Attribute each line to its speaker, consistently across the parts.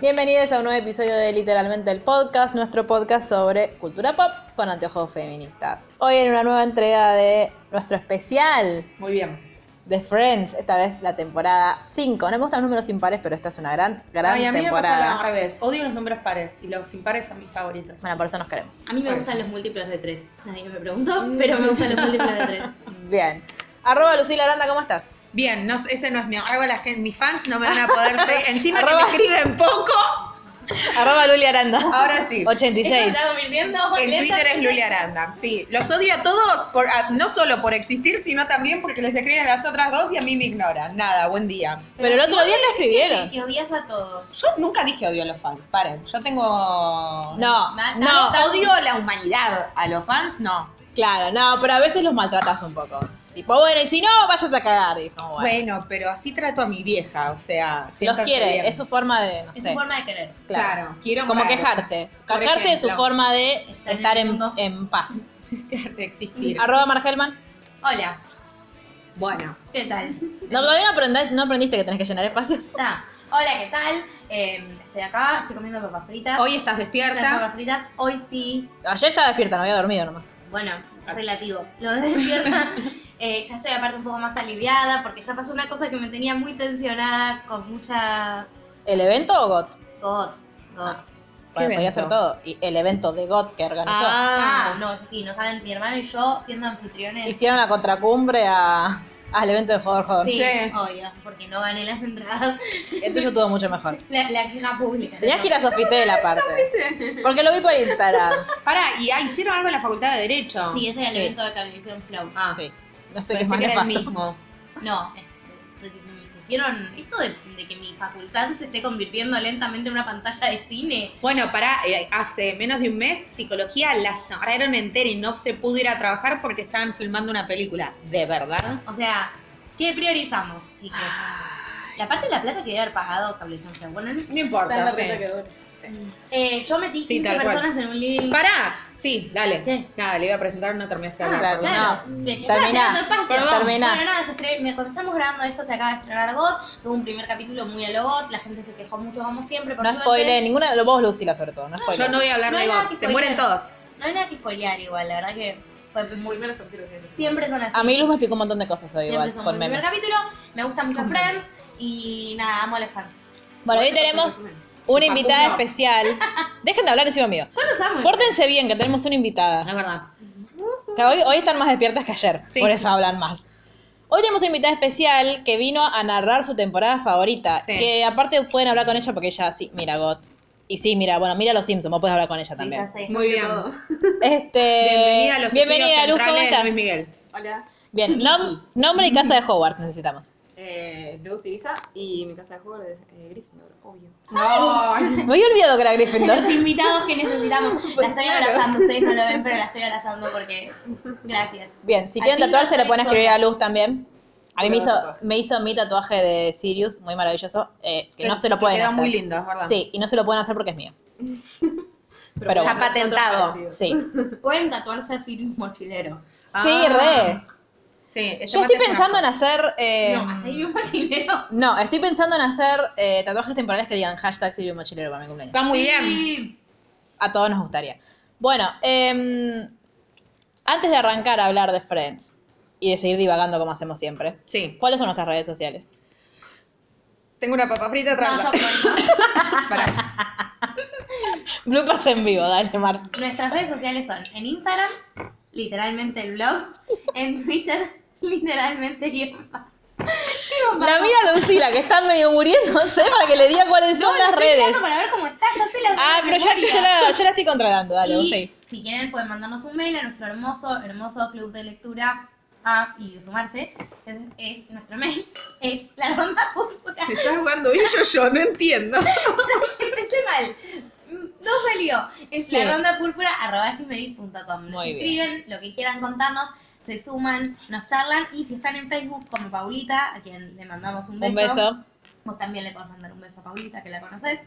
Speaker 1: Bienvenidos a un nuevo episodio de Literalmente el Podcast, nuestro podcast sobre cultura pop con anteojos feministas. Hoy en una nueva entrega de nuestro especial. Muy bien. De Friends, esta vez la temporada 5. No me gustan los números impares, pero esta es una gran, gran
Speaker 2: Ay, a mí me
Speaker 1: temporada.
Speaker 2: pasa al revés. Odio los números pares y los impares son mis favoritos.
Speaker 1: bueno, por eso nos queremos.
Speaker 3: A mí me gustan los múltiplos de tres. Nadie me preguntó, pero me gustan los múltiplos de tres.
Speaker 1: Bien. Arroba Lucila Aranda, ¿cómo estás?
Speaker 2: Bien, no, ese no es mi arroba la gente, mis fans no me van a poder seguir. Encima que me escriben poco.
Speaker 1: Arroba Luli Aranda.
Speaker 2: Ahora sí.
Speaker 1: 86.
Speaker 3: está convirtiendo
Speaker 2: El Twitter es Luli Aranda. Sí, los odio a todos, por, a- no solo por existir, sino también porque les escriben a las otras dos y a mí me ignoran. Nada, buen día.
Speaker 1: Pero el otro día le escribieron.
Speaker 3: Que odias a todos.
Speaker 2: Yo nunca dije odio a los fans, paren. Yo tengo...
Speaker 1: No,
Speaker 3: Ma-
Speaker 1: no.
Speaker 2: Odio a la humanidad, a los fans no.
Speaker 1: Claro, no, pero a veces los maltratas un poco. Tipo, bueno, y si no, vayas a cagar. Y como, bueno.
Speaker 2: Bueno, pero así trato a mi vieja, o sea...
Speaker 1: los
Speaker 2: siento que bien.
Speaker 1: quiere, es su forma de, no
Speaker 3: Es
Speaker 1: sé.
Speaker 3: su forma de querer.
Speaker 2: Claro,
Speaker 1: Claro.
Speaker 2: quiero
Speaker 1: Como
Speaker 2: honrar.
Speaker 1: quejarse.
Speaker 2: Por
Speaker 1: Quejarse es su
Speaker 2: ejemplo.
Speaker 1: forma de
Speaker 3: en
Speaker 1: estar
Speaker 3: el
Speaker 1: en,
Speaker 3: mundo.
Speaker 1: en paz.
Speaker 2: de existir.
Speaker 1: Arroba Margelman.
Speaker 3: Hola,
Speaker 2: Bueno,
Speaker 3: ¿qué tal?
Speaker 1: No, todavía no, aprendés- no aprendiste que tenés que llenar espacios.
Speaker 3: Está. Hola, ¿qué tal? Eh, estoy acá, estoy comiendo papas fritas.
Speaker 2: hoy estás
Speaker 3: Estas
Speaker 2: despierta.
Speaker 3: papas fritas, hoy sí.
Speaker 1: Ayer estaba despierta, no había dormido nomás.
Speaker 3: Bueno,
Speaker 2: Ah.
Speaker 3: relativo. Lo de despierta. eh, ya estoy aparte un poco más aliviada porque ya pasó una cosa que me tenía muy tensionada con mucha...
Speaker 1: ¿El evento o GOT?
Speaker 3: God, God.
Speaker 2: Ah,
Speaker 1: Bueno, podría
Speaker 2: evento?
Speaker 1: ser todo. Y el evento de GOT que organizó.
Speaker 3: Ah, no, eso sí, no saben, mi hermano y yo siendo anfitriones.
Speaker 1: Hicieron la contracumbre a, al evento de Joder Joder.
Speaker 3: Sí,
Speaker 2: Sí.
Speaker 3: obvio, porque no gané las entradas.
Speaker 1: Esto yo tuvo mucho mejor.
Speaker 3: La, la queja pública.
Speaker 1: Tenías que ir a Sofitel parte. Porque lo vi por Instagram.
Speaker 2: Pará, y ah, hicieron algo en la Facultad de Derecho.
Speaker 3: Sí, ese era el
Speaker 1: Sí.
Speaker 3: evento de Cablevisión Flow. Ah,
Speaker 1: Sí. No sé qué es
Speaker 2: Ah. Pensé
Speaker 1: más
Speaker 2: que era el
Speaker 1: nefasto.
Speaker 2: mismo.
Speaker 3: No, este, me pusieron esto de, de que mi facultad se esté convirtiendo lentamente en una pantalla de cine.
Speaker 2: Bueno, pará, eh, hace menos de un mes psicología la cerraron entera y no se pudo ir a trabajar porque estaban filmando una película. ¿De verdad?
Speaker 3: O sea, ¿qué priorizamos, chicos? La parte de la plata que debe haber pagado Cablevisión Flow. Bueno,
Speaker 2: No importa. sí.
Speaker 3: eh, yo metí
Speaker 2: Sí,
Speaker 3: 15
Speaker 2: tal cual.
Speaker 3: personas en un living.
Speaker 2: Pará, sí, dale.
Speaker 3: ¿Qué?
Speaker 2: Nada, le iba a presentar, no terminaste de
Speaker 3: Ah,
Speaker 2: hablar.
Speaker 1: claro.
Speaker 2: perdón.
Speaker 3: Claro,
Speaker 1: No,
Speaker 3: me estaba
Speaker 1: terminá,
Speaker 3: llenando de espacio.
Speaker 1: perdón. terminá.
Speaker 3: Bueno, nada, se estre- me- cuando estamos grabando esto se acaba de estrenar GOT, tuvo un primer capítulo muy a lo GOT, la gente se quejó mucho como siempre. por
Speaker 1: No
Speaker 3: suerte.
Speaker 1: spoileé ninguna. Vos, Lucila, sobre todo. No spoileé.
Speaker 2: Yo no voy a hablar
Speaker 3: No
Speaker 2: de
Speaker 3: hay nada
Speaker 2: God,
Speaker 3: que
Speaker 2: se mueren
Speaker 3: spoilear.
Speaker 2: todos.
Speaker 3: No hay nada que spoilear igual, la verdad que fue muy menos capítulos Siempre son así.
Speaker 1: A mí Luz me explicó un montón de cosas hoy
Speaker 3: Siempre
Speaker 1: igual,
Speaker 3: son
Speaker 1: con
Speaker 3: muy-
Speaker 1: memes.
Speaker 3: primer capítulo, me gusta mucho Friends y nada, amo a los fans.
Speaker 1: Bueno, hoy tenemos una invitada
Speaker 2: Facundo.
Speaker 1: especial. Dejen de hablar encima mío.
Speaker 3: Yo los amo.
Speaker 1: Pórtense bien, que tenemos una
Speaker 2: Es
Speaker 1: invitada.
Speaker 2: verdad.
Speaker 1: O sea, Hoy, hoy están más despiertas que ayer,
Speaker 2: Sí.
Speaker 1: por eso hablan más. Hoy tenemos una invitada especial que vino a narrar su temporada favorita.
Speaker 2: Sí.
Speaker 1: Que aparte pueden hablar con ella porque ella sí, mira God. Y sí, mira, bueno, mira los Simpsons, vos podés hablar con ella
Speaker 3: Sí,
Speaker 1: también.
Speaker 3: ya sé.
Speaker 2: Muy bien.
Speaker 1: Este,
Speaker 2: Bienvenida a los
Speaker 1: bienvenida,
Speaker 2: estudios
Speaker 1: Luz, ¿cómo
Speaker 2: centrales de
Speaker 1: estás?
Speaker 2: Luis Miguel.
Speaker 4: Hola,
Speaker 1: Bien, nom- nombre y casa de Hogwarts necesitamos.
Speaker 4: eh, Luz y Isa, y mi casa de juego es eh, Gryffindor, obvio.
Speaker 1: Me había olvidado que era Gryffindor.
Speaker 3: Los invitados que necesitamos. La estoy abrazando, ustedes no lo ven, pero la estoy abrazando porque. Gracias.
Speaker 1: Bien, si
Speaker 3: Al
Speaker 1: quieren
Speaker 3: fin
Speaker 1: tatuarse
Speaker 3: lo
Speaker 1: le pueden
Speaker 3: hacen
Speaker 1: escribir a Luz también. A mí me
Speaker 4: Bueno,
Speaker 1: hizo,
Speaker 4: tatuajes.
Speaker 1: me hizo mi tatuaje de Sirius, muy maravilloso, eh, que no
Speaker 2: Te-
Speaker 1: se lo
Speaker 2: te
Speaker 1: pueden
Speaker 2: queda
Speaker 1: hacer.
Speaker 2: muy lindo, es verdad.
Speaker 1: Sí, y no se lo pueden hacer porque es mío. Pero,
Speaker 4: bueno,
Speaker 1: bueno,
Speaker 2: Está patentado.
Speaker 4: parecido.
Speaker 1: sí.
Speaker 3: Pueden tatuarse a Sirius Mochilero.
Speaker 2: Ah.
Speaker 1: Sí, re.
Speaker 2: Sí, ella
Speaker 1: Yo estoy
Speaker 2: mata a
Speaker 1: pensando en
Speaker 2: Sara.
Speaker 1: hacer... eh,
Speaker 3: No, a Sirius Mochilero.
Speaker 1: no, estoy pensando en hacer eh, tatuajes temporales que digan hashtag Sirius Mochilero para mi cumpleaños.
Speaker 2: Está muy bien.
Speaker 3: Sí.
Speaker 1: A todos nos gustaría. Bueno, eh, antes de arrancar a hablar de Friends y de seguir divagando como hacemos siempre,
Speaker 2: Sí.
Speaker 1: ¿cuáles son nuestras redes sociales?
Speaker 2: Tengo una papa frita
Speaker 3: No,
Speaker 2: atrás.
Speaker 3: yo bueno.
Speaker 2: Pará.
Speaker 1: Bloopers en vivo, dale, Mar.
Speaker 3: Nuestras redes sociales son en Instagram, literalmente el blog, en Twitter, literalmente guión bajo.
Speaker 1: La mira Lucila, que está medio muriéndose para que le diga cuáles son las
Speaker 3: Estoy
Speaker 1: redes.
Speaker 3: mirando para ver cómo está, ya sé la
Speaker 1: Ah, pero ya,
Speaker 3: memoria.
Speaker 1: yo la, yo la estoy controlando, dale,
Speaker 3: Y
Speaker 1: sí.
Speaker 3: si quieren pueden mandarnos un mail a nuestro hermoso, hermoso club de lectura ah, y sumarse. Es, es nuestro mail, es la ronda púrpura.
Speaker 2: Se está jugando ellos yo, no entiendo.
Speaker 3: Yo empecé este mal. No salió. Es
Speaker 1: Sí.
Speaker 3: la ronda púrpura arroba gmail.com. Nos
Speaker 1: Muy bien.
Speaker 3: escriben lo que quieran contarnos, se suman, nos charlan y si están en Facebook como Paulita, a quien le mandamos un beso.
Speaker 1: Un beso.
Speaker 3: Vos también le podés mandar un beso a Paulita, que la conoces.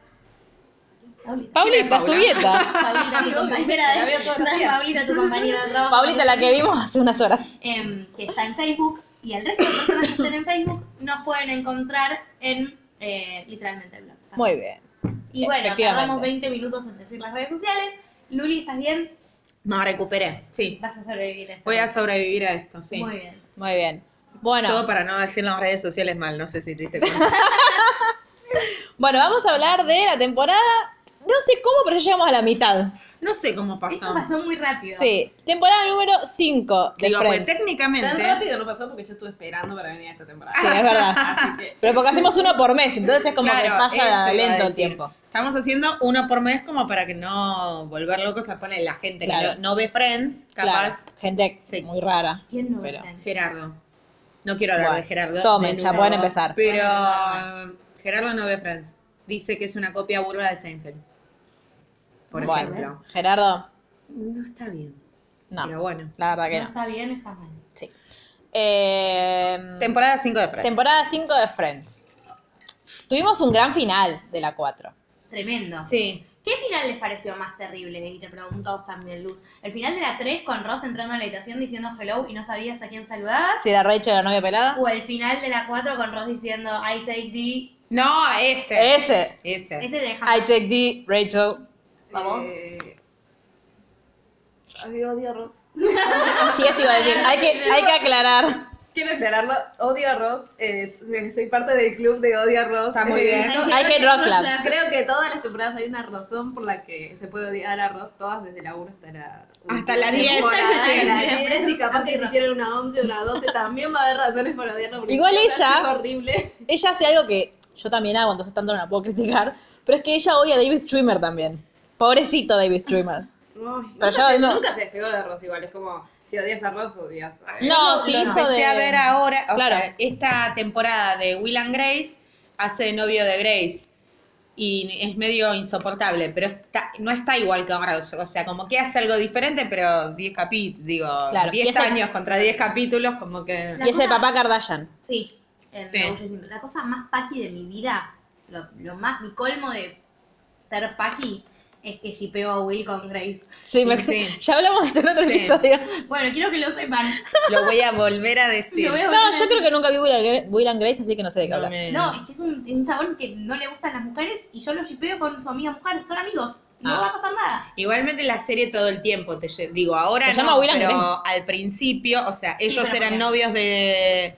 Speaker 3: Paulita.
Speaker 1: Paulita,
Speaker 2: Paula?
Speaker 1: su nieta.
Speaker 3: Paulita, tu compañera de no es Paulita, tu compañera de trabajo.
Speaker 1: Paulita, la que vimos hace unas horas.
Speaker 3: Em, que está en Facebook. Y al resto de personas que estén en Facebook nos pueden encontrar en eh, literalmente el blog. también.
Speaker 1: Muy bien.
Speaker 3: Y bueno,
Speaker 1: Efectivamente.
Speaker 3: tardamos 20 minutos en decir las redes sociales. Luli, ¿estás bien?
Speaker 2: No, recuperé, sí.
Speaker 3: Vas a sobrevivir a esto.
Speaker 2: Voy a sobrevivir a esto, sí.
Speaker 3: Muy bien.
Speaker 1: Muy bien. Bueno,
Speaker 2: Todo para no decir las redes sociales mal, no sé si te diste cuenta.
Speaker 1: bueno, vamos a hablar de la temporada. No sé cómo, pero ya llegamos a la mitad.
Speaker 2: No sé cómo pasó.
Speaker 3: Esto pasó muy rápido.
Speaker 1: Sí, temporada número 5 de
Speaker 2: Digo, pues
Speaker 1: Friends.
Speaker 2: técnicamente.
Speaker 4: Tan rápido no pasó porque yo estuve esperando para venir a esta temporada.
Speaker 1: Sí, es verdad.
Speaker 4: Así que
Speaker 1: Pero porque hacemos uno por mes, entonces es como que
Speaker 2: Claro, eso iba
Speaker 1: pasa
Speaker 2: a
Speaker 1: lento el
Speaker 2: decir.
Speaker 1: tiempo.
Speaker 2: Estamos haciendo uno por mes como para que no volver locos a poner la gente
Speaker 1: Claro.
Speaker 2: que no, no ve Friends, capaz.
Speaker 1: Claro, gente
Speaker 2: Sí.
Speaker 1: muy rara.
Speaker 3: ¿Quién no
Speaker 1: Pero-
Speaker 3: está?
Speaker 2: Gerardo. No quiero hablar
Speaker 1: Bueno,
Speaker 2: de Gerardo.
Speaker 1: tomen,
Speaker 2: de
Speaker 1: ya
Speaker 2: nuevo,
Speaker 1: pueden empezar.
Speaker 2: Pero Gerardo no ve Friends. Dice que es una copia burda de Seinfeld. Por
Speaker 1: bueno,
Speaker 2: ejemplo.
Speaker 1: Gerardo,
Speaker 2: No está bien.
Speaker 1: no.
Speaker 2: Pero bueno.
Speaker 1: La verdad que
Speaker 3: No
Speaker 1: no.
Speaker 3: está bien, está mal.
Speaker 1: Sí. Eh,
Speaker 2: Temporada 5 de Friends.
Speaker 1: temporada 5 de Friends. Tuvimos un gran final de la 4.
Speaker 3: Tremendo.
Speaker 2: Sí.
Speaker 3: ¿Qué final les pareció más terrible? Y te pregunto a vos también, Luz. El final de la 3 con Ross entrando a la habitación diciendo hello y no sabías a quién saludabas.
Speaker 1: Si era Rachel la novia pelada.
Speaker 3: O el final de la 4 con Ross diciendo I take D.
Speaker 2: No, ese.
Speaker 1: Ese.
Speaker 2: Ese.
Speaker 3: Ese
Speaker 1: I
Speaker 3: deja.
Speaker 1: take D, Rachel.
Speaker 3: Vamos.
Speaker 4: Eh, ay, odio a Ross.
Speaker 1: Sí, eso iba a decir. Hay que, hay que aclarar.
Speaker 4: Quiero aclararlo, odio a Ross, eh, soy- soy parte del club de odio a Ross.
Speaker 2: Está muy
Speaker 4: Eh,
Speaker 2: bien.
Speaker 1: I hate Ross Club.
Speaker 4: Creo que todas las temporadas hay una razón por la que se puede odiar a Ross, todas desde la 1 hasta la
Speaker 2: Hasta la 10.
Speaker 4: temporada,
Speaker 2: Sí,
Speaker 4: y la
Speaker 3: sí.
Speaker 4: 10, y capaz que si tienen una 11 o una 12 también va a haber razones para odiarlo. porque
Speaker 1: Igual
Speaker 4: es
Speaker 1: ella-
Speaker 4: tan horrible.
Speaker 1: Ella hace algo que yo también hago, entonces tanto no la puedo criticar. Pero es que ella odia a David Streamer también. Pobrecito David Streamer.
Speaker 4: Pero
Speaker 1: yo
Speaker 4: nunca, se,
Speaker 1: no-
Speaker 4: nunca se despegó de Ross igual, es como si odias a Ross, odias a
Speaker 1: No,
Speaker 2: Yo lo-
Speaker 1: sí
Speaker 2: lo
Speaker 1: hizo
Speaker 2: empecé
Speaker 1: de-
Speaker 2: a ver ahora, o
Speaker 1: Claro.
Speaker 2: sea, esta temporada de Will and Grace hace de novio de Grace y es medio insoportable, pero está- no está igual que ahora, o sea, como que hace algo diferente, pero 10 capítulos, digo,
Speaker 1: Claro,
Speaker 2: 10
Speaker 1: y ese-
Speaker 2: años contra 10 capítulos, como que...
Speaker 3: La
Speaker 1: Y es el
Speaker 3: cosa-
Speaker 1: papá Kardashian.
Speaker 3: Sí, en
Speaker 2: Sí.
Speaker 3: Orgullo y Simple. La cosa más paqui de mi vida, lo, lo más, mi colmo de ser paqui, es que shipeo a Will con Grace.
Speaker 1: Sí, me-
Speaker 2: Sí.
Speaker 1: ya hablamos de esto en otro
Speaker 2: Sí.
Speaker 1: episodio.
Speaker 3: Bueno, quiero que lo sepan.
Speaker 2: Lo voy a volver a decir.
Speaker 3: Lo voy a volver
Speaker 1: No,
Speaker 3: a
Speaker 1: yo creo
Speaker 3: decir.
Speaker 1: que nunca vi Will and Gra- Will and Grace, así que no sé de qué
Speaker 2: No
Speaker 1: hablas.
Speaker 2: me-
Speaker 3: No, es que es un, un chabón que no le gustan las mujeres y yo lo shipeo con su amiga mujer. Son amigos. No
Speaker 2: Ah.
Speaker 3: va a pasar nada.
Speaker 2: Igualmente la serie todo el tiempo, te lle- digo, ahora
Speaker 1: Se
Speaker 2: no,
Speaker 1: llama Will and
Speaker 2: pero
Speaker 1: Grace.
Speaker 2: al principio, o sea, ellos
Speaker 3: pero
Speaker 2: eran
Speaker 3: porque-
Speaker 2: novios de,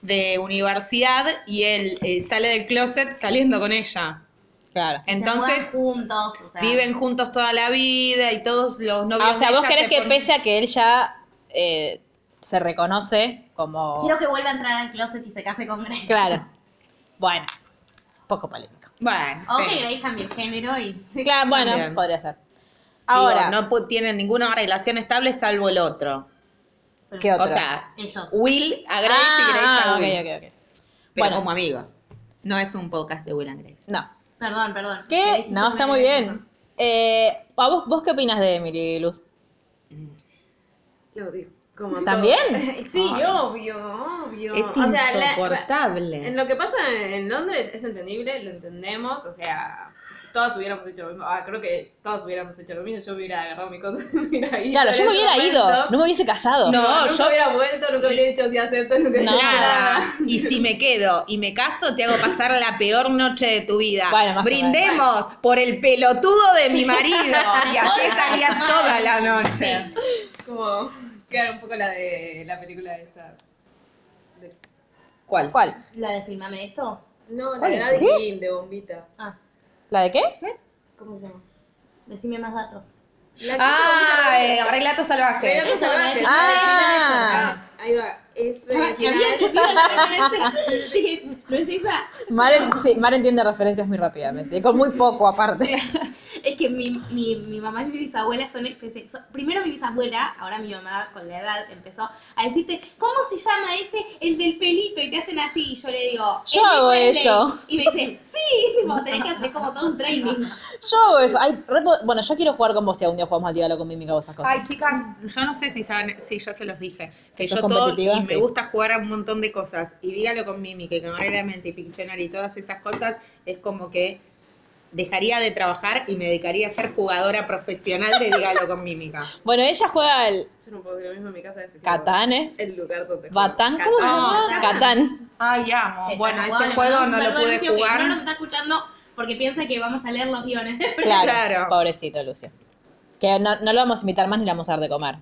Speaker 2: de universidad y él eh, sale del closet saliendo con ella.
Speaker 1: Claro.
Speaker 3: Se
Speaker 2: Entonces
Speaker 3: mudan juntos, o sea,
Speaker 2: viven juntos toda la vida y todos los novios
Speaker 1: Ah, o sea,
Speaker 2: de
Speaker 1: vos
Speaker 2: ella
Speaker 1: querés
Speaker 2: se
Speaker 1: que
Speaker 2: form-
Speaker 1: pese a que él ya eh, se reconoce como...
Speaker 3: Quiero que vuelva a entrar al closet y se case con Grace.
Speaker 1: Claro. Bueno, poco polémico.
Speaker 2: Bueno,
Speaker 3: O
Speaker 2: sí.
Speaker 3: que Grace cambie el género y...
Speaker 1: Claro, bueno,
Speaker 2: También.
Speaker 1: podría ser.
Speaker 2: Digo,
Speaker 1: Ahora,
Speaker 2: no pu- tienen ninguna relación estable salvo el otro.
Speaker 3: Pero-
Speaker 1: ¿qué otro?
Speaker 2: O sea,
Speaker 3: Ellos.
Speaker 1: Uh.
Speaker 2: Will a Grace y Grace
Speaker 1: Ah,
Speaker 2: a
Speaker 1: ah, ok,
Speaker 2: Will.
Speaker 1: ok, ok.
Speaker 2: Pero
Speaker 1: Bueno.
Speaker 2: como amigos. No es un podcast de Will and Grace.
Speaker 1: No.
Speaker 3: Perdón, perdón. Le
Speaker 1: ¿Qué?
Speaker 3: dijiste
Speaker 1: No, está
Speaker 3: que
Speaker 1: muy
Speaker 3: era-
Speaker 1: bien. Eh, ¿a vos, ¿Vos qué opinas de Emily Luz?
Speaker 4: Lo odio. Como
Speaker 1: ¿También?
Speaker 4: todo. Sí, obvio, obvio.
Speaker 2: Es
Speaker 4: O sea, la-
Speaker 2: insoportable.
Speaker 4: en lo que pasa en Londres es entendible, lo entendemos, o sea, todas hubiéramos hecho lo mismo. Ah, creo que todas hubiéramos hecho lo mismo. Yo hubiera agarrado mi cosa, me hubiera ido.
Speaker 1: Claro, yo
Speaker 4: en
Speaker 1: me
Speaker 4: ese
Speaker 1: hubiera ido,
Speaker 4: momento.
Speaker 1: no me hubiese casado.
Speaker 2: este No,
Speaker 4: No,
Speaker 2: yo-
Speaker 4: yo hubiera vuelto, nunca hubiera dicho si acepto, nunca hubiera
Speaker 1: No.
Speaker 4: dicho
Speaker 2: Nada.
Speaker 4: nada.
Speaker 2: Y si me quedo y me caso, te hago pasar la peor noche de tu vida.
Speaker 1: Bueno, más o menos.
Speaker 2: Brindemos por el pelotudo de mi marido. Y así estaría toda la noche.
Speaker 4: Como, claro, un poco la de la película esta.
Speaker 2: ¿Cuál?
Speaker 1: ¿Cuál?
Speaker 3: La de filmame esto.
Speaker 4: No, la
Speaker 1: ¿Cuál
Speaker 4: de
Speaker 1: es?
Speaker 4: Daddy
Speaker 1: ¿Qué?
Speaker 4: Dean, de Bombita.
Speaker 3: Ah,
Speaker 2: ¿Eh?
Speaker 1: ¿La de qué?
Speaker 3: ¿cómo se llama? Decime más datos.
Speaker 4: La chica
Speaker 2: Ah,
Speaker 4: bonita
Speaker 2: eh,
Speaker 4: perfecta.
Speaker 2: relatos salvajes.
Speaker 4: Relatos salvajes.
Speaker 1: Ah,
Speaker 4: Ah, ahí va. Es
Speaker 3: Ah, y había entendido
Speaker 4: original.
Speaker 3: la referencia. Sí, no es esa.
Speaker 1: Mar, en- sí, Mar entiende referencias muy rápidamente, y con muy poco aparte.
Speaker 3: Es que mi, mi, mi mamá y mi bisabuela son especies. son- Primero mi bisabuela, ahora mi mamá con la edad empezó a decirte, ¿cómo se llama ese? El del pelito, y te hacen así. Y yo le digo,
Speaker 1: Yo
Speaker 3: "El de
Speaker 1: hago
Speaker 3: Wesley".
Speaker 1: eso.
Speaker 3: Y me dice, sí, tipo, tenés que hacer como todo un training.
Speaker 1: Yo hago eso. Ay, re po- bueno, yo quiero jugar con vos si algún día jugamos al diálogo con mímica o esas cosas.
Speaker 2: Ay, chicas, yo no sé si saben, si ya se los dije, que
Speaker 1: ¿Sos
Speaker 2: yo todo, y
Speaker 1: competitiva?
Speaker 2: me
Speaker 1: Sí.
Speaker 2: gusta jugar a un montón de cosas, y dígalo con Mimi, que mente y Pictionary y todas esas cosas, es como que dejaría de trabajar y me dedicaría a ser jugadora profesional de Dígalo con Mímica.
Speaker 1: Bueno, ella juega al
Speaker 4: Yo no puedo creer lo mismo en mi casa. es tipo,
Speaker 1: Catanes.
Speaker 4: El lugar donde juego.
Speaker 1: Batán, ¿cómo se
Speaker 2: Ah,
Speaker 1: llama?
Speaker 3: Catán.
Speaker 1: Catán.
Speaker 2: Ay, amo.
Speaker 3: Que
Speaker 2: Bueno,
Speaker 3: ya
Speaker 2: ese
Speaker 3: jugaba, le
Speaker 2: juego
Speaker 3: mandamos
Speaker 2: no lo
Speaker 3: un saludo a
Speaker 2: pude
Speaker 3: Lucio, que
Speaker 2: jugar.
Speaker 3: No nos está escuchando porque piensa que vamos a leer los guiones.
Speaker 1: Claro,
Speaker 2: Claro.
Speaker 1: pobrecito Lucio. Que no, no lo vamos a invitar más ni le vamos a dar de comer.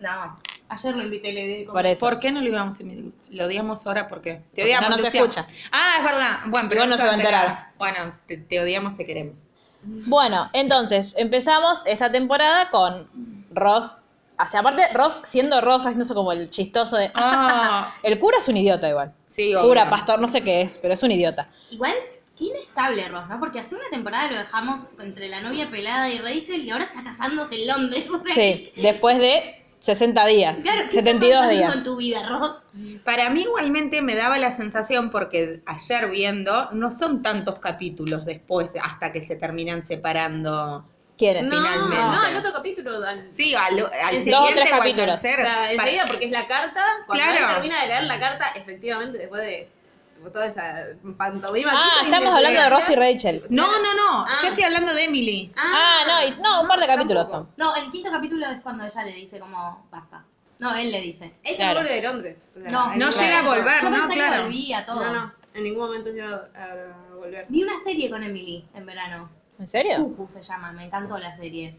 Speaker 3: No, ayer lo invité, le di como-
Speaker 1: Por eso.
Speaker 2: ¿Por qué no lo íbamos a emitir? Lo odiamos ahora porque te
Speaker 1: Porque
Speaker 2: odiamos.
Speaker 1: no nos
Speaker 2: Lucía.
Speaker 1: escucha.
Speaker 2: Ah, es verdad. Bueno, pero
Speaker 1: vos no se va a enterar.
Speaker 2: Bueno, te, te odiamos, te queremos.
Speaker 1: Bueno, entonces empezamos esta temporada con Ross. O sea, aparte, Ross siendo Ross, haciéndose como el chistoso de.
Speaker 2: Ah,
Speaker 1: El cura es un idiota igual.
Speaker 2: sí, obvio.
Speaker 1: Cura, pastor, no sé qué es, pero es un idiota.
Speaker 3: Igual, qué inestable Ross, ¿no? Porque hace una temporada lo dejamos entre la novia pelada y Rachel y ahora está casándose en Londres. O sea,
Speaker 1: Sí, después de 60 días,
Speaker 3: Claro, ¿qué está
Speaker 1: 72
Speaker 3: pasando
Speaker 1: días.
Speaker 3: con tu vida, Ross?
Speaker 2: Para mí igualmente me daba la sensación, porque ayer viendo, no son tantos capítulos después, de- hasta que se terminan separando.
Speaker 1: ¿Quieres?
Speaker 4: No,
Speaker 2: Finalmente.
Speaker 1: Ah.
Speaker 4: no, al otro capítulo. Al,
Speaker 2: Sí, al, al
Speaker 4: En
Speaker 2: siguiente
Speaker 1: dos o tres
Speaker 2: o al
Speaker 1: capítulos.
Speaker 2: tercer.
Speaker 4: o sea, enseguida,
Speaker 2: Para-
Speaker 4: porque es la carta. Cuando
Speaker 2: Claro.
Speaker 4: él termina de leer la carta, efectivamente, después de tipo, toda esa pantomima. que
Speaker 1: Ah,
Speaker 4: hizo,
Speaker 1: estamos
Speaker 4: y
Speaker 1: hablando de
Speaker 4: decía-
Speaker 1: Ross y Rachel.
Speaker 2: No, no, no.
Speaker 4: Ah.
Speaker 2: Yo estoy hablando de Emily.
Speaker 1: Ah, no, y- no, un par de capítulos
Speaker 4: tampoco.
Speaker 3: No, el quinto capítulo es cuando ella le dice como, basta. No, él le dice.
Speaker 4: Ella
Speaker 1: Claro.
Speaker 4: vuelve de Londres. O sea,
Speaker 3: No,
Speaker 4: en
Speaker 2: No
Speaker 4: ningún
Speaker 2: llega a
Speaker 4: momento-
Speaker 2: volver,
Speaker 3: Yo
Speaker 2: no,
Speaker 3: pensé que
Speaker 2: claro.
Speaker 3: volvía todo.
Speaker 4: No, no, en ningún momento llega a, a volver.
Speaker 3: Vi una serie con Emily en verano.
Speaker 1: ¿En
Speaker 2: Uh,
Speaker 1: serio?
Speaker 3: Cuckoo se llama, me encantó la serie.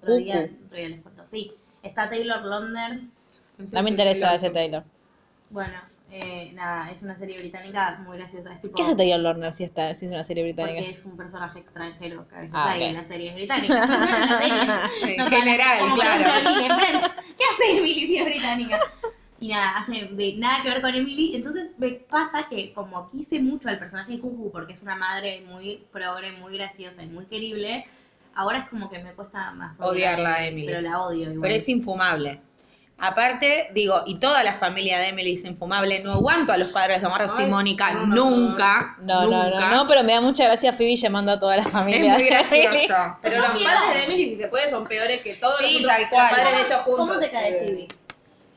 Speaker 3: Otro día,
Speaker 1: Cuckoo.
Speaker 3: otro día les cuento. Sí, está Taylor London.
Speaker 1: No me interesa ese Taylor.
Speaker 3: Bueno, eh, nada, es una serie británica muy graciosa. Es tipo,
Speaker 1: ¿Qué hace Taylor Lorner si, está, si es una serie
Speaker 3: Porque
Speaker 1: británica?
Speaker 3: es un personaje extranjero que a veces
Speaker 1: Ah,
Speaker 3: hay
Speaker 1: ok.
Speaker 3: en las series británicas. no en las series.
Speaker 2: En
Speaker 3: todas,
Speaker 2: general,
Speaker 3: como por
Speaker 2: claro.
Speaker 3: ejemplo Emily en Friends. ¿Qué hace Emily si es británica? Y nada, hace de- nada que ver con Emily. Entonces me pasa que como quise mucho al personaje de Cuckoo, porque es una madre muy progre, muy graciosa y muy querible, ahora es como que me cuesta más
Speaker 2: Odiarla a Emily.
Speaker 3: Pero la odio igual.
Speaker 2: Pero es infumable. Aparte, digo, y toda la familia de Emily es infumable. No aguanto a los padres de Marcos y
Speaker 4: Ay,
Speaker 2: Mónica.
Speaker 4: son un horror.
Speaker 2: Nunca.
Speaker 1: No, no,
Speaker 2: nunca.
Speaker 1: no, no, pero me da mucha gracia Phoebe llamando a toda la
Speaker 2: Es
Speaker 1: familia.
Speaker 2: muy gracioso.
Speaker 4: Pero
Speaker 3: Yo
Speaker 4: los
Speaker 3: quiero-
Speaker 4: padres de Emily, si se puede, son peores que todos
Speaker 2: Sí, tal
Speaker 4: los, otros, los
Speaker 2: cual.
Speaker 4: padres de ellos juntos.
Speaker 3: ¿Cómo te cae
Speaker 4: Eh,
Speaker 3: Phoebe?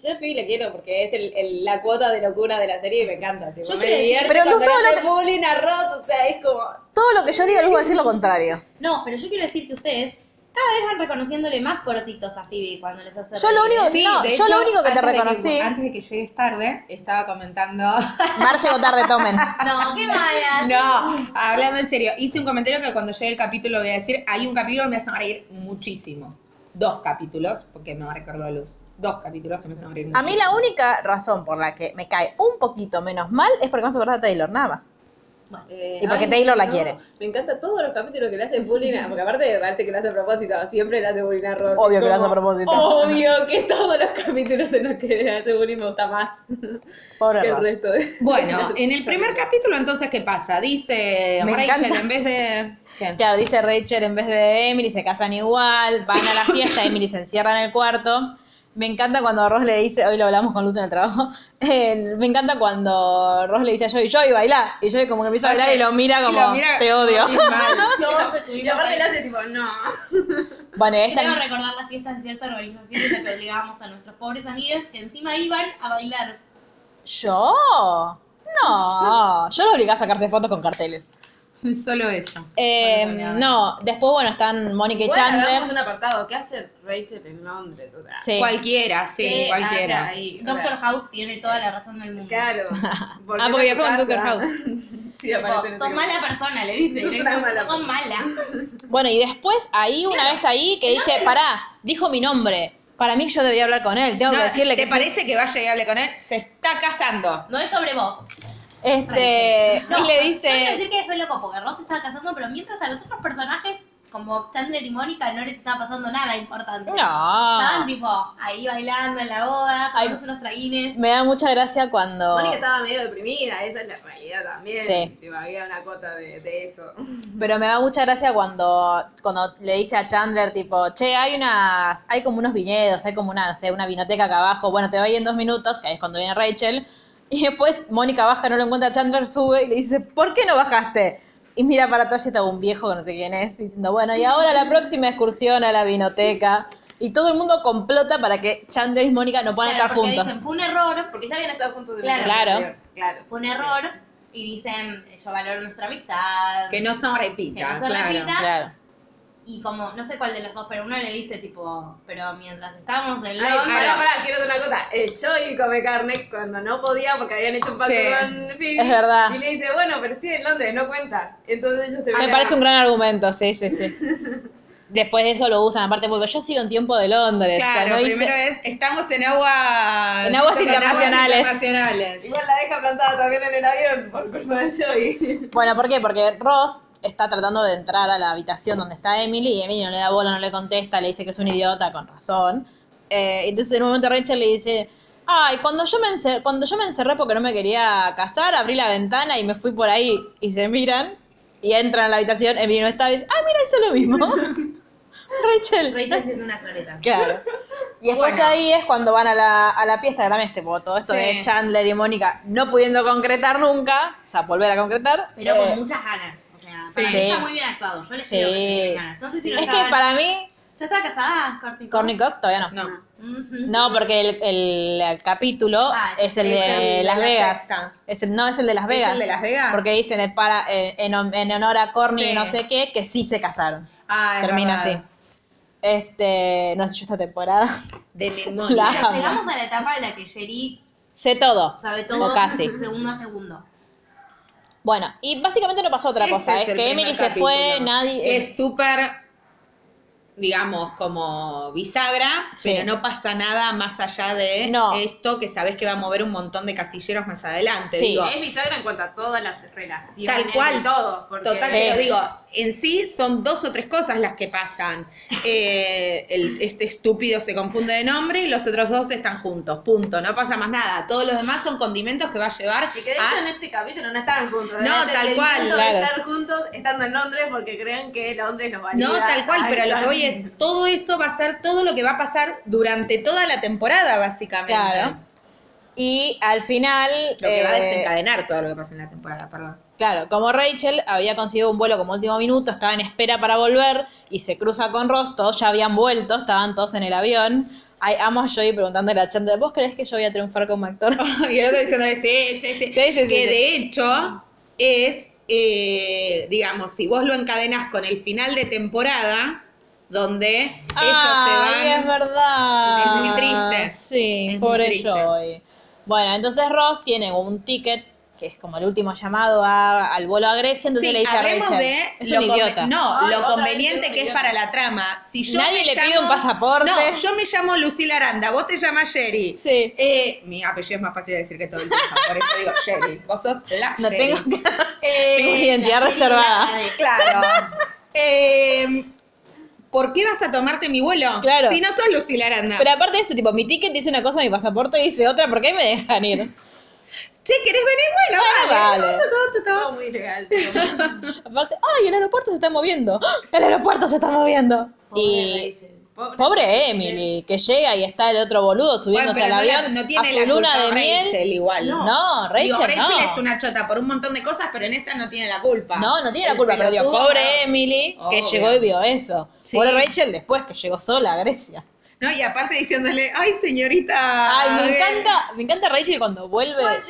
Speaker 4: Yo a Phoebe le quiero porque es el, el- la cuota de locura de la serie y me encanta. Tipo,
Speaker 3: Yo
Speaker 4: me
Speaker 3: quiero decir-
Speaker 4: divierte
Speaker 1: pero
Speaker 4: cuando
Speaker 1: no todo
Speaker 4: le
Speaker 1: lo
Speaker 4: hace bullying a Ross, o sea, es como...
Speaker 1: Todo lo que yo diga, luego va a decir lo contrario.
Speaker 3: No, pero yo quiero decir que ustedes cada vez van reconociéndole más cortitos a Phoebe cuando les hace
Speaker 1: Yo lo
Speaker 3: reír.
Speaker 1: único que,
Speaker 2: Sí,
Speaker 1: no,
Speaker 2: de
Speaker 1: yo lo
Speaker 2: hecho,
Speaker 1: único que te
Speaker 2: antes de
Speaker 1: reconocí. Ah,
Speaker 2: antes de que llegues tarde, estaba comentando.
Speaker 1: Mar llegó tarde, tomen.
Speaker 3: No, qué malas.
Speaker 2: no, hablando en serio, hice un comentario que cuando llegue el capítulo voy a decir: hay un capítulo que me hacen reír muchísimo. Dos capítulos, porque me va a recordar luz. Dos capítulos que me hacen reír
Speaker 1: A mí
Speaker 2: muchísimo.
Speaker 1: la única razón por la que me cae un poquito menos mal es porque vamos a acordar a Taylor, nada más.
Speaker 4: eh,
Speaker 1: Y porque
Speaker 4: ay,
Speaker 1: Taylor la
Speaker 4: no,
Speaker 1: quiere.
Speaker 4: Me encanta todos los capítulos que le hacen bullying a... Porque aparte parece que lo hace a propósito, siempre le hace bullying a Ross.
Speaker 1: Obvio que lo
Speaker 4: Como,
Speaker 1: hace a propósito.
Speaker 4: Obvio que todos los capítulos en los que le hace bullying me gusta más que
Speaker 1: Pobre
Speaker 4: el
Speaker 1: Ross.
Speaker 4: resto de...
Speaker 2: Bueno, en el primer capítulo, entonces, ¿qué pasa? Dice
Speaker 1: Me
Speaker 2: Rachel
Speaker 1: encanta.
Speaker 2: en vez de. ¿Qué?
Speaker 1: Claro, dice Rachel en vez de Emily, se casan igual, van a la fiesta, Emily se encierra en el cuarto. Me encanta cuando Ross le dice, hoy lo hablamos con Luz en el trabajo, eh, me encanta cuando Ross le dice a Joey, Joey, bailá. Y Joey como que empieza a bailar y lo mira como, te odio.
Speaker 2: Ay, mal.
Speaker 3: Todos se
Speaker 4: Y
Speaker 3: tuvimos
Speaker 4: aparte
Speaker 3: que-
Speaker 4: le hace tipo, no.
Speaker 1: Bueno, esta...
Speaker 3: Creo recordar las fiestas en cierta organización en la que obligábamos a nuestros pobres amigos que encima iban a bailar.
Speaker 1: ¿Yo? No, yo lo obligué a sacarse fotos con carteles.
Speaker 2: Solo eso.
Speaker 1: Eh,
Speaker 3: Bueno, bueno,
Speaker 1: no, después, bueno, están Mónica y
Speaker 4: Bueno, hagamos
Speaker 1: Chandler.
Speaker 4: un apartado. ¿Qué hace Rachel en Londres? O sea,
Speaker 1: Sí.
Speaker 2: Cualquiera, sí,
Speaker 4: ¿qué
Speaker 2: cualquiera.
Speaker 4: hace ahí? O sea,
Speaker 3: Doctor House tiene toda la razón del mundo.
Speaker 4: Claro.
Speaker 1: Ah, porque
Speaker 4: yo
Speaker 1: viajó con Dr. House.
Speaker 4: sí,
Speaker 3: Tipo,
Speaker 4: aparece en
Speaker 3: sos
Speaker 4: ese-
Speaker 3: mala persona, le dice.
Speaker 4: Sos
Speaker 3: directo,
Speaker 4: una mala
Speaker 3: Sos mala.
Speaker 1: Bueno, y después, ahí, una vez ahí, que dice, pará, dijo mi nombre. Para mí yo debería hablar con él, tengo
Speaker 2: No,
Speaker 1: que decirle que
Speaker 2: ¿Te
Speaker 1: sí.
Speaker 2: parece que vaya y hable con él? Se está casando.
Speaker 3: No es sobre vos.
Speaker 1: Este,
Speaker 3: No,
Speaker 1: y le
Speaker 3: yo quiero
Speaker 1: Este, dice,
Speaker 3: decir que es re loco porque Ross estaba casando, pero mientras a los otros personajes como Chandler y Mónica no les estaba pasando nada importante. Estaban
Speaker 1: No.
Speaker 3: tipo ahí bailando en la boda,
Speaker 1: Ah. Ay.
Speaker 3: tomándose unos traguines.
Speaker 1: Me da mucha gracia cuando.
Speaker 4: Mónica estaba medio deprimida, esa es la realidad también.
Speaker 1: Sí.
Speaker 4: Tipo, había una cuota de, de eso.
Speaker 1: Pero me da mucha gracia cuando, cuando le dice a Chandler, tipo, che, hay unas, hay como unos viñedos, hay como una, no sé, una vinoteca acá abajo, bueno, te va a ir en dos minutos, que ahí es cuando viene Rachel, y después Mónica baja, no lo encuentra, Chandler sube y le dice, ¿por qué no bajaste? Y mira para atrás y estaba un viejo que no sé quién es, diciendo, bueno, y ahora la próxima excursión a la vinoteca. Y todo el mundo complota para que Chandler y Mónica no puedan
Speaker 3: Claro,
Speaker 1: estar
Speaker 3: porque
Speaker 1: juntos.
Speaker 3: dicen, fue un error,
Speaker 4: Porque ya habían estado juntos de
Speaker 3: Claro.
Speaker 1: Claro.
Speaker 4: claro.
Speaker 3: fue un error, y dicen, yo valoro nuestra amistad.
Speaker 2: Que no son
Speaker 3: Que no
Speaker 2: repitas,
Speaker 3: son
Speaker 2: claro.
Speaker 3: repitas.
Speaker 1: Claro.
Speaker 3: Y como, no sé cuál de los dos, pero uno le dice, tipo, pero mientras estábamos en
Speaker 4: Ay,
Speaker 3: Londres.
Speaker 4: pará, pará, quiero hacer una cosa. Eh, Joey come carne cuando no podía porque habían hecho un pacto
Speaker 2: Sí.
Speaker 4: con Phoebe.
Speaker 1: Es verdad.
Speaker 4: Y le dice, bueno, pero estoy en Londres, no cuenta. Entonces yo te
Speaker 1: Me parece un gran argumento, sí, sí, sí. Después de eso lo usan, aparte, porque yo sigo en tiempo de Londres. o sea, no
Speaker 2: Claro,
Speaker 1: hice-
Speaker 2: primero es, estamos en aguas,
Speaker 1: En aguas
Speaker 2: con
Speaker 1: internacionales.
Speaker 2: internacionales.
Speaker 4: Igual la deja plantada también en el avión por culpa de Joey.
Speaker 1: Bueno, ¿por qué? Porque Ross está tratando de entrar a la habitación donde está Emily y Emily no le da bola, no le contesta, le dice que es un idiota, con razón. Eh, entonces en un momento Rachel le dice, ay, cuando yo, me encer- cuando yo me encerré porque no me quería casar, abrí la ventana y me fui por ahí y se miran y entran a la habitación, Emily no está y dice, ay, mira, hizo lo mismo. Rachel.
Speaker 3: Rachel haciendo una soleta.
Speaker 1: Claro. Y después
Speaker 2: Bueno.
Speaker 1: ahí es cuando van a la, a la fiesta, también este todo eso
Speaker 2: Sí.
Speaker 1: de Chandler y Mónica no pudiendo concretar nunca, o sea, volver a concretar.
Speaker 3: Pero
Speaker 1: eh,
Speaker 3: con muchas ganas. O sea, para
Speaker 1: Sí.
Speaker 3: mí está muy bien actuado. Yo les
Speaker 1: Sí.
Speaker 3: creo que sí tienen ganas. No sé si lo
Speaker 1: es que
Speaker 3: saben.
Speaker 1: para mí,
Speaker 3: ¿Ya estaba casada, Courtney
Speaker 1: Courtney Cox todavía no.
Speaker 2: No,
Speaker 3: Ujú.
Speaker 1: No, porque el, el- el capítulo
Speaker 3: Ah,
Speaker 1: es el
Speaker 2: es
Speaker 1: de
Speaker 2: el
Speaker 1: Las
Speaker 2: de la
Speaker 1: Vegas.
Speaker 2: sexta.
Speaker 1: Es el- no, es el de Las Vegas.
Speaker 2: el de Las Vegas.
Speaker 1: Porque dicen es para, eh, en, en honor a Courtney
Speaker 2: Sí.
Speaker 1: y no sé qué, que sí se casaron.
Speaker 2: Ah, es
Speaker 1: Termina
Speaker 2: verdad.
Speaker 1: así. Este, no sé yo esta temporada.
Speaker 2: De
Speaker 1: La
Speaker 2: memoria.
Speaker 3: Pero
Speaker 1: amo.
Speaker 3: llegamos a la etapa en la que Jerry
Speaker 1: Sé todo.
Speaker 3: sabe todo
Speaker 1: O casi.
Speaker 3: segundo a segundo.
Speaker 1: Bueno, y básicamente no pasó otra
Speaker 2: Ese
Speaker 1: cosa.
Speaker 2: es
Speaker 1: Es,
Speaker 2: el
Speaker 1: que
Speaker 2: primer
Speaker 1: Emily se
Speaker 2: capítulo,
Speaker 1: fue, nadie. eh,
Speaker 2: Que es súper, digamos, como bisagra,
Speaker 1: Sí.
Speaker 2: pero no pasa nada más allá de
Speaker 1: No.
Speaker 2: esto que sabes que va a mover un montón de casilleros más adelante.
Speaker 1: Sí.
Speaker 2: digo.
Speaker 4: Es bisagra en cuanto a todas las relaciones.
Speaker 2: Tal cual.
Speaker 4: de Todos. Porque
Speaker 2: Total,
Speaker 1: Sí.
Speaker 2: pero digo, en sí son dos o tres cosas las que pasan. Eh, el- este estúpido se confunde de nombre y los otros dos están juntos, punto. No pasa más nada. Todos los demás son condimentos que va a llevar
Speaker 4: Y que de hecho en
Speaker 2: a...
Speaker 4: este capítulo no estaban juntos.
Speaker 2: Ah. No,
Speaker 4: Era el
Speaker 2: tal cual.
Speaker 4: intento
Speaker 1: Claro.
Speaker 4: De estar juntos estando en Londres porque creen que Londres los valida.
Speaker 2: No, tal cual,
Speaker 4: Ay,
Speaker 2: pero lo que voy
Speaker 4: claro.
Speaker 2: es, todo eso va a ser todo lo que va a pasar durante toda la temporada, básicamente.
Speaker 1: Claro. Y al final.
Speaker 2: Lo que va a
Speaker 1: eh,
Speaker 2: desencadenar todo lo que pasa en la temporada, perdón.
Speaker 1: Claro, como Rachel había conseguido un vuelo como último minuto, estaba en espera para volver y se cruza con Ross, todos ya habían vuelto, estaban todos en el avión. Ay, amo a Joey preguntándole a Chandler, ¿vos crees que yo voy a triunfar como actor?
Speaker 2: y el otro diciéndole, sí, sí,
Speaker 1: Sí,
Speaker 2: sí.
Speaker 1: sí, sí,
Speaker 2: que
Speaker 1: sí.
Speaker 2: de hecho es, eh, digamos, si vos lo encadenás con el final de temporada, donde
Speaker 1: Ay,
Speaker 2: ellos
Speaker 1: es
Speaker 2: se van.
Speaker 1: verdad.
Speaker 2: Es muy triste.
Speaker 1: Sí,
Speaker 2: Es muy
Speaker 1: pobre
Speaker 2: triste.
Speaker 1: Joey. Bueno, entonces Ross tiene un ticket que es como el último llamado a- al vuelo a Grecia, entonces
Speaker 2: Sí,
Speaker 1: le dice a
Speaker 2: hablemos
Speaker 1: Rachel,
Speaker 2: de
Speaker 1: es
Speaker 2: lo
Speaker 1: un
Speaker 2: conve-
Speaker 1: idiota.
Speaker 2: no,
Speaker 4: Ay,
Speaker 2: lo
Speaker 4: otra vez
Speaker 2: conveniente
Speaker 4: un
Speaker 2: que es
Speaker 4: idiota.
Speaker 2: para la trama. Si yo
Speaker 1: Nadie
Speaker 2: me
Speaker 1: le pide
Speaker 2: llamo-
Speaker 1: un pasaporte.
Speaker 2: No, yo me llamo Lucila Aranda, vos te llamas Sherry.
Speaker 1: Sí.
Speaker 2: Eh, mi apellido es más fácil de decir que todo el mundo, por eso digo Sherry. Vos sos la
Speaker 1: No
Speaker 2: Sherry.
Speaker 1: tengo, tengo
Speaker 2: Eh,
Speaker 1: identidad reservada.
Speaker 2: Claro. Eh, ¿Por qué vas a tomarte mi vuelo?
Speaker 1: Claro.
Speaker 2: Si no sos Lucila Aranda.
Speaker 1: Pero aparte de eso, tipo, mi ticket dice una cosa, mi pasaporte dice otra, ¿por qué me dejan ir?
Speaker 2: Che, ¿querés venir? Bueno,
Speaker 1: Bueno,
Speaker 2: dale.
Speaker 1: vale.
Speaker 4: Todo muy legal. pero-
Speaker 1: Aparte, ¡ay, el aeropuerto se está moviendo! ¡Ah! ¡El aeropuerto se está moviendo! y pobre Emily, que llega y está el otro boludo
Speaker 2: Bueno,
Speaker 1: subiéndose
Speaker 2: pero
Speaker 1: al
Speaker 2: no, la-
Speaker 1: avión
Speaker 2: no tiene
Speaker 1: a su
Speaker 2: la
Speaker 1: luna
Speaker 2: culpa
Speaker 1: de miel.
Speaker 2: Rachel igual.
Speaker 1: No, Rachel
Speaker 2: Digo, Rachel
Speaker 1: no.
Speaker 2: es una chota por un montón de cosas, pero en esta no tiene la culpa.
Speaker 1: No, no tiene la
Speaker 2: El
Speaker 1: culpa, pero digo,
Speaker 2: pelotudo
Speaker 1: pobre
Speaker 2: no.
Speaker 1: Emily, que
Speaker 2: Obvio.
Speaker 1: llegó y vio eso.
Speaker 2: Sí.
Speaker 1: Pobre Rachel después, que llegó sola a Grecia.
Speaker 2: No, y aparte diciéndole, ay, señorita.
Speaker 1: Ay,
Speaker 2: eh,
Speaker 1: me encanta, me encanta Rachel cuando vuelve. Cuando-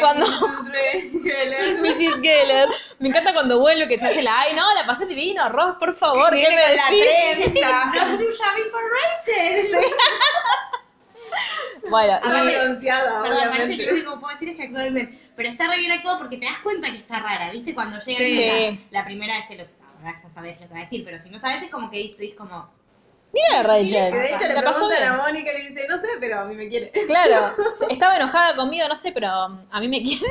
Speaker 4: Cuando.
Speaker 1: Mrs. Geller. Me encanta cuando vuelve que se hace la, ay, no, la pasé divino, Ross, por favor, ¿qué
Speaker 2: Viene
Speaker 1: me
Speaker 2: con la
Speaker 1: decís?"
Speaker 2: trenza.
Speaker 3: Don't you shout me for
Speaker 4: Rachel.
Speaker 1: Bueno,
Speaker 4: Está
Speaker 3: Aparte- Perdón,
Speaker 4: bronceada,
Speaker 3: me parece que lo
Speaker 4: obviamente.
Speaker 3: único que puedo decir es que actuó el men. Pero está re bien actuado porque te das cuenta que está rara, ¿viste? Cuando llega
Speaker 2: Sí.
Speaker 3: y está- la primera vez que lo. Ahora ya sabes lo que va a decir, pero si no sabes es como que dices como.
Speaker 1: mira a Rachel.
Speaker 4: Que de hecho le
Speaker 1: la pasó
Speaker 4: preguntan
Speaker 1: bien.
Speaker 4: a Mónica y le dice, no sé, pero a mí me quiere.
Speaker 1: Claro, estaba enojada conmigo, no sé, pero um, a mí me quiere.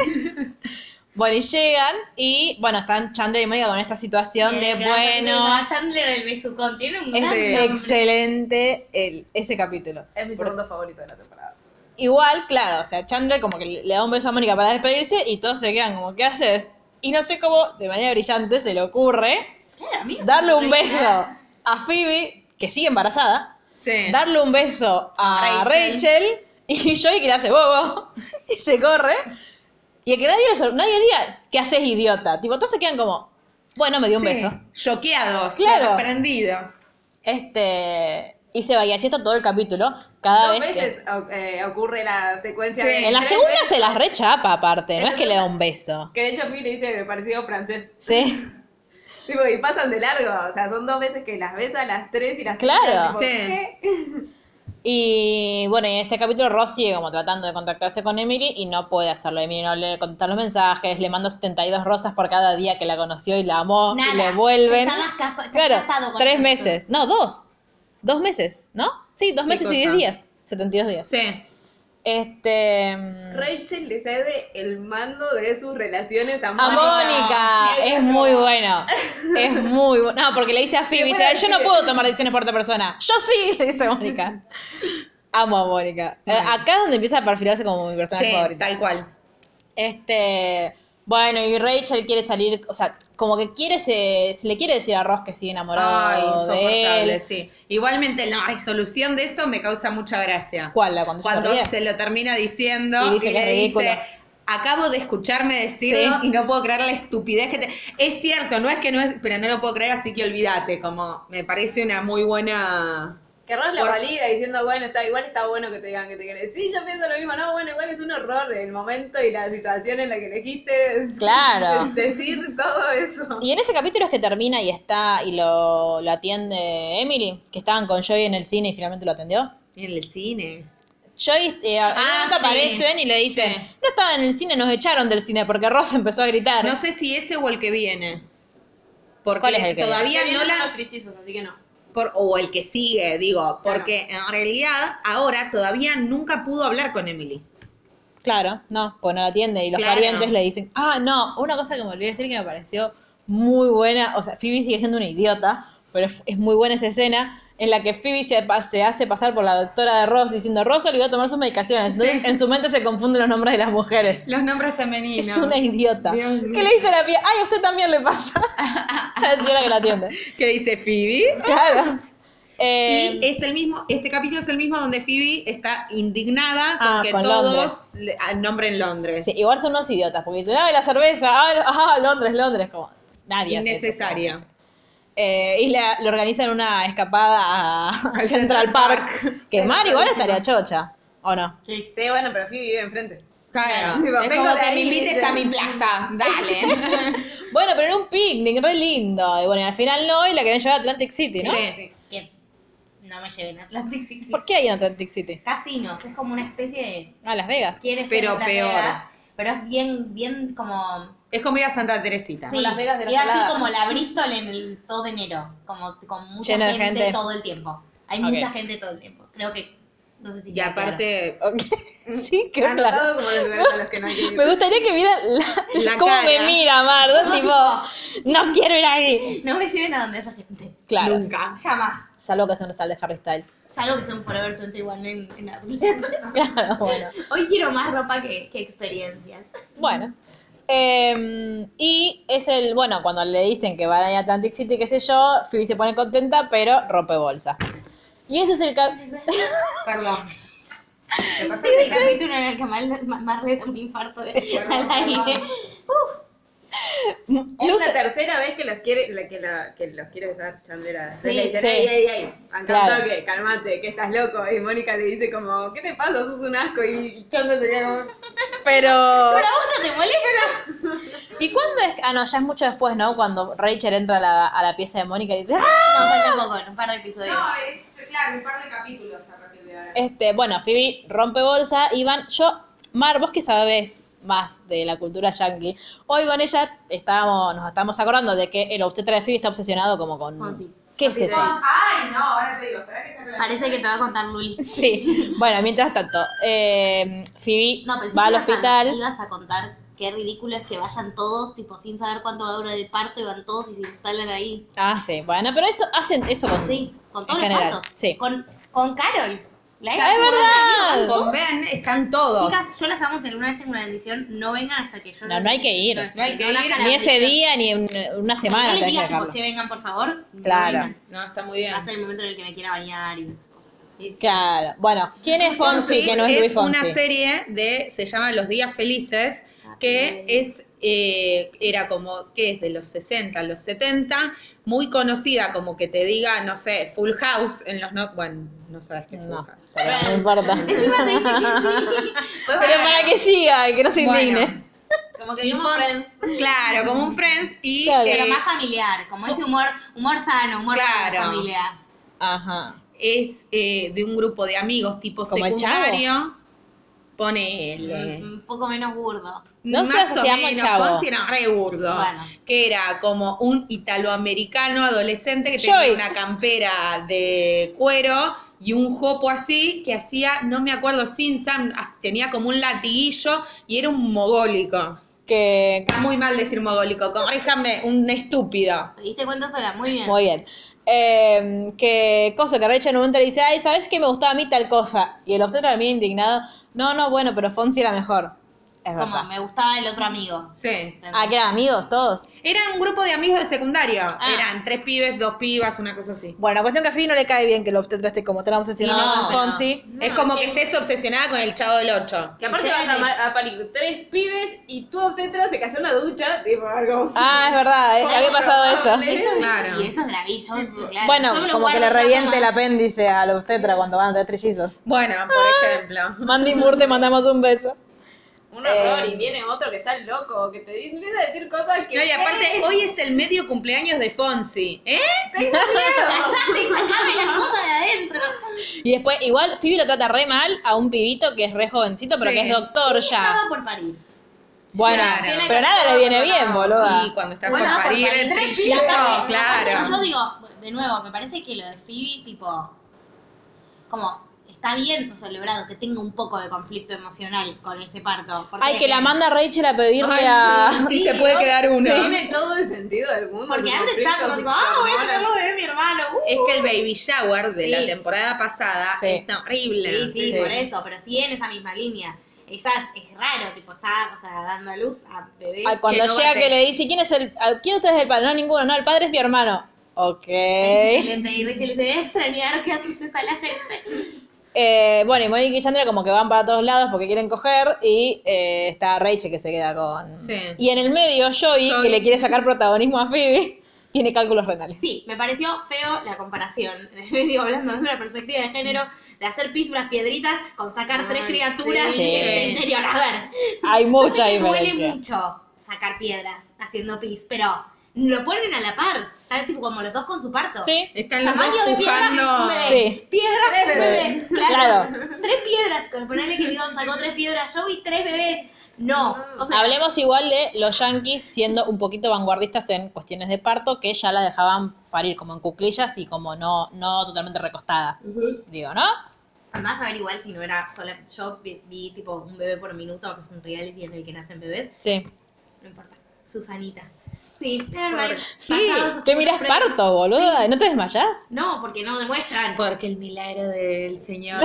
Speaker 1: Bueno, y llegan y, bueno, están Chandler y Mónica con esta situación de,
Speaker 3: El gran capítulo se
Speaker 1: bueno,
Speaker 3: llama Chandler el besucón. Tiene un
Speaker 1: es
Speaker 3: gran nombre.
Speaker 1: excelente el, ese capítulo.
Speaker 4: Es mi segundo favorito de la temporada.
Speaker 1: Igual, claro, o sea, Chandler como que le le da un beso a Mónica para despedirse y todos se quedan como, ¿qué haces? Y no sé cómo, de manera brillante, se le ocurre
Speaker 3: Claro, a mí no se
Speaker 1: darle
Speaker 3: me
Speaker 1: un
Speaker 3: ocurre
Speaker 1: beso
Speaker 3: nada.
Speaker 1: a Phoebe, que sigue embarazada,
Speaker 2: Sí.
Speaker 1: darle un beso a Rachel,
Speaker 2: Rachel.
Speaker 1: y Joey que le hace bobo y se corre. Y el que nadie, le sor- nadie diga, ¿qué haces, idiota? Tipo, todos se quedan como, bueno, me dio un
Speaker 2: Sí.
Speaker 1: beso.
Speaker 2: Choqueados,
Speaker 1: Claro.
Speaker 2: sorprendidos.
Speaker 1: Este, y se va, y así está todo el capítulo. Cada
Speaker 4: Dos
Speaker 1: vez que-
Speaker 4: veces o- eh, ocurre la secuencia
Speaker 2: Sí.
Speaker 4: de
Speaker 1: Ah, En la
Speaker 4: tres
Speaker 1: segunda
Speaker 4: veces,
Speaker 1: se las rechapa aparte, no es
Speaker 4: Entonces-
Speaker 1: que le da un beso.
Speaker 4: Que de hecho Phoebe le dice que parecido francés.
Speaker 1: Sí.
Speaker 4: Tipo, y pasan de largo. O sea, son dos veces que las ves a las tres y las
Speaker 1: Claro.
Speaker 4: tres.
Speaker 2: Sí.
Speaker 4: Sí.
Speaker 1: Y bueno, en este capítulo Ross sigue como tratando de contactarse con Emily y no puede hacerlo. Emily no le contesta los mensajes, le manda 72 rosas por cada día que la conoció y la amó
Speaker 3: Nada.
Speaker 1: y le vuelven.
Speaker 3: Estabas casa- estás
Speaker 1: Claro,
Speaker 3: casado con
Speaker 1: tres
Speaker 3: eso.
Speaker 1: meses. No, dos. Dos meses, ¿no? Sí, dos meses y
Speaker 2: cosa?
Speaker 1: diez días. 72 días.
Speaker 2: Sí.
Speaker 1: Este. mm,
Speaker 4: Rachel le cede el mando de sus relaciones a
Speaker 1: A Mónica,
Speaker 4: Mónica.
Speaker 1: es muy bueno. Es muy bueno. No, porque le dice a Phoebe,
Speaker 4: Después
Speaker 1: dice, "Ay, yo no
Speaker 4: decide.
Speaker 1: puedo tomar decisiones por otra persona. Yo sí, le dice Mónica. Amo a Mónica. Eh, Acá es donde empieza a perfilarse como mi personaje
Speaker 2: Sí,
Speaker 1: favorito.
Speaker 2: tal cual.
Speaker 1: Este, bueno, y Rachel quiere salir, o sea, como que quiere, se, se le quiere decir a Ross que sigue
Speaker 2: Ay,
Speaker 1: enamorado de
Speaker 2: insoportable,
Speaker 1: él.
Speaker 2: sí. Igualmente la resolución de eso me causa mucha gracia.
Speaker 1: ¿Cuál? La cuando, se
Speaker 2: Cuando
Speaker 1: ríe?
Speaker 2: se lo termina diciendo
Speaker 1: Y
Speaker 2: y,
Speaker 1: dice que
Speaker 2: le
Speaker 1: es
Speaker 2: dice,
Speaker 1: ridículo.
Speaker 2: acabo de escucharme decirlo
Speaker 1: Sí.
Speaker 2: y no puedo creer la estupidez que te... Es cierto, no es que no es, pero no lo puedo creer, así que olvídate, como me parece una muy buena...
Speaker 4: Que Ross la
Speaker 2: Por-
Speaker 4: valida diciendo, bueno, está igual está bueno que te digan que te querés. Sí, yo pienso lo mismo. No, bueno, igual es un horror el momento y la situación en la que elegiste.
Speaker 1: Claro.
Speaker 4: Decir todo eso.
Speaker 1: Y en ese capítulo es que termina y está, y lo, lo atiende Emily, que estaban con Joey en el cine y finalmente lo atendió.
Speaker 2: En el cine.
Speaker 1: Joyce eh, en un
Speaker 2: Ah,
Speaker 1: momento
Speaker 2: sí.
Speaker 1: aparecen y le dicen,
Speaker 2: Sí.
Speaker 1: no estaba en el cine, nos echaron del cine porque Ross empezó a gritar.
Speaker 2: No sé si ese o el que viene. Porque
Speaker 1: ¿Cuál es el que
Speaker 2: todavía
Speaker 4: Todavía
Speaker 2: no
Speaker 4: son
Speaker 2: la...
Speaker 4: los trillizos, así que no.
Speaker 2: por- o el que sigue, digo, porque en realidad ahora todavía nunca pudo hablar con Emily.
Speaker 1: Claro, no, pues no la atiende. Y los
Speaker 2: Claro.
Speaker 1: parientes le dicen, ah, no, una cosa que me olvidé decir que me pareció muy buena, o sea, Phoebe sigue siendo una idiota, pero es, es muy buena esa escena en la que Phoebe se, pa- se hace pasar por la doctora de Ross diciendo, Ross olvidó tomar sus medicaciones. Entonces, en su mente se confunden los nombres de las mujeres.
Speaker 2: Los nombres femeninos.
Speaker 1: Es una idiota.
Speaker 2: Dios mío.
Speaker 1: ¿Qué le dice a la pía? Ay, a usted también le pasa. A la señora que la atiende.
Speaker 2: Que dice Phoebe.
Speaker 1: Claro. Eh,
Speaker 2: Y es el mismo, este capítulo es el mismo donde Phoebe está indignada con
Speaker 1: Ah,
Speaker 2: que
Speaker 1: con Londres.
Speaker 2: todos le- ah, nombren Londres.
Speaker 1: sí, igual son unos idiotas, porque dicen, ah, la cerveza, ah, lo- ah, Londres, Londres, como nadie. hace eso.
Speaker 2: Innecesaria.
Speaker 1: Eh, y la- le organizan una escapada a Central,
Speaker 2: Central
Speaker 1: Park,
Speaker 2: Park.
Speaker 1: que Mar igual estaría chocha, ¿o no?
Speaker 4: Sí, bueno, pero Phoebe vive enfrente.
Speaker 2: Claro.
Speaker 4: Digo,
Speaker 2: es
Speaker 4: vengo
Speaker 2: como
Speaker 4: de
Speaker 2: que
Speaker 4: ahí,
Speaker 2: me invites
Speaker 4: dice.
Speaker 2: a mi plaza. Dale.
Speaker 1: Bueno, pero era un picnic re lindo, y bueno, y al final no, y la querían llevar a Atlantic City, ¿no?
Speaker 2: Sí.
Speaker 3: Bien. No me lleven a Atlantic City.
Speaker 1: ¿Por qué hay en Atlantic City?
Speaker 3: Casinos, es como una especie de.
Speaker 1: A Las Vegas.
Speaker 3: Quieres
Speaker 2: Pero
Speaker 3: ser Las
Speaker 2: peor.
Speaker 3: Vegas, pero es bien, bien como.
Speaker 2: Es como ir a Santa Teresita.
Speaker 3: Sí,
Speaker 4: Las Vegas de la
Speaker 3: y así
Speaker 4: salada.
Speaker 3: como la Bristol en el 2 de enero, como con mucha
Speaker 1: Lleno de
Speaker 3: gente,
Speaker 1: gente.
Speaker 3: todo el tiempo. Hay
Speaker 1: Ok.
Speaker 3: mucha gente todo el tiempo. Creo que no sé si
Speaker 2: Y
Speaker 3: queda
Speaker 2: aparte,
Speaker 1: Ok. sí, qué claro.
Speaker 4: Anotado como los lugares a los que no hay que ir.
Speaker 1: Me gustaría que viera la,
Speaker 2: La
Speaker 1: cómo me
Speaker 2: cara.
Speaker 1: mira Mar, ¿no? tipo, no quiero ir ahí.
Speaker 3: claro. No me lleven a donde haya gente.
Speaker 1: Claro,
Speaker 2: nunca.
Speaker 3: Jamás.
Speaker 1: salvo que esto no sale de Harry Styles.
Speaker 3: Salvo que sea un Forever 21 en, en Outlet.
Speaker 1: Claro, bueno.
Speaker 3: Hoy quiero más ropa que, que experiencias.
Speaker 1: Bueno. Eh, y es el, bueno, cuando le dicen que van a ir a Atlantic City, qué sé yo, Phoebe se pone contenta, pero rompe bolsa. Y ese es el ca-
Speaker 2: Perdón.
Speaker 3: Sí, el capítulo en el que Mar- Mar- Mar le da un infarto de, al aire.
Speaker 4: Es
Speaker 1: Luz-
Speaker 4: la tercera vez que los quiere, la, que, la, que los quiere besar Chandler.
Speaker 1: Sí,
Speaker 4: Sí, le dicen,
Speaker 1: sí.
Speaker 4: "Ey, ey, ey, acá un
Speaker 1: Claro.
Speaker 4: toque, calmate, que estás loco. Y Mónica le dice como, ¿qué te pasa? Sos un asco. Y Chandler tenía como...
Speaker 1: pero...
Speaker 3: Pero a vos no te molesta.
Speaker 1: ¿Y cuándo es? Ah, no, ya es mucho después, ¿no? Cuando Rachel entra a la, a la pieza de Mónica y dice, ¡Ah!
Speaker 3: No, falta poco, en un par de episodios.
Speaker 2: es, claro, un par de capítulos a partir de ahora.
Speaker 1: Este, bueno, Phoebe rompe bolsa, Iván, yo, Mar, vos que sabés más de la cultura yankee, hoy con ella estábamos, nos estamos acordando de que el obstetra de Phoebe está obsesionado como con...
Speaker 3: Con sí.
Speaker 1: ¿Qué es eso?
Speaker 2: Ay, no, ahora te digo, espera que se
Speaker 3: Parece que te va a contar Luli.
Speaker 1: Sí, bueno, mientras tanto, eh, Phoebe
Speaker 3: No, pensé
Speaker 1: va
Speaker 3: que
Speaker 1: al
Speaker 3: ibas a-
Speaker 1: hospital.
Speaker 3: ibas a contar qué ridículo es que vayan todos, tipo, sin saber cuánto va a durar el parto, y van todos y se instalan ahí.
Speaker 1: Ah, sí, bueno, pero eso hacen eso con
Speaker 3: Sí, con todos
Speaker 1: En
Speaker 3: los
Speaker 1: general,
Speaker 3: partos.
Speaker 1: sí.
Speaker 3: Con, con Carol. La
Speaker 1: ¡Ah, es verdad!
Speaker 2: Con Ben están todos.
Speaker 3: Chicas, yo las amo en una vez tengo una bendición, no vengan hasta que yo
Speaker 1: No, no hay que ir.
Speaker 3: hasta
Speaker 2: No hay que
Speaker 3: nazca
Speaker 2: ir,
Speaker 3: la
Speaker 1: Ni ese
Speaker 3: bendición.
Speaker 1: día, ni en una semana
Speaker 3: No les
Speaker 1: tenés que
Speaker 3: digas, tipo,
Speaker 1: dejarlo.
Speaker 3: che, vengan por favor. no
Speaker 1: Claro.
Speaker 3: vengan.
Speaker 2: No, está muy bien.
Speaker 3: Hasta el momento en el que me quiera bañar y esas cosas.
Speaker 1: Claro. Bueno, ¿quién es Fonsi que no es, Luis Fonsi?
Speaker 2: una serie de, se llama Los Días Felices, que es, eh, era como, que es de los 60 a los 70, muy conocida, como que te diga, no sé, Full House en los, no, bueno, no sabes qué es Full
Speaker 1: No,
Speaker 2: House.
Speaker 1: pero no importa.
Speaker 3: Encima te dije que sí. Pues
Speaker 1: Pero para que siga, que no se
Speaker 2: Bueno,
Speaker 1: indigne.
Speaker 4: Como que
Speaker 2: y
Speaker 4: vimos
Speaker 2: Fon-
Speaker 4: Friends.
Speaker 2: Claro, como un Friends y...
Speaker 1: Claro.
Speaker 3: Pero
Speaker 2: eh,
Speaker 3: más familiar, como ese humor, humor sano, humor
Speaker 2: Claro.
Speaker 3: para la familia.
Speaker 1: Ajá.
Speaker 2: es eh, de un grupo de amigos tipo
Speaker 1: ¿Como el Chavo?
Speaker 2: secundario. Ponele.
Speaker 3: Mm, Un poco menos burdo.
Speaker 1: No sé
Speaker 2: más
Speaker 1: si
Speaker 2: o
Speaker 1: se llama
Speaker 2: menos,
Speaker 1: Chavo.
Speaker 2: Fonsi era re burdo,
Speaker 3: Bueno.
Speaker 2: que era como un italoamericano adolescente que
Speaker 1: Joy.
Speaker 2: tenía una campera de cuero y un jopo así que hacía, no me acuerdo, sin Sam, as- tenía como un latiguillo y era un mogólico.
Speaker 1: Que
Speaker 2: Está muy mal decir mogólico, corríjame, un estúpido.
Speaker 3: ¿Te diste cuenta sola? Muy bien.
Speaker 1: Muy bien. Eh, que cosa que Rachel en un momento le dice, ay, ¿sabes qué me gustaba a mí tal cosa? Y el obstetra también indignado, no, no, bueno, pero Fonsi era mejor. Es
Speaker 3: como
Speaker 1: verdad.
Speaker 3: me gustaba el otro amigo.
Speaker 2: Sí.
Speaker 1: Ah, que eran amigos todos.
Speaker 2: Era un grupo de amigos de secundario. Eran tres pibes, dos pibas, una cosa así.
Speaker 1: Bueno, la cuestión que a Phoebe no le cae bien que el obstetra esté como tan obsesionado
Speaker 2: Y no,
Speaker 1: con
Speaker 2: no.
Speaker 1: Fonsi.
Speaker 2: es como que estés obsesionada con el chavo del 8.
Speaker 4: Que aparte vas a, ma- a parir tres pibes y tú obstetra se cayó en la ducha, tipo algo.
Speaker 1: Ah, es verdad, eh, había pasado eso.
Speaker 3: Eso es-
Speaker 2: Claro.
Speaker 3: Y eso es gravísimo. claro. Yo me
Speaker 1: Bueno,
Speaker 3: lo
Speaker 1: como que
Speaker 3: guardo
Speaker 1: le
Speaker 3: esa
Speaker 1: reviente el
Speaker 3: toma.
Speaker 1: apéndice al obstetra cuando van a tener trillizos.
Speaker 2: Bueno, por ejemplo.
Speaker 1: Mandy Moore, te mandamos un beso.
Speaker 4: Un horror
Speaker 1: Eh.
Speaker 4: y viene otro que está loco, que te empieza a decir cosas que...
Speaker 2: No, y aparte, hoy es el medio cumpleaños de Fonsi. ¿Eh?
Speaker 3: Callate y sacame las cosas de adentro.
Speaker 1: Y después, igual, Phoebe lo trata re mal a un pibito que es re jovencito, pero
Speaker 2: Sí.
Speaker 1: que es doctor ya.
Speaker 3: Estaba por parir.
Speaker 1: Bueno,
Speaker 2: Claro. Tiene
Speaker 1: pero nada le viene bien, boluda.
Speaker 2: Y cuando está
Speaker 3: Bueno,
Speaker 2: por
Speaker 3: por
Speaker 2: parir
Speaker 3: parir
Speaker 2: el
Speaker 3: tres
Speaker 2: trillizo,
Speaker 3: pibes. Yo
Speaker 2: claro.
Speaker 3: digo, de nuevo, me parece que lo de Phoebe, tipo, como, está bien, o sea, logrado que tenga un poco de conflicto emocional con ese parto. porque-
Speaker 1: Ay, que la manda Rachel a pedirle
Speaker 2: Ay,
Speaker 1: a...
Speaker 2: sí, se puede quedar uno.
Speaker 4: Tiene todo el sentido del mundo.
Speaker 3: Porque
Speaker 4: los
Speaker 3: antes estaba
Speaker 4: conflictos
Speaker 3: como,
Speaker 4: y
Speaker 3: ah, voy a
Speaker 4: hormonas.
Speaker 3: tener los bebés de mi hermano. uh".
Speaker 2: Es que el baby shower de la
Speaker 3: Sí.
Speaker 2: temporada pasada
Speaker 1: Sí.
Speaker 2: es terrible.
Speaker 3: Sí, sí, por eso, pero sí en esa misma línea. Ella es raro, tipo, está, o sea, dando a luz a bebé.
Speaker 1: Ay, cuando
Speaker 2: que no
Speaker 1: llega
Speaker 2: bate.
Speaker 1: que le dice, ¿quién es el... a- ¿Quién de ustedes es el padre? No, ninguno, no, el padre es mi hermano. Ok.
Speaker 3: Excelente, y Rachel se ve extrañar que asustes a la gente.
Speaker 1: Eh, bueno, y Mónica y Chandra como que van para todos lados porque quieren coger y eh, está Rachel que se queda con...
Speaker 2: Sí.
Speaker 1: Y en el medio, Joey,
Speaker 2: Joey.
Speaker 1: que le quiere sacar protagonismo a Phoebe, tiene cálculos renales.
Speaker 3: Sí, me pareció feo la comparación, digo, hablando desde una perspectiva de género, de hacer pis unas piedritas con sacar tres criaturas
Speaker 1: sí.
Speaker 3: del interior. A ver,
Speaker 1: Hay
Speaker 3: yo
Speaker 1: mucha
Speaker 3: sé que duele
Speaker 1: diferencia.
Speaker 3: mucho sacar piedras haciendo pis, pero lo ponen a la par, tal tipo como los dos con su parto.
Speaker 1: Sí.
Speaker 2: Están los
Speaker 3: Tamaño
Speaker 2: dos
Speaker 3: de piedra
Speaker 2: pujando.
Speaker 3: que bebé.
Speaker 1: Sí.
Speaker 3: Piedra
Speaker 4: Tres
Speaker 3: por bebé.
Speaker 1: bebés.
Speaker 3: Claro.
Speaker 1: Claro.
Speaker 3: Tres piedras. Con ponerle que Dios sacó tres piedras. Yo vi tres bebés. No. O sea,
Speaker 1: Hablemos igual de los yankees siendo un poquito vanguardistas en cuestiones de parto, que ya la dejaban parir como en cuclillas y como no, no totalmente recostada. Digo, ¿no?
Speaker 3: Además, a ver igual si no era sola. Yo vi, vi, tipo un bebé por minuto, que es un reality en el que nacen bebés.
Speaker 1: Sí.
Speaker 3: No importa. Susanita. Sí. Sí.
Speaker 1: Sí. ¿Qué mirás parto, boluda? ¿Y ¿No te desmayás?
Speaker 3: No, porque no demuestran.
Speaker 2: Porque el milagro del Señor.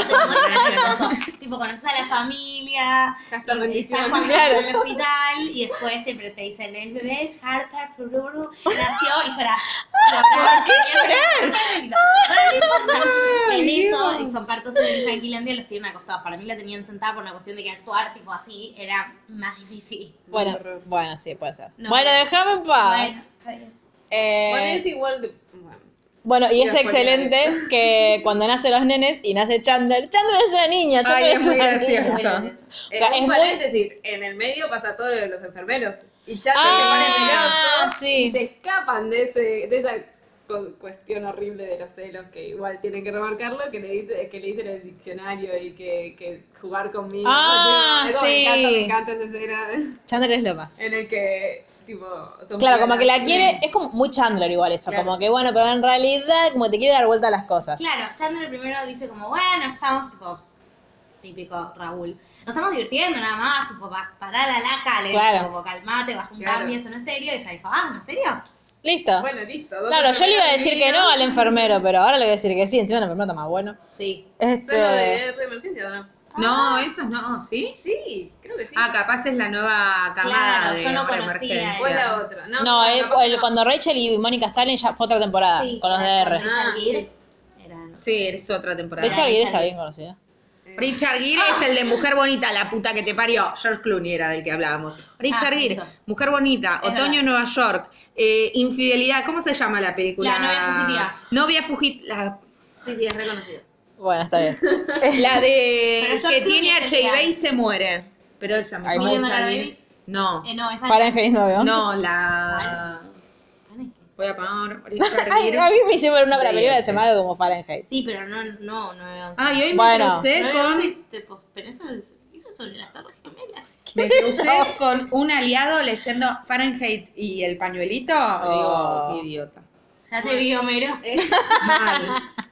Speaker 3: tipo, conoces a la familia,
Speaker 4: Hasta
Speaker 3: y
Speaker 4: bendición.
Speaker 3: estás cuando en el hospital y después te, te dicen, el bebé es Harper Fururu, nació y llorás.
Speaker 2: Ah,
Speaker 3: ¿Por qué llorás? Bueno, no importa. En eso, son partos en Yanquilandia los tienen acostados. Para mí la tenían sentada por una cuestión de que actuar tipo así era más difícil.
Speaker 1: Bueno, bueno, sí, puede ser.
Speaker 3: No.
Speaker 1: Bueno, déjame en
Speaker 2: Ah.
Speaker 1: paz.
Speaker 3: Bueno, está bien.
Speaker 1: Eh,
Speaker 4: Bueno, es igual de... bueno.
Speaker 1: bueno, y es
Speaker 4: Iba a spoilear.
Speaker 1: excelente que cuando nacen los nenes y nace Chandler, Chandler es una niña, Chandler
Speaker 2: Ay, es muy
Speaker 1: una
Speaker 2: gracioso.
Speaker 1: niña.
Speaker 4: Eh,
Speaker 1: sea,
Speaker 4: un
Speaker 1: es muy-
Speaker 4: paréntesis, en el medio pasa todo lo de los enfermeros. Y ya se pone
Speaker 1: Ah,
Speaker 4: celoso
Speaker 1: sí.
Speaker 4: y se escapan de ese, de esa cu- cuestión horrible de los celos, que igual tienen que remarcarlo, que le dice, que le dicen el diccionario y que, que jugar conmigo.
Speaker 1: Ah,
Speaker 4: Tipo,
Speaker 1: sí.
Speaker 4: Me encanta, me encanta esa escena
Speaker 1: Chandler es lo más.
Speaker 4: en el que tipo son
Speaker 1: Claro, como que la
Speaker 4: Sí.
Speaker 1: quiere, es como muy Chandler igual eso,
Speaker 4: Claro.
Speaker 1: como que bueno, pero en realidad como te quiere dar vuelta a las cosas.
Speaker 3: Claro, Chandler primero dice como, bueno, estamos tipo típico Raúl. Nos estamos divirtiendo nada más, tipo, pa- pará la laca, le
Speaker 1: Claro.
Speaker 3: digo, tipo, calmate, baja un
Speaker 4: Claro.
Speaker 3: cambio, eso no es serio. Y ella dijo, ah, ¿no es serio?
Speaker 1: Listo.
Speaker 4: Bueno, listo. dos
Speaker 1: claro, yo le iba a
Speaker 4: enfermeras
Speaker 1: decir que no
Speaker 4: vinieron.
Speaker 1: al enfermero, pero ahora le voy a decir que sí, encima el enfermero está más bueno.
Speaker 3: Sí.
Speaker 1: Este,
Speaker 4: Solo de de emergencia, ¿no?
Speaker 2: No, esos no, ¿sí?
Speaker 4: Sí, creo que sí.
Speaker 2: Ah, capaz es la nueva camada
Speaker 3: Claro,
Speaker 2: de
Speaker 3: yo no
Speaker 2: Amor a
Speaker 3: conocía
Speaker 4: o
Speaker 2: emergencias.
Speaker 4: la otra. No,
Speaker 1: no, el-
Speaker 4: capaz
Speaker 1: el-
Speaker 4: no.
Speaker 1: cuando Rachel y Mónica salen ya fue otra temporada
Speaker 3: sí
Speaker 1: Ah, con los
Speaker 3: era
Speaker 1: DR.
Speaker 3: Richard
Speaker 4: Ah,
Speaker 3: Gere. Era-
Speaker 2: Sí, es otra temporada.
Speaker 1: De hecho, Aguirre
Speaker 3: Richard.
Speaker 1: ya bien conocida.
Speaker 2: Richard Gere
Speaker 3: Ah.
Speaker 2: es el de Mujer Bonita, la puta que te parió. George Clooney era del que hablábamos. Richard
Speaker 3: Ah,
Speaker 2: Gere,
Speaker 3: eso.
Speaker 2: Mujer Bonita,
Speaker 3: Es
Speaker 2: Otoño en Nueva York, eh, Infidelidad, ¿cómo se llama la película?
Speaker 3: La novia fugitiva.
Speaker 2: Novia fugi- la,
Speaker 4: Sí, sí, es reconocido.
Speaker 1: Bueno, está bien.
Speaker 2: la de
Speaker 3: Pero George
Speaker 2: que
Speaker 3: Clooney
Speaker 2: tiene
Speaker 3: es el
Speaker 2: HIV y
Speaker 3: que-
Speaker 2: se muere. Pero él se
Speaker 1: Ay,
Speaker 2: llamó
Speaker 1: Million
Speaker 2: Richard
Speaker 3: Dollar
Speaker 2: Gere.
Speaker 3: Baby.
Speaker 2: No,
Speaker 3: Eh, no, esa
Speaker 1: Para infeliz novio.
Speaker 2: no, la... Voy a poner Richard
Speaker 1: Ay,
Speaker 2: Gere.
Speaker 1: a mí me hicieron una para
Speaker 2: De
Speaker 1: película de
Speaker 2: este.
Speaker 1: semana como Fahrenheit.
Speaker 3: Sí, pero no, no, no veo.
Speaker 4: Ah,
Speaker 2: Ay, hoy
Speaker 1: Bueno.
Speaker 4: ¿eh?
Speaker 2: me crucé con...
Speaker 3: Pero eso es, eso es sobre las torres gemelas.
Speaker 2: Me crucé con un aliado leyendo Fahrenheit y el pañuelito.
Speaker 1: Oh.
Speaker 2: Digo, qué idiota.
Speaker 3: Ya te vi, Homero.
Speaker 2: Mal.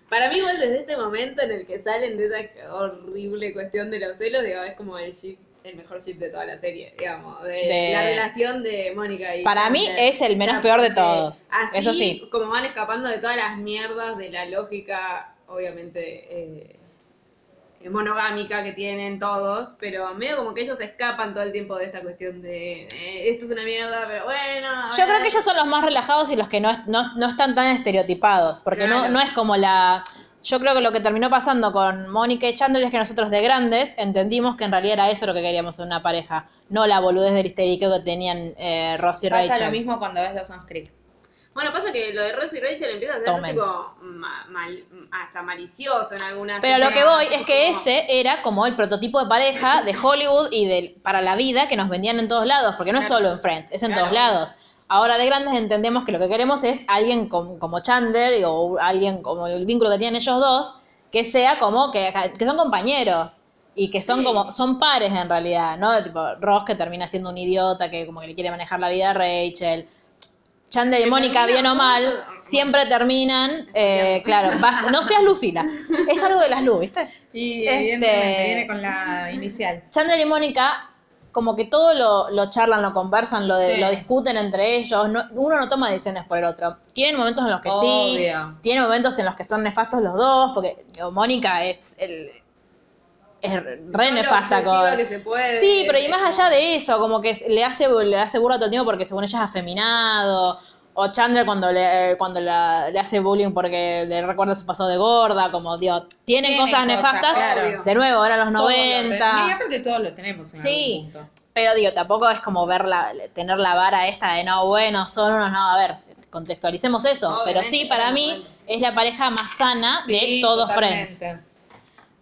Speaker 4: Para mí, igual desde este momento en el que salen de esa horrible cuestión de los celos, digamos, es como el ship, el mejor ship de toda la serie, digamos, de,
Speaker 1: De-
Speaker 4: la relación de Mónica y
Speaker 1: Para mí
Speaker 4: Chandler.
Speaker 1: es el menos
Speaker 4: O sea,
Speaker 1: peor de
Speaker 4: porque
Speaker 1: todos.
Speaker 4: Así
Speaker 1: Eso sí.
Speaker 4: como van escapando de todas las mierdas de la lógica, obviamente, eh, monogámica que tienen todos, pero medio como que ellos escapan todo el tiempo de esta cuestión de eh, esto es una mierda, pero bueno.
Speaker 1: Yo
Speaker 4: ahora-
Speaker 1: creo que ellos son los más relajados y los que no, es- no, no están tan estereotipados, porque no,
Speaker 4: Claro.
Speaker 1: no es como la... Yo creo que lo que terminó pasando con Mónica y Chandler es que nosotros de grandes entendimos que en realidad era eso lo que queríamos en una pareja, no la boludez del histérico que tenían eh, Ross y
Speaker 2: Pasa
Speaker 1: Rachel.
Speaker 2: lo mismo cuando ves Dawson's Creek.
Speaker 4: Bueno, pasa que lo de Ross y Rachel empieza a ser
Speaker 1: Tomen.
Speaker 4: tipo ma- mal- hasta malicioso en algunas.
Speaker 1: Pero lo que
Speaker 4: escenas,
Speaker 1: voy es que
Speaker 4: como-
Speaker 1: ese era como el prototipo de pareja de Hollywood y del para la vida que nos vendían en todos lados, porque no es solo en Friends, es en todos lados. Ahora de grandes entendemos que lo que queremos es alguien com- como Chandler o alguien como el vínculo que tienen ellos dos, que sea como que, que son compañeros y que son como son pares en realidad, ¿no? Tipo Ross que termina siendo un idiota que como que le quiere manejar la vida a Rachel. Chandler y Mónica, bien o mal, siempre terminan, eh, claro, vas- no seas Lucila, es algo de las luz, ¿viste?
Speaker 2: Y
Speaker 1: Este-
Speaker 2: evidentemente viene con la inicial.
Speaker 1: Chandler y Mónica, como que todo lo, lo charlan, lo conversan, lo, de-
Speaker 2: Sí.
Speaker 1: lo discuten entre ellos, no- uno no toma decisiones por el otro. Tienen momentos en los que sí,
Speaker 2: Obvio.
Speaker 1: tienen momentos en los que son nefastos los dos, porque digo, Mónica es el... Es re
Speaker 4: Todo lo
Speaker 1: nefasta
Speaker 4: obsesiva
Speaker 1: con...
Speaker 4: que se puede.
Speaker 1: Sí, pero y más allá de eso, como que le hace, le hace burla todo el tiempo porque según ella es afeminado. O Chandler cuando le, cuando la- le hace bullying porque le recuerda su pasado de gorda, como Dios, tienen,
Speaker 2: Tienen
Speaker 1: cosas
Speaker 2: cosas,
Speaker 1: nefastas.
Speaker 2: claro.
Speaker 1: De nuevo, ahora los
Speaker 2: Todo lo ten-
Speaker 1: 90.
Speaker 2: Y aparte todos lo tenemos en
Speaker 1: Sí.
Speaker 2: algún punto.
Speaker 1: Pero digo, tampoco es como ver la, tener la vara esta de no, bueno, son unos, no, a ver, contextualicemos eso. pero sí,
Speaker 4: Obviamente,
Speaker 1: para mí
Speaker 4: bueno.
Speaker 1: es la pareja más sana de
Speaker 2: Sí,
Speaker 1: todos
Speaker 2: totalmente.
Speaker 1: Friends.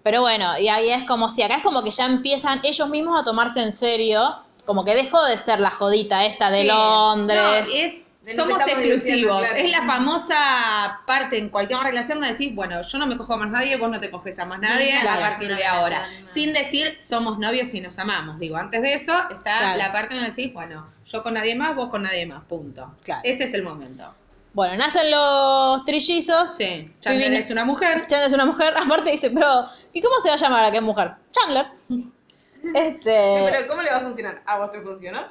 Speaker 1: Pero bueno, y ahí es como si acá es como que ya empiezan ellos mismos a tomarse en serio, como que dejó de ser la jodita esta de
Speaker 2: Sí.
Speaker 1: Londres.
Speaker 2: No, es,
Speaker 4: De nos
Speaker 2: somos
Speaker 4: estamos divirtiendo,
Speaker 2: exclusivos.
Speaker 4: claro.
Speaker 2: Es la famosa parte en cualquier relación donde decís, bueno, yo no me cojo a más nadie, vos no te coges a más nadie
Speaker 3: claro,
Speaker 2: a
Speaker 3: es
Speaker 2: partir
Speaker 3: una
Speaker 2: de ahora.
Speaker 3: relación, no.
Speaker 2: Sin decir, somos novios y nos amamos. Digo, antes de eso está
Speaker 1: Claro.
Speaker 2: la parte donde decís, bueno, yo con nadie más, vos con nadie más, punto.
Speaker 1: Claro.
Speaker 2: Este es el momento.
Speaker 1: Bueno, nacen los trillizos.
Speaker 2: Sí, Chandler
Speaker 1: Phoebe-
Speaker 2: es una mujer.
Speaker 1: Chandler es una mujer, aparte dice, pero ¿y cómo se va a llamar a qué mujer? Chandler. Este,
Speaker 4: Pero ¿cómo le va a funcionar? ¿A vos te funcionó?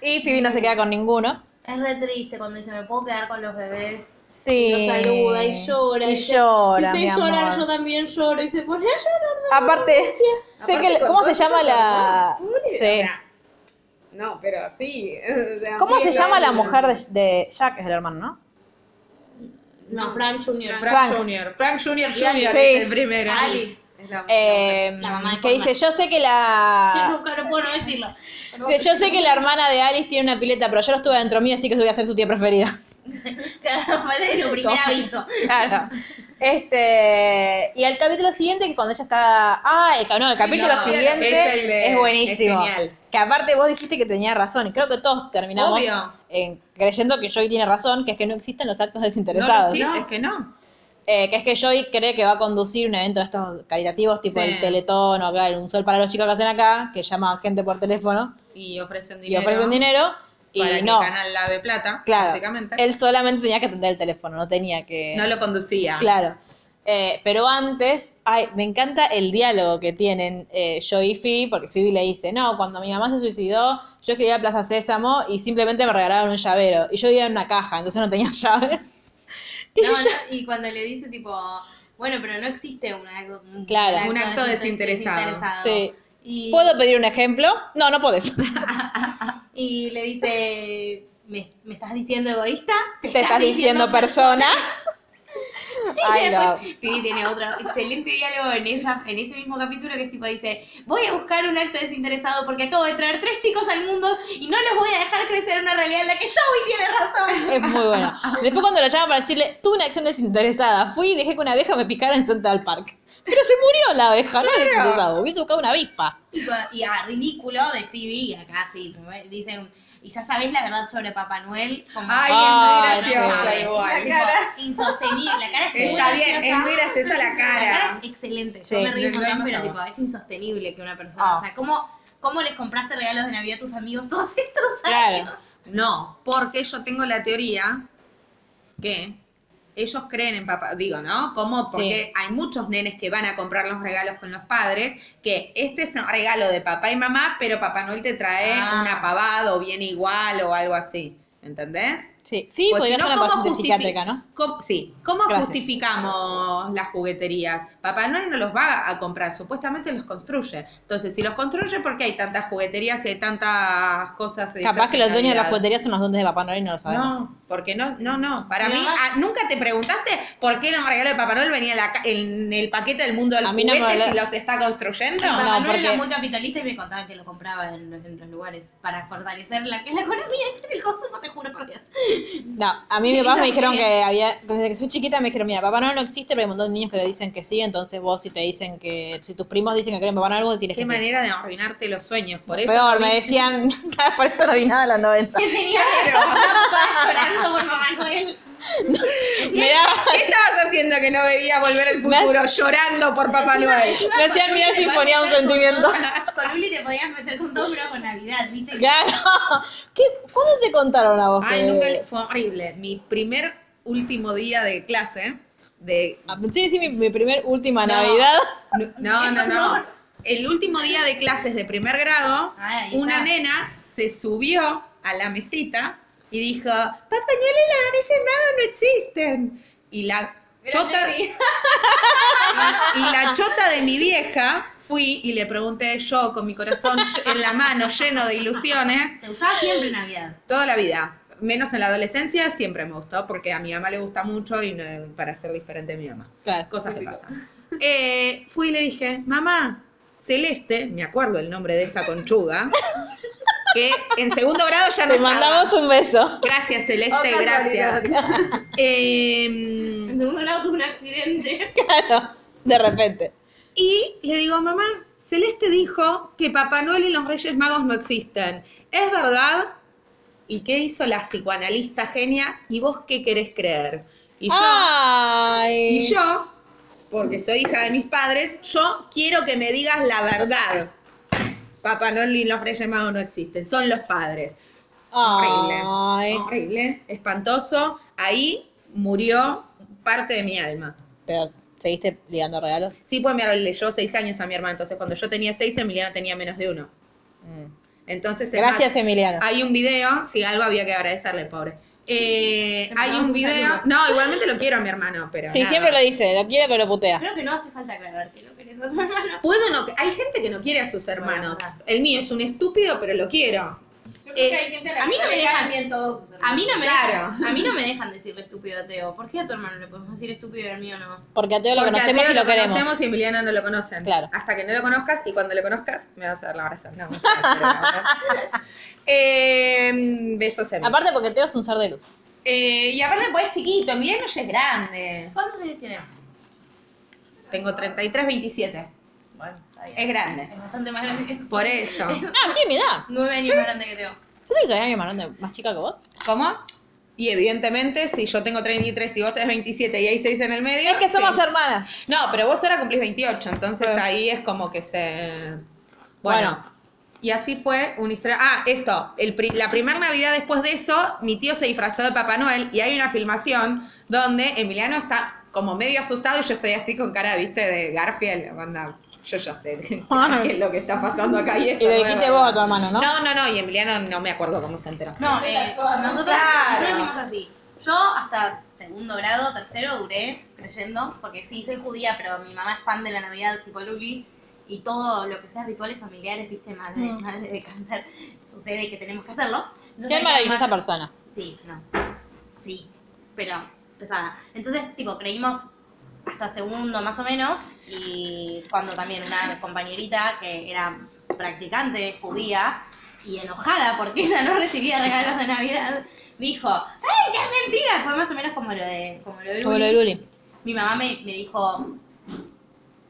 Speaker 1: y Phoebe no se queda con ninguno.
Speaker 3: Es re triste cuando dice, me puedo quedar con los bebés.
Speaker 1: Sí.
Speaker 3: Lo saluda y llora.
Speaker 1: Y
Speaker 3: Dice,
Speaker 1: llora,
Speaker 3: Si
Speaker 1: mi
Speaker 3: ustedes lloran,
Speaker 1: amor.
Speaker 3: yo también lloro. Y se pone a llorar.
Speaker 1: Aparte, sé
Speaker 4: Aparte,
Speaker 1: que,
Speaker 4: con
Speaker 1: ¿cómo se
Speaker 4: todos
Speaker 1: llama
Speaker 4: estos
Speaker 1: la...?
Speaker 4: hormonas, pobre, o
Speaker 1: Sí.
Speaker 4: sea, No, pero sí. o sea,
Speaker 1: ¿Cómo
Speaker 4: sí,
Speaker 1: se
Speaker 4: claro.
Speaker 1: llama la mujer de, de Jack? Es el hermano, ¿no?
Speaker 3: No, Frank Jr.
Speaker 2: Frank,
Speaker 1: Frank.
Speaker 2: Jr. Frank Jr.
Speaker 1: Sí.
Speaker 2: Jr.
Speaker 1: Sí.
Speaker 2: es el primero.
Speaker 4: Alice. Es la,
Speaker 1: Eh,
Speaker 3: La mamá de
Speaker 1: que dice,
Speaker 3: Fortnite.
Speaker 1: yo sé que la...
Speaker 3: Nunca lo puedo no decirlo.
Speaker 1: Dice, yo sé que la hermana de Alice tiene una pileta, pero yo no estuve dentro mío, así que eso voy a ser su tía preferida.
Speaker 3: Claro, parece su primer
Speaker 1: Toma.
Speaker 3: aviso.
Speaker 1: Claro. Este, y el capítulo siguiente, que cuando ella está... Ah, el, ca- no, el capítulo
Speaker 2: No,
Speaker 1: siguiente es,
Speaker 2: es el de-
Speaker 1: buenísimo.
Speaker 2: es genial.
Speaker 1: que aparte vos dijiste que tenía razón, y creo que todos terminamos
Speaker 2: Obvio.
Speaker 1: en- creyendo que Joy tiene razón, que es que no existen los actos
Speaker 2: No, lo
Speaker 1: desinteresados.
Speaker 2: estoy- es que no.
Speaker 1: Eh, que es que Joy cree que va a conducir un evento de estos caritativos, tipo
Speaker 2: Sí.
Speaker 1: el Teletón o acá, el un sol para los chicos que hacen acá, que llaman gente por teléfono
Speaker 2: Y ofrecen
Speaker 1: y
Speaker 2: dinero.
Speaker 1: ofrecen dinero. Y
Speaker 2: para que
Speaker 1: no,
Speaker 2: el canal lave plata,
Speaker 1: Claro.
Speaker 2: básicamente.
Speaker 1: Él solamente tenía que atender el teléfono, no tenía que.
Speaker 2: Ah. No lo conducía.
Speaker 1: Claro. Eh, pero antes, ay, me encanta el diálogo que tienen eh, yo y Phoebe, porque Phoebe le dice, no, cuando mi mamá se suicidó, yo escribía Plaza Sésamo y simplemente me regalaron un llavero. Y yo vivía en una caja, entonces no tenía llave.
Speaker 3: No, no, y cuando le dice tipo, bueno, pero no existe una- un,
Speaker 1: Claro.
Speaker 2: Un acto
Speaker 3: des-
Speaker 2: desinteresado.
Speaker 1: Sí.
Speaker 3: Y,
Speaker 1: ¿Puedo pedir un ejemplo? No, no podés.
Speaker 3: y le dice, ¿me, me estás diciendo egoísta?
Speaker 1: Te estás diciendo persona.
Speaker 3: Y
Speaker 1: Ay, no.
Speaker 3: después Phoebe tiene otro excelente diálogo en, esa, en ese mismo capítulo que es tipo dice, voy a buscar un acto desinteresado porque acabo de traer tres chicos al mundo y no los voy a dejar crecer en una realidad en la que Joey tiene razón.
Speaker 1: Es muy bueno.
Speaker 2: Ah.
Speaker 1: Después cuando lo llama para decirle, tuve una acción desinteresada, fui y dejé que una abeja me picara en Central Park. Pero se murió la abeja, no es desinteresado, hubiese buscado una avispa.
Speaker 3: Y, cua- y a ridículo de Phoebe, y acá sí, dicen, y ya sabés la verdad sobre Papá Noel. Como, "Oh,
Speaker 2: Ay,
Speaker 1: Ay,
Speaker 2: es muy graciosa
Speaker 1: sí.
Speaker 2: igual.
Speaker 3: Tipo, insostenible, la cara es muy
Speaker 2: Está bien,
Speaker 3: graciosa.
Speaker 2: es muy graciosa la
Speaker 3: La cara
Speaker 2: cara.
Speaker 3: es excelente.
Speaker 1: Sí,
Speaker 3: Yo me río un
Speaker 2: no- no
Speaker 3: montón,
Speaker 2: hay
Speaker 3: pero
Speaker 2: más
Speaker 3: tipo, es insostenible que una persona.
Speaker 1: Ah.
Speaker 3: O sea, ¿cómo, ¿cómo les compraste regalos de Navidad a tus amigos todos estos años?
Speaker 1: Claro.
Speaker 2: No, porque yo tengo la teoría que ellos creen en papá, digo, ¿no? Como porque hay muchos nenes que van a comprar los regalos con los padres, que este es un regalo de papá y mamá, pero Papá Noel te trae
Speaker 3: Ah.
Speaker 2: un apavado o viene igual o algo así, ¿entendés?
Speaker 1: Sí, sí,
Speaker 2: Pues,
Speaker 1: podría
Speaker 2: si no,
Speaker 1: ser una
Speaker 2: ¿cómo
Speaker 1: paciente
Speaker 2: justifi-
Speaker 1: psiquiátrica, ¿no?
Speaker 2: ¿Cómo- sí, ¿cómo
Speaker 1: Gracias.
Speaker 2: justificamos las jugueterías? Papá Noel no los va a comprar, supuestamente los construye. Entonces, si los construye, ¿por qué hay tantas jugueterías y hay tantas cosas? hechas
Speaker 1: Capaz que
Speaker 2: en
Speaker 1: los dueños de las
Speaker 2: Navidad?
Speaker 1: jugueterías son los duendes de Papá Noel y no lo sabemos.
Speaker 2: No, porque no, no, no. Para
Speaker 3: Mi
Speaker 2: mí,
Speaker 3: mamá-
Speaker 2: ah, nunca te preguntaste por qué los regalos de Papá Noel venía en, la ca- en el paquete del mundo del
Speaker 1: A mí no me
Speaker 2: juguete si
Speaker 1: habla-
Speaker 2: los está construyendo.
Speaker 3: Mi Papá
Speaker 1: no,
Speaker 3: Noel era
Speaker 1: porque-
Speaker 3: muy capitalista y me contaban que lo compraba en, en los lugares para fortalecer la, la economía del consumo, te juro por Dios.
Speaker 1: No, a mí mis papás me dijeron que había, desde que soy chiquita me dijeron, mira, Papá Noel no existe, pero hay un montón de niños que le dicen que sí, entonces vos si te dicen que, si tus primos dicen que creen en Papá Noel, vos decís que
Speaker 2: Qué
Speaker 1: sí.
Speaker 2: manera de arruinarte los sueños. Por eso.
Speaker 1: Peor,
Speaker 2: no
Speaker 1: me
Speaker 2: vi-
Speaker 1: decían, por eso no vi nada de los 90.
Speaker 3: Que tenía papá llorando por Papá Noel.
Speaker 1: Me daba-
Speaker 2: ¿Qué estabas haciendo que no bebía volver al
Speaker 1: Me hace-
Speaker 2: futuro llorando por Papá Noel?
Speaker 1: Me hacían mirar
Speaker 3: Te
Speaker 1: si
Speaker 3: podías
Speaker 1: ponía un
Speaker 3: meter con
Speaker 1: sentimiento.
Speaker 3: todo- Con Uli te podías meter con todo, pero con Navidad, ¿viste?
Speaker 1: Claro. ¿Qué, ¿Cuándo te contaron a vos?
Speaker 2: Ay,
Speaker 1: que-
Speaker 2: nunca le- fue horrible. Mi primer último día de clase de
Speaker 1: Ah, pensé decir mi, mi primer última
Speaker 2: No.
Speaker 1: Navidad.
Speaker 2: No, no, no. El último día de clases de primer grado,
Speaker 3: Ah, ahí
Speaker 2: una
Speaker 3: está.
Speaker 2: nena se subió a la mesita y dijo, Papá Noel y la Granilla Armada no existen. Y la chota... y la chota de mi vieja fui y le pregunté yo con mi corazón en la mano lleno de ilusiones
Speaker 3: Te gustaba siempre Navidad.
Speaker 2: Toda la vida. Menos en la adolescencia siempre me gustó porque a mi mamá le gusta mucho y no- para ser diferente de mi mamá.
Speaker 1: Claro.
Speaker 2: Cosas que pasan. Eh, fui y le dije, mamá, Celeste, me acuerdo el nombre de esa conchuda, que en segundo grado ya no
Speaker 1: Te
Speaker 2: estaba.
Speaker 1: mandamos un beso. Oh,
Speaker 2: Gracias, Celeste, Este, gracias. Eh,
Speaker 3: En segundo grado tuve un accidente.
Speaker 1: Claro, de repente.
Speaker 2: Y le digo, mamá, Celeste dijo que Papá Noel y los Reyes Magos no existen. ¿Es verdad? ¿Y qué hizo la psicoanalista genia? ¿Y vos qué querés creer? Y yo,
Speaker 1: Ah. Ay.
Speaker 2: y yo, porque soy hija de mis padres, yo quiero que me digas la verdad. Papá Noel y los Reyes Magos no existen, son los padres. Horrible.
Speaker 1: Ay.
Speaker 2: Horrible, espantoso. Ahí murió parte de mi alma.
Speaker 1: Pero, ¿seguiste ligando regalos?
Speaker 2: Sí, pues mi hermano le llevó seis años a mi hermano. Entonces, cuando yo tenía seis, Emiliano tenía menos de uno. Entonces, es
Speaker 1: Gracias,
Speaker 2: más,
Speaker 1: Emiliano.
Speaker 2: hay un video, si algo había que agradecerle, pobre. Eh,
Speaker 3: Le
Speaker 2: hay
Speaker 3: mandamos
Speaker 2: un
Speaker 3: un
Speaker 2: video.
Speaker 3: saludo.
Speaker 2: No, igualmente lo quiero a mi hermano, pero.
Speaker 1: Sí,
Speaker 2: nada.
Speaker 1: siempre lo dice, lo quiere pero lo putea.
Speaker 3: Creo que no hace falta aclarártelo, querés a tu hermano.
Speaker 2: Puedo no. Hay gente que no quiere a sus hermanos. El mío es un estúpido, pero lo quiero.
Speaker 4: Yo creo que
Speaker 2: Eh,
Speaker 4: hay gente a la
Speaker 3: a mí
Speaker 4: que
Speaker 3: no me
Speaker 4: le
Speaker 3: dejan.
Speaker 4: caen bien todos sus hermanos.
Speaker 3: A mí no me
Speaker 2: Claro.
Speaker 3: dejan, a mí no me dejan decirle estúpido a Teo. ¿Por qué a tu hermano le podemos decir estúpido y al mío no?
Speaker 1: Porque a Teo lo
Speaker 2: Porque a
Speaker 1: conocemos
Speaker 2: Teo
Speaker 1: y lo, queremos.
Speaker 2: conocemos y a Emiliano no lo conocen.
Speaker 1: Claro.
Speaker 2: Hasta que no lo conozcas y cuando lo conozcas me vas a dar la abrazar. No, no te voy a dar la abrazar. Eh, besos a
Speaker 1: Aparte porque Teo es un ser de luz.
Speaker 2: Eh, y aparte, pues es chiquito, Emiliano ya es grande.
Speaker 3: ¿Cuántos años tiene?
Speaker 2: Tengo 33, 27.
Speaker 3: Bueno, está bien.
Speaker 2: Es grande.
Speaker 3: Es bastante más grande que
Speaker 2: Por eso.
Speaker 1: Ah, tiene mi edad.
Speaker 3: Nueve años más grande que Teo.
Speaker 1: ¿Vos sí sabías que Marón es más chica que vos?
Speaker 2: ¿Cómo? Y evidentemente, si yo tengo 33 y vos tenés 27 y hay 6 en el medio.
Speaker 1: Es que somos
Speaker 2: sí.
Speaker 1: hermanas.
Speaker 2: No, pero vos ahora cumplís 28, entonces ahí es como que se. Bueno.
Speaker 1: Bueno.
Speaker 2: Y así fue una historia. Ah, esto. el pri- la primera Navidad después de eso, mi tío se disfrazó de Papá Noel y hay una filmación donde Emiliano está como medio asustado y yo estoy así con cara, viste, de Garfield, onda, yo ya sé qué es lo que está pasando acá. Y,
Speaker 1: Y
Speaker 2: esto
Speaker 1: le
Speaker 2: no es
Speaker 1: dijiste
Speaker 2: verdad.
Speaker 1: vos a tu hermano, ¿no?
Speaker 2: No, no, no, y Emiliano no me acuerdo cómo se enteró.
Speaker 3: No, eh, nosotros,
Speaker 2: Claro.
Speaker 3: nosotros hicimos así. Yo hasta segundo grado, tercero, duré creyendo, porque sí, soy judía, pero mi mamá es fan de la Navidad, tipo Luli, y todo lo que sea rituales familiares, viste, madre, madre de cáncer, sucede que tenemos que hacerlo. Entonces,
Speaker 1: Qué maravillosa
Speaker 3: mi mamá-
Speaker 1: persona.
Speaker 3: Sí, no. Sí, pero pesada. Entonces, tipo, creímos hasta segundo más o menos, y cuando también una compañerita que era practicante judía y enojada porque ella no recibía regalos de Navidad, dijo, ¿saben qué es mentira? Fue más o menos como lo de, como lo de
Speaker 1: Como lo
Speaker 3: Luli.
Speaker 1: de Luli.
Speaker 3: Mi mamá me, me dijo,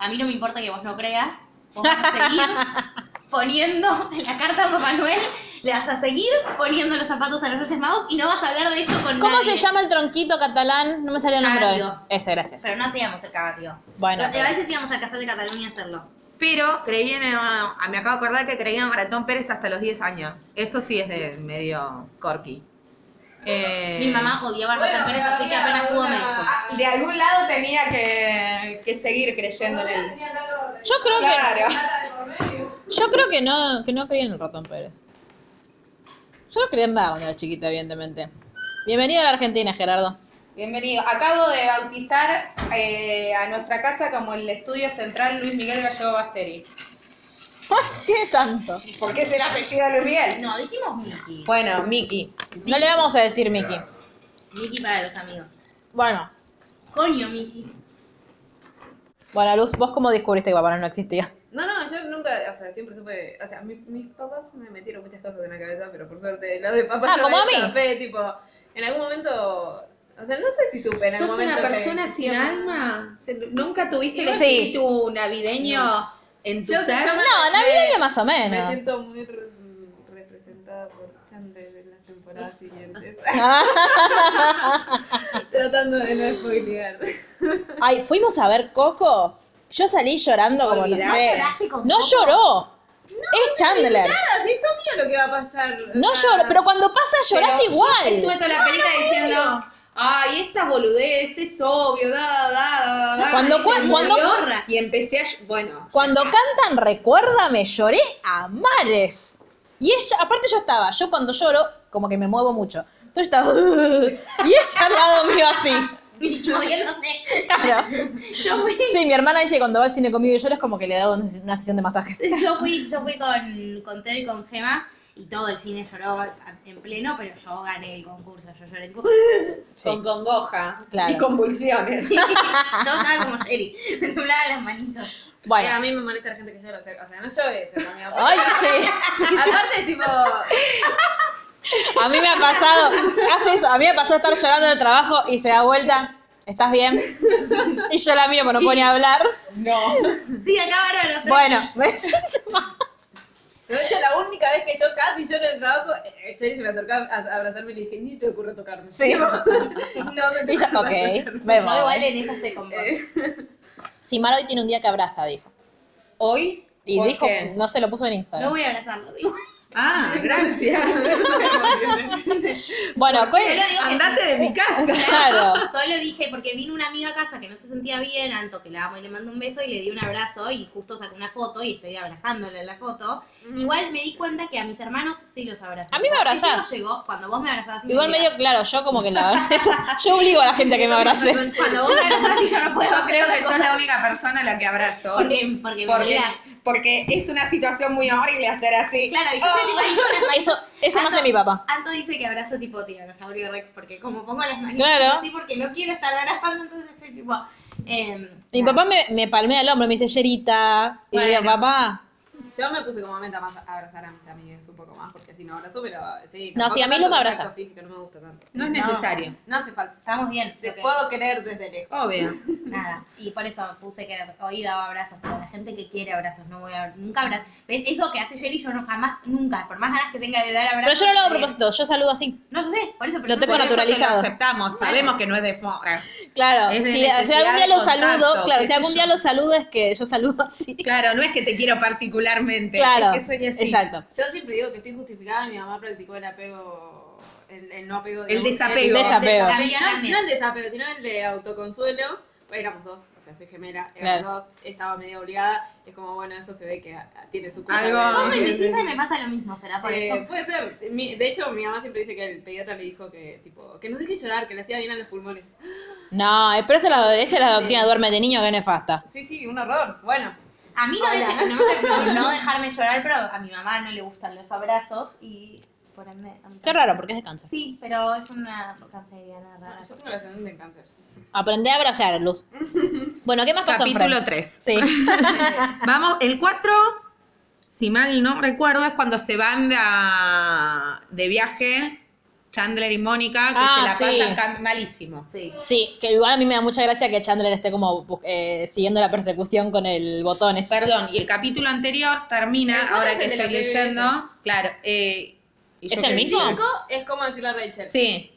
Speaker 3: a mí no me importa que vos no creas, vos vas a seguir poniendo la carta a Papá Noel, le vas a seguir poniendo los zapatos a los Reyes Magos y no vas a hablar de esto con
Speaker 1: ¿Cómo
Speaker 3: nadie.
Speaker 1: se llama el tronquito catalán? No me salió el nombre de él.
Speaker 3: Canario.
Speaker 1: Ese, gracias.
Speaker 3: Pero no hacíamos el cagatío.
Speaker 1: Bueno,
Speaker 3: Pero
Speaker 1: pero-
Speaker 3: A veces íbamos al Casal de Cataluña a hacerlo.
Speaker 2: Pero creí en el- ah, me acabo de acordar que creí en Maratón Pérez hasta los 10 años. Eso sí es de medio corky. Eh,
Speaker 3: Mi mamá odiaba a Rafael Pérez, así que apenas pudo me dijo.
Speaker 2: de algún lado tenía que, que seguir creyendo en él.
Speaker 1: Yo creo
Speaker 2: Claro.
Speaker 1: que. Yo creo que no, que no creía en el ratón Pérez. Yo no creía en nada cuando era chiquita, evidentemente. Bienvenida a la Argentina, Gerardo.
Speaker 2: Bienvenido. Acabo de bautizar eh, a nuestra casa como el estudio central Luis Miguel Gallego Basteri.
Speaker 1: ¿Por qué tanto?
Speaker 2: Porque es el apellido de Luis Miguel.
Speaker 3: No, dijimos Mickey.
Speaker 2: Bueno, Miki.
Speaker 1: No le vamos a decir Miki.
Speaker 3: Mickey para los amigos.
Speaker 1: Bueno,
Speaker 3: Coño, Mickey.
Speaker 1: bueno, Luz, ¿vos cómo descubriste que Papá Noel no existía?
Speaker 4: No, no, yo nunca, o sea, siempre supe, o sea, mi- mis papás me metieron muchas cosas en la cabeza, pero por suerte, las de papá
Speaker 1: Ah,
Speaker 4: no
Speaker 1: como
Speaker 4: me
Speaker 1: a mí.
Speaker 4: escapé, tipo, en algún momento, o sea, no sé si supe en algún
Speaker 5: ¿Sos
Speaker 4: momento
Speaker 5: una
Speaker 4: que
Speaker 5: persona sin
Speaker 4: existía-
Speaker 5: alma? Se- ¿Nunca tuviste el
Speaker 1: Sí.
Speaker 5: espíritu navideño en tu
Speaker 4: Yo-
Speaker 5: ser?
Speaker 4: yo me-
Speaker 1: No, navideña
Speaker 4: me-
Speaker 1: más o
Speaker 4: Me
Speaker 1: menos.
Speaker 4: siento muy re- representada por Chandler en las temporadas siguientes. Tratando de no spoilear.
Speaker 1: Ay, fuimos a ver Coco. Yo salí llorando como no
Speaker 4: Olvidá.
Speaker 1: sé.
Speaker 3: lloraste con
Speaker 1: No
Speaker 3: Coco?
Speaker 1: lloró. es Chandler.
Speaker 4: Nada, sí, eso mío lo que va a pasar.
Speaker 1: No lloró, pero cuando pasa llorás
Speaker 5: Pero Yo estuve
Speaker 1: igual.
Speaker 5: toda la película diciendo, ay, esta boludez es obvio, da, da, da, da, da.
Speaker 1: Cuando
Speaker 2: Ah,
Speaker 5: Y
Speaker 1: cua-
Speaker 5: se
Speaker 1: cuando-
Speaker 5: murió, Y empecé a... ll- Bueno.
Speaker 1: Cuando cantan Recuérdame, lloré a mares. Y ella, aparte yo estaba, yo cuando lloro, como que me muevo mucho. Entonces estaba. Y ella al lado mío así.
Speaker 3: Mickey moviéndose.
Speaker 1: Claro.
Speaker 3: Yo fui
Speaker 1: Sí, mi hermana dice que cuando va al cine conmigo y llora es como que le da una una sesión de masajes.
Speaker 3: yo fui, yo fui con, con Teo y con Gema y todo el cine lloró a- en pleno, pero yo gané el concurso, yo lloré tipo,
Speaker 1: Sí,
Speaker 5: Con congoja
Speaker 1: Claro.
Speaker 5: y convulsiones.
Speaker 3: yo estaba como Sherry, me doblaban las manitos.
Speaker 4: Eh, a
Speaker 1: Bueno.
Speaker 4: mí me molesta la gente que llora, o sea, o sea, no llores, hermano.
Speaker 1: Ay, sí.
Speaker 4: Aparte, tipo,
Speaker 1: A mí me ha pasado. Hace eso. A mí me pasó estar llorando en el trabajo y se da vuelta. ¿Estás bien? Y yo la miro, pero no pone a hablar.
Speaker 3: Sí, acá bárbaro. Teo.
Speaker 1: Bueno.
Speaker 4: de hecho, la única vez que yo casi lloro en el trabajo, eh, Cheri se me acercó a a abrazarme y le dije, ni te ocurre tocarme.
Speaker 1: Sí.
Speaker 4: No se te
Speaker 1: Y ya,
Speaker 4: ocurra
Speaker 1: ok,
Speaker 4: tocarme.
Speaker 1: me
Speaker 3: Yo igual
Speaker 1: voy.
Speaker 3: en esa estoy con vos.
Speaker 1: Si Mar hoy tiene un día que abraza, dijo.
Speaker 5: Hoy.
Speaker 1: Y
Speaker 5: ¿Por
Speaker 1: dijo,
Speaker 5: qué?
Speaker 1: no se lo puso en
Speaker 3: No
Speaker 1: Instagram.
Speaker 3: voy a abrazarlo, digo.
Speaker 5: Ah, gracias.
Speaker 1: bueno, cu-
Speaker 5: Andate de mi casa.
Speaker 1: claro.
Speaker 3: Solo dije, porque vino una amiga a casa que no se sentía bien, Anto, que la amo y le mando un beso y le di un abrazo y justo saqué una foto y estoy abrazándole en la foto. Igual me di cuenta que a mis hermanos sí los abrazé.
Speaker 1: A mí me abrazás.
Speaker 3: Cuando llegó, cuando vos me abrazás. me
Speaker 1: Igual
Speaker 3: mirás.
Speaker 1: medio claro, yo como que la Yo obligo a la gente a que me abrace.
Speaker 3: Cuando vos me abrazás y yo no puedo.
Speaker 5: Yo creo que
Speaker 3: son
Speaker 5: sos la única persona a la que abrazo.
Speaker 3: Porque, porque, me
Speaker 5: Porque,
Speaker 3: mirás.
Speaker 5: porque es una situación muy horrible hacer así. Oh,
Speaker 3: Claro, y yo te digo, ahí con las manitos.
Speaker 1: Eso, eso no hace mi papá.
Speaker 3: Anto dice que abrazo tipo tiranosaurio Rex porque como pongo las manitas
Speaker 1: Claro.
Speaker 3: así porque no quiero estar abrazando, entonces estoy tipo... em,
Speaker 1: Mi
Speaker 3: nada.
Speaker 1: papá me, me palmea el hombro, me dice, Yerita. Y le digo,
Speaker 3: Bueno.
Speaker 1: papá.
Speaker 4: Yo me puse como meta más a abrazar a mis amigos un poco más, porque si no abrazo, pero sí.
Speaker 1: No,
Speaker 4: tampoco
Speaker 1: sí, a mí
Speaker 4: tanto
Speaker 1: no me
Speaker 4: contacto
Speaker 1: abraza.
Speaker 4: físico, no me gusta tanto.
Speaker 5: No es necesario.
Speaker 4: No hace falta.
Speaker 3: Estamos bien.
Speaker 4: Te
Speaker 3: ok.
Speaker 4: puedo querer desde lejos.
Speaker 5: Obvio.
Speaker 3: Nada. Y por eso puse que hoy daba abrazos, pero la gente que quiere abrazos, no voy a nunca abrazar. ¿Ves? Eso que hace Jerry yo no jamás, nunca, por más ganas que tenga de dar
Speaker 1: Pero
Speaker 3: abrazos.
Speaker 1: yo no lo hago a
Speaker 3: eh,
Speaker 1: propósito, yo saludo así.
Speaker 3: No yo sé, por eso, pero
Speaker 1: Lo
Speaker 3: yo
Speaker 1: tengo
Speaker 5: Por eso
Speaker 3: por eso-
Speaker 5: te lo
Speaker 1: naturalizado.
Speaker 5: aceptamos. Sabemos que no es de forma.
Speaker 1: Claro,
Speaker 5: Es de
Speaker 1: si, si algún día
Speaker 5: necesidad
Speaker 1: lo
Speaker 5: de contacto,
Speaker 1: saludo, claro, si
Speaker 5: qué sé
Speaker 1: algún día
Speaker 5: yo.
Speaker 1: lo saludo es que yo saludo así.
Speaker 5: Claro, no es que te quiero particularmente.
Speaker 1: Claro,
Speaker 5: Es que soy así.
Speaker 1: exacto.
Speaker 4: Yo siempre digo que estoy justificada, mi mamá practicó el apego, el, el no apego.
Speaker 5: El
Speaker 4: digamos,
Speaker 5: desapego.
Speaker 1: El desapego.
Speaker 4: No,
Speaker 3: La mía
Speaker 4: no,
Speaker 3: también.
Speaker 4: el desapego, sino el de autoconsuelo. éramos dos, o sea, soy gemela, éramos
Speaker 1: Claro.
Speaker 4: dos, estaba medio obligada, es como, bueno, eso se ve que a- a- tiene su
Speaker 2: Algo-
Speaker 4: de-
Speaker 3: Yo soy melliza y me pasa lo mismo, será por
Speaker 4: Eh,
Speaker 3: eso.
Speaker 4: puede ser. Mi- de hecho, mi mamá siempre dice que el pediatra le dijo que, tipo, que no deje llorar, que le hacía bien a los pulmones.
Speaker 1: No, eh, pero esa es la, esa es la doctrina duerme de niño que es nefasta.
Speaker 4: Sí, sí, un horror. Bueno,
Speaker 3: A mí no, deja- no, no- no dejarme llorar, pero a mi mamá no le gustan los abrazos y por ende. a mí
Speaker 1: Qué
Speaker 3: tampoco.
Speaker 1: raro, porque es de cáncer.
Speaker 3: Sí, pero es una canceriana rara.
Speaker 4: Ah, yo tengo la ascendente en cáncer.
Speaker 1: Aprende a abrazar, Luz. Bueno, ¿qué más pasó en
Speaker 2: Capítulo
Speaker 1: Friends?
Speaker 2: 3.
Speaker 1: Sí.
Speaker 2: Vamos, el 4, si mal no recuerdo, es cuando se van de, a- de viaje Chandler y Mónica, que
Speaker 1: Ah,
Speaker 2: se la
Speaker 1: sí.
Speaker 2: pasan ca- malísimo.
Speaker 1: Sí, que igual a mí me da mucha gracia que Chandler esté como bus- eh, siguiendo la persecución con el botón. ese.
Speaker 2: Perdón, y el capítulo anterior termina,
Speaker 4: ¿El cuatro
Speaker 2: ahora
Speaker 4: es
Speaker 2: que
Speaker 4: el de la
Speaker 2: estoy
Speaker 4: PBS?
Speaker 2: leyendo, claro. eh, y yo
Speaker 1: ¿Es
Speaker 2: qué
Speaker 1: el mismo?
Speaker 2: decía.
Speaker 4: Es como decirle a Rachel.
Speaker 2: Sí.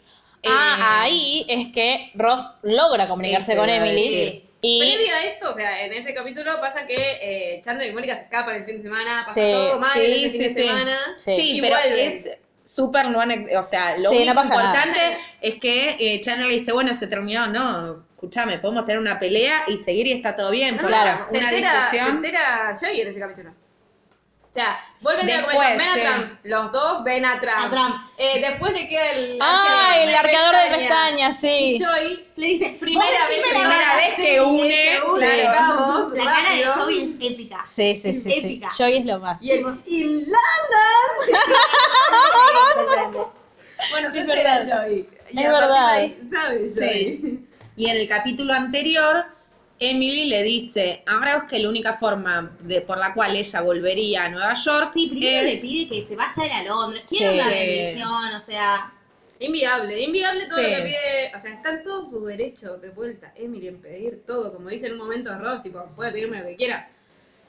Speaker 1: Ah,
Speaker 2: Eh,
Speaker 1: ahí es que Ross logra comunicarse
Speaker 2: Eso
Speaker 1: con
Speaker 2: iba a
Speaker 1: Emily.
Speaker 2: decir.
Speaker 1: Y
Speaker 4: Previo a esto, o sea, en ese capítulo pasa que eh, Chandler y Mónica se escapan el fin de semana, pasa
Speaker 1: Sí,
Speaker 4: todo mal
Speaker 2: sí,
Speaker 4: en ese
Speaker 2: sí,
Speaker 4: fin de
Speaker 2: sí.
Speaker 4: semana.
Speaker 1: Sí.
Speaker 2: Sí,
Speaker 4: Y
Speaker 2: pero
Speaker 4: vuelven.
Speaker 2: es súper no ane- o sea, lo
Speaker 1: Sí, no
Speaker 2: único
Speaker 1: pasa nada.
Speaker 2: importante es que eh, Chandler le dice, bueno, se terminó, no, escúchame, podemos tener una pelea y seguir y está todo bien, porque
Speaker 1: claro,
Speaker 2: una
Speaker 4: se entera, se
Speaker 2: discusión.
Speaker 4: entera Joey en ese capítulo. O sea, vuelven de la
Speaker 2: Después,
Speaker 4: conversación, ven
Speaker 2: sí.
Speaker 4: a Trump. Los dos ven a Trump.
Speaker 3: A Trump.
Speaker 4: Eh, después le queda el...
Speaker 1: Ah,
Speaker 4: arqueador
Speaker 1: el arqueador de pestañas, sí.
Speaker 4: Y Joey,
Speaker 3: Le dice,
Speaker 4: primera
Speaker 3: "Vos
Speaker 4: vez,
Speaker 3: decime la
Speaker 2: primera
Speaker 3: cara".
Speaker 2: vez que une, claro.
Speaker 4: Vamos,
Speaker 3: La cara de
Speaker 4: rápido.
Speaker 3: Joey es épica.
Speaker 1: Sí, sí, sí. sí.
Speaker 3: Épica.
Speaker 1: Joey es lo más.
Speaker 4: Y el... Y la, bueno, se entera Joey. Y
Speaker 1: Es
Speaker 4: a partir de
Speaker 1: verdad.
Speaker 4: ahí, ¿Sabes, Joey?
Speaker 2: Sí. Y en el capítulo anterior, Emily le dice a Graves que la única forma de, por la cual ella volvería a Nueva York
Speaker 3: Sí, primero
Speaker 2: es...
Speaker 3: le pide que se vaya a ir a Londres. Tiene
Speaker 2: Sí.
Speaker 3: una bendición, o sea.
Speaker 4: Inviable, inviable todo
Speaker 2: Sí.
Speaker 4: lo que pide. O sea, están todos sus derechos de vuelta. Emily en pedir todo, como dice en un momento Rob, tipo, puede pedirme lo que quiera.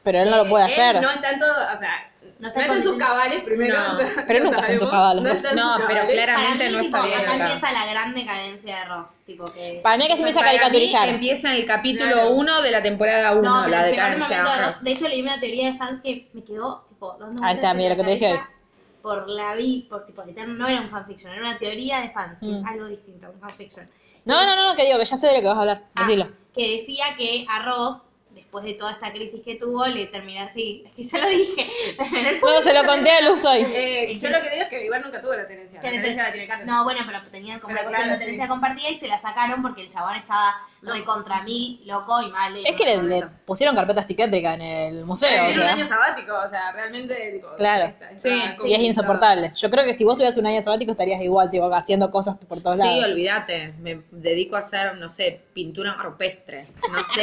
Speaker 1: Pero él no lo puede
Speaker 4: Eh, él
Speaker 1: hacer.
Speaker 4: No está en todo, o sea, no
Speaker 3: No está
Speaker 4: está, en sus
Speaker 3: consciente.
Speaker 4: cabales primero.
Speaker 2: No,
Speaker 1: pero nunca está en sus cabales.
Speaker 4: está en
Speaker 2: No,
Speaker 4: sus
Speaker 2: pero
Speaker 4: cabales.
Speaker 2: claramente
Speaker 3: para mí,
Speaker 2: no
Speaker 3: tipo,
Speaker 2: está bien
Speaker 3: acá
Speaker 2: acá.
Speaker 3: empieza la gran decadencia de Ross. Tipo que.
Speaker 1: Para mí es que se empieza a
Speaker 2: Para mí
Speaker 1: caricaturizar.
Speaker 2: empieza en el capítulo
Speaker 4: Claro.
Speaker 2: 1 de la temporada 1,
Speaker 3: no, pero
Speaker 2: la
Speaker 3: el peor
Speaker 2: decadencia.
Speaker 3: momento de
Speaker 2: horror.
Speaker 3: Ross. De hecho, leí una teoría de fans que me quedó, tipo, dando
Speaker 1: Ahí está,
Speaker 3: vueltas en
Speaker 1: mira
Speaker 3: la
Speaker 1: lo que te dije
Speaker 3: cabeza Por la vi, por tipo, literal, no era un fanfiction, era una teoría de fans,
Speaker 1: Mm.
Speaker 3: algo distinto, a un fanfiction.
Speaker 1: No, no, no, no, que digo, que ya sé de lo que vas a hablar.
Speaker 3: Ah,
Speaker 1: Decilo.
Speaker 3: que decía que a Ross, después de toda esta crisis que tuvo, le terminó sí, es que ya lo dije.
Speaker 1: No, se lo conté a Luz hoy.
Speaker 4: Eh, yo lo que digo es que igual nunca tuvo la tenencia. La
Speaker 3: Ya le-
Speaker 4: tenencia la tiene Carlos.
Speaker 3: No, bueno, pero tenían como
Speaker 4: Pero
Speaker 3: una
Speaker 4: claro,
Speaker 3: cuestión de
Speaker 4: sí.
Speaker 3: tenencia compartida y se la sacaron porque el chabón estaba recontra mil, loco y mal. eh,
Speaker 1: Es que le, le pusieron carpeta psiquiátrica en el museo.
Speaker 4: Pero
Speaker 1: o
Speaker 4: es un
Speaker 1: sea.
Speaker 4: año sabático, o sea, realmente, tipo,
Speaker 1: Claro.
Speaker 4: está- está
Speaker 2: Sí.
Speaker 1: Y es
Speaker 4: complicado.
Speaker 1: insoportable. Yo creo que si vos tuvieras un año sabático estarías igual, tipo, haciendo cosas por todos
Speaker 2: Sí,
Speaker 1: lados.
Speaker 2: olvídate, me dedico a hacer, no sé, pintura rupestre, no sé.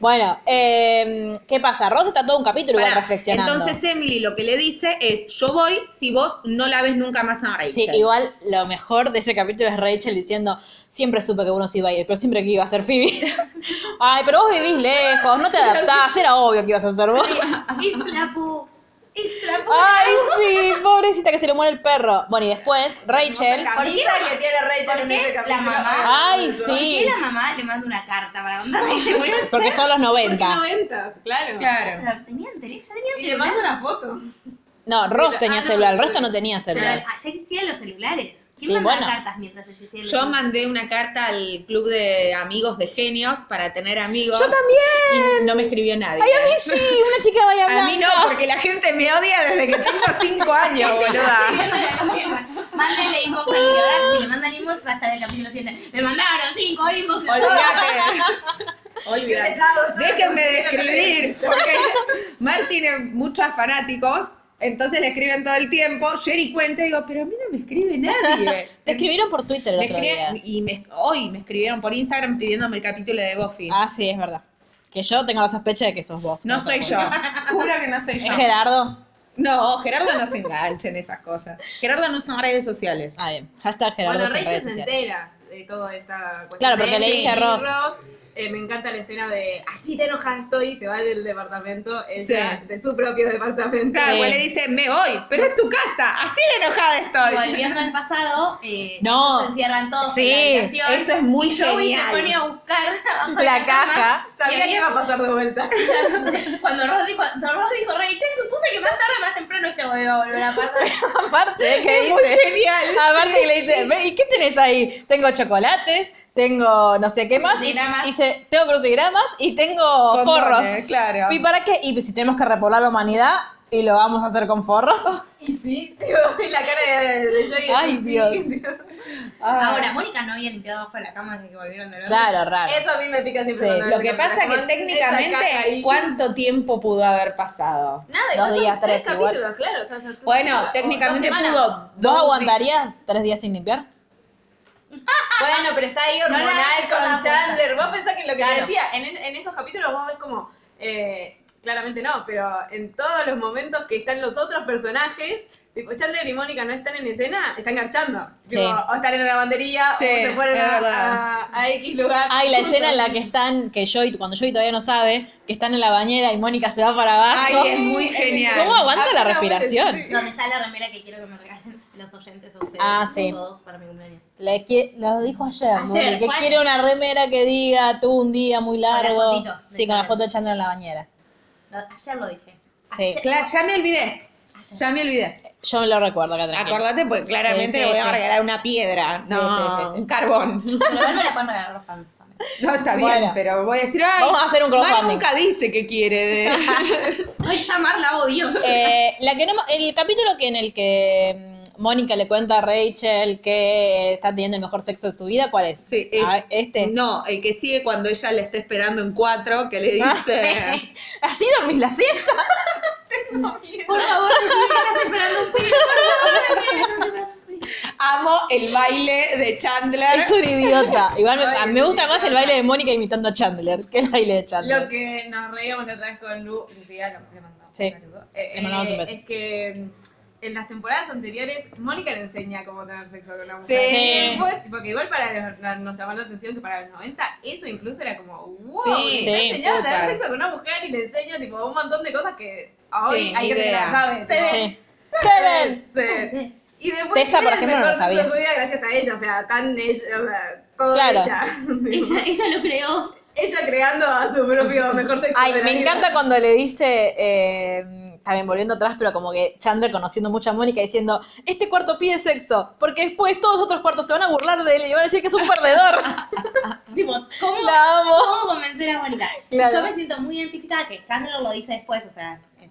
Speaker 1: Bueno, eh, ¿qué pasa? Ross está todo un capítulo igual
Speaker 2: Pará,
Speaker 1: reflexionando.
Speaker 2: Entonces Emily lo que le dice es, yo voy si vos no la ves nunca más a Rachel.
Speaker 1: Sí, igual lo mejor de ese capítulo es Rachel diciendo, siempre supe que uno se iba a ir, pero siempre que iba a ser Phoebe. Ay, pero vos vivís lejos, no te adaptás, era obvio que ibas a ser vos.
Speaker 3: Es la pu. Es la pu.
Speaker 1: Ay, sí, pobrecita que se le muere el perro. Bueno, y después Rachel...
Speaker 4: La camisa
Speaker 3: ¿Por qué?
Speaker 4: que tiene Rachel
Speaker 3: ¿Por
Speaker 4: en
Speaker 3: qué
Speaker 4: ese
Speaker 3: la
Speaker 4: capítulo.
Speaker 3: mamá?
Speaker 1: Ay,
Speaker 3: ¿Por qué
Speaker 1: sí,
Speaker 3: la mamá le manda una carta para mandarle ese huevo?
Speaker 1: porque son los
Speaker 4: ¿Por qué
Speaker 1: 90.
Speaker 4: noventas? Claro.
Speaker 2: Claro.
Speaker 3: Pero tenían teléfono, ya tenían
Speaker 4: Y le
Speaker 3: celular.
Speaker 4: mando una foto.
Speaker 1: No, Ross tenía
Speaker 4: Ah, no,
Speaker 1: celular, el
Speaker 4: no,
Speaker 1: resto
Speaker 4: no.
Speaker 1: no tenía
Speaker 3: Pero
Speaker 1: celular.
Speaker 3: allá existían los celulares. ¿Quién
Speaker 1: Sí,
Speaker 3: mandaba
Speaker 1: bueno.
Speaker 3: cartas mientras existían los
Speaker 2: Yo mandé una carta al club de amigos de genios para tener amigos.
Speaker 1: Yo también.
Speaker 2: Y no me escribió nadie.
Speaker 1: Ay, a mí sí, una chica vaya
Speaker 2: A mí no, porque la gente me odia desde que tengo cinco años, boluda.
Speaker 3: Mándale inbox al videógrafo, le mandan inbox hasta el capítulo siguiente. Me mandaron cinco inbox. los
Speaker 2: Olvídate. Olvídate. Déjenme de escribir, porque Mar tiene muchos fanáticos, entonces le escriben todo el tiempo. Yo ni cuenta y digo, pero a mí no me escribe nadie.
Speaker 1: Te escribieron por Twitter el
Speaker 2: Me
Speaker 1: otro día.
Speaker 2: escribían- y me- hoy me escribieron por Instagram pidiéndome el capítulo de Buffy.
Speaker 1: Ah, sí, es verdad. Que yo tengo la sospecha de que sos vos.
Speaker 2: no soy yo. Juro que no soy yo.
Speaker 1: ¿Es Gerardo?
Speaker 2: No, Gerardo no se engancha en esas cosas. Gerardo no usa redes sociales.
Speaker 1: Ah, bien. Hashtag Gerardo
Speaker 4: Bueno,
Speaker 1: en
Speaker 4: Rachel
Speaker 1: redes
Speaker 4: se
Speaker 1: sociales.
Speaker 4: entera de toda esta cuestión.
Speaker 1: Claro, porque
Speaker 4: de
Speaker 1: le
Speaker 4: él
Speaker 1: dice a
Speaker 4: y
Speaker 1: Ross.
Speaker 4: eh, me encanta la escena de así te enojas estoy y se va del departamento, ella
Speaker 2: Sí.
Speaker 4: de su propio departamento.
Speaker 2: Claro,
Speaker 1: Sí.
Speaker 2: pues le dice, me voy, pero es tu casa. Así de enojada
Speaker 3: Y
Speaker 2: estoy.
Speaker 3: Volviendo al pasado, eh,
Speaker 1: No.
Speaker 3: se encierran todos
Speaker 1: Sí,
Speaker 3: en la habitación.
Speaker 2: Eso es muy
Speaker 3: Y Joey se pone
Speaker 2: genial.
Speaker 3: a buscar abajo de
Speaker 1: La
Speaker 3: cama.
Speaker 1: caja.
Speaker 4: Ah, Sabía que iba a pasar de vuelta.
Speaker 3: Cuando Ross dijo, cuando Ross dijo Rachel, supuse que más tarde, más temprano este huevo iba a volver a pasar.
Speaker 1: Aparte, ¿qué dice?
Speaker 2: Muy genial.
Speaker 1: Aparte que le dice, "Ve, ¿y qué tenés ahí? Tengo chocolates, tengo no sé qué más, y,
Speaker 2: Crucigramas.
Speaker 1: y se- tengo crucigramas y tengo
Speaker 2: Condones,
Speaker 1: forros.
Speaker 2: claro.
Speaker 1: ¿Y para qué? Y si tenemos que repoblar la humanidad y lo vamos a hacer con forros.
Speaker 4: Y sí, tío, y la cara de, de Joy.
Speaker 1: Ay, Dios. Ah.
Speaker 3: Ahora, Mónica no había limpiado abajo de la cama desde que volvieron de los
Speaker 1: Claro, raro.
Speaker 4: Eso a mí me pica siempre.
Speaker 1: Sí,
Speaker 4: cuando
Speaker 2: Lo
Speaker 4: me
Speaker 2: que
Speaker 4: compran,
Speaker 2: pasa
Speaker 4: como,
Speaker 2: que
Speaker 4: esa caca
Speaker 2: técnicamente,
Speaker 4: ahí.
Speaker 2: ¿cuánto tiempo pudo haber pasado?
Speaker 4: Nada,
Speaker 1: Dos
Speaker 4: ya son
Speaker 1: días, tres igual.
Speaker 4: capítulos, claro, o sea, son-
Speaker 2: Bueno,
Speaker 4: o- o
Speaker 2: técnicamente
Speaker 4: dos semanas.
Speaker 2: pudo.
Speaker 1: ¿Vos
Speaker 2: dos
Speaker 1: aguantarías tres días sin limpiar?
Speaker 4: Bueno, pero está ahí
Speaker 3: la
Speaker 4: hormonal
Speaker 3: hagas con la
Speaker 4: con Chandler.
Speaker 3: puerta.
Speaker 4: Vos pensás que lo que
Speaker 3: Claro.
Speaker 4: te decía, en, es- en esos capítulos vos ves como, eh, claramente no, pero en todos los momentos que están los otros personajes, tipo Chandler y Mónica no están en escena, están garchando.
Speaker 1: Sí.
Speaker 4: Tipo, o están en la lavandería,
Speaker 2: Sí,
Speaker 4: o se fueron
Speaker 2: es
Speaker 4: a,
Speaker 2: verdad.
Speaker 4: a- a X lugar.
Speaker 1: Ay, la escena en la que están, que Joy, cuando Joy todavía no sabe, que están en la bañera y Mónica se va para abajo.
Speaker 2: Ay, es muy genial.
Speaker 1: eh, ¿Cómo aguanta la
Speaker 4: Absolutamente,
Speaker 1: respiración?
Speaker 4: sí.
Speaker 3: Donde está la remera que quiero que me regalen los oyentes a ustedes.
Speaker 1: Ah, sí.
Speaker 3: Todos para mi cumpleaños.
Speaker 1: Le qui- lo dijo ayer,
Speaker 3: Ayer,
Speaker 1: Moni, que
Speaker 3: fue
Speaker 1: quiere
Speaker 3: ayer.
Speaker 1: una remera que diga, tuvo un día muy
Speaker 3: la
Speaker 1: largo.
Speaker 3: fotito de
Speaker 1: sí, con la
Speaker 3: Chandler.
Speaker 1: foto de Chandler en la bañera.
Speaker 3: Lo- ayer lo dije.
Speaker 1: Ah, Sí.
Speaker 3: Ayer-
Speaker 2: Claro, ya me olvidé.
Speaker 3: ayer.
Speaker 2: Ya me olvidé.
Speaker 1: Yo lo recuerdo acá tranquila.
Speaker 2: Acordate, pues claramente
Speaker 1: Sí, sí,
Speaker 2: le voy a
Speaker 1: sí.
Speaker 2: regalar una piedra. No,
Speaker 1: Sí, sí, sí, sí.
Speaker 2: un carbón.
Speaker 3: Pero igual me la pueden regalar los fans también.
Speaker 2: No, está
Speaker 1: Bueno.
Speaker 2: bien, pero voy a decir, ay,
Speaker 1: Vamos a hacer un crowdfunding.
Speaker 2: Mar nunca dice que quiere. de-
Speaker 3: Ay, esa Mar la odio.
Speaker 1: Eh, la que no, el capítulo que en el que mm, Mónica le cuenta a Rachel que está teniendo el mejor sexo de su vida, ¿cuál es?
Speaker 2: Sí, es-
Speaker 1: Ah, este.
Speaker 2: No, el que sigue cuando ella le está esperando en cuatro, que le
Speaker 1: Ah,
Speaker 2: dice...
Speaker 1: sí. ¿Así dormís la siesta?
Speaker 3: Por favor, decime que estás esperando un pibe.
Speaker 2: Amo el baile de Chandler.
Speaker 1: Es un idiota. Igual me,
Speaker 4: Ay,
Speaker 1: me gusta más el baile de Mónica imitando a Chandler que el baile de Chandler.
Speaker 4: Lo que nos reíamos la otra vez con Lu, Lucía lo- le mandamos
Speaker 1: Sí,
Speaker 4: un saludo. Eh,
Speaker 1: le mandamos un
Speaker 4: eh,
Speaker 1: beso.
Speaker 4: Es que mm, en las temporadas anteriores, Mónica le enseña cómo tener sexo con una mujer.
Speaker 1: Sí.
Speaker 4: Porque- Porque igual para los- la- nos llamó la atención que para los 90 eso incluso era como, wow,
Speaker 2: Sí,
Speaker 4: le
Speaker 1: sí,
Speaker 4: enseñaba a tener
Speaker 2: súper.
Speaker 4: sexo con una mujer y le enseño tipo un montón de cosas que hoy
Speaker 2: Sí,
Speaker 4: hay gente que
Speaker 2: idea.
Speaker 4: no sabe. tipo,
Speaker 1: Sí. Seven.
Speaker 4: Sí. Y después
Speaker 1: Tessa, por
Speaker 4: era el
Speaker 1: ejemplo, no lo
Speaker 4: mejor sexo
Speaker 1: sabía.
Speaker 4: de su vida gracias a ella, o sea, tan ella, o sea, todo
Speaker 1: Claro.
Speaker 4: ella.
Speaker 3: Ella, ella lo creó.
Speaker 4: Ella creando a su propio mejor sexo.
Speaker 1: Ay,
Speaker 4: de la
Speaker 1: me
Speaker 4: vida.
Speaker 1: encanta cuando le dice, eh, también volviendo atrás, pero como que Chandler conociendo mucho a Mónica diciendo, este cuarto pide sexo, porque después todos los otros cuartos se van a burlar de él y van a decir que es un perdedor.
Speaker 3: Tipo, ¿cómo,
Speaker 1: La amo.
Speaker 3: ¿cómo convencer a Mónica?
Speaker 1: Claro.
Speaker 3: Yo me siento muy identificada que Chandler lo dice después, o sea, es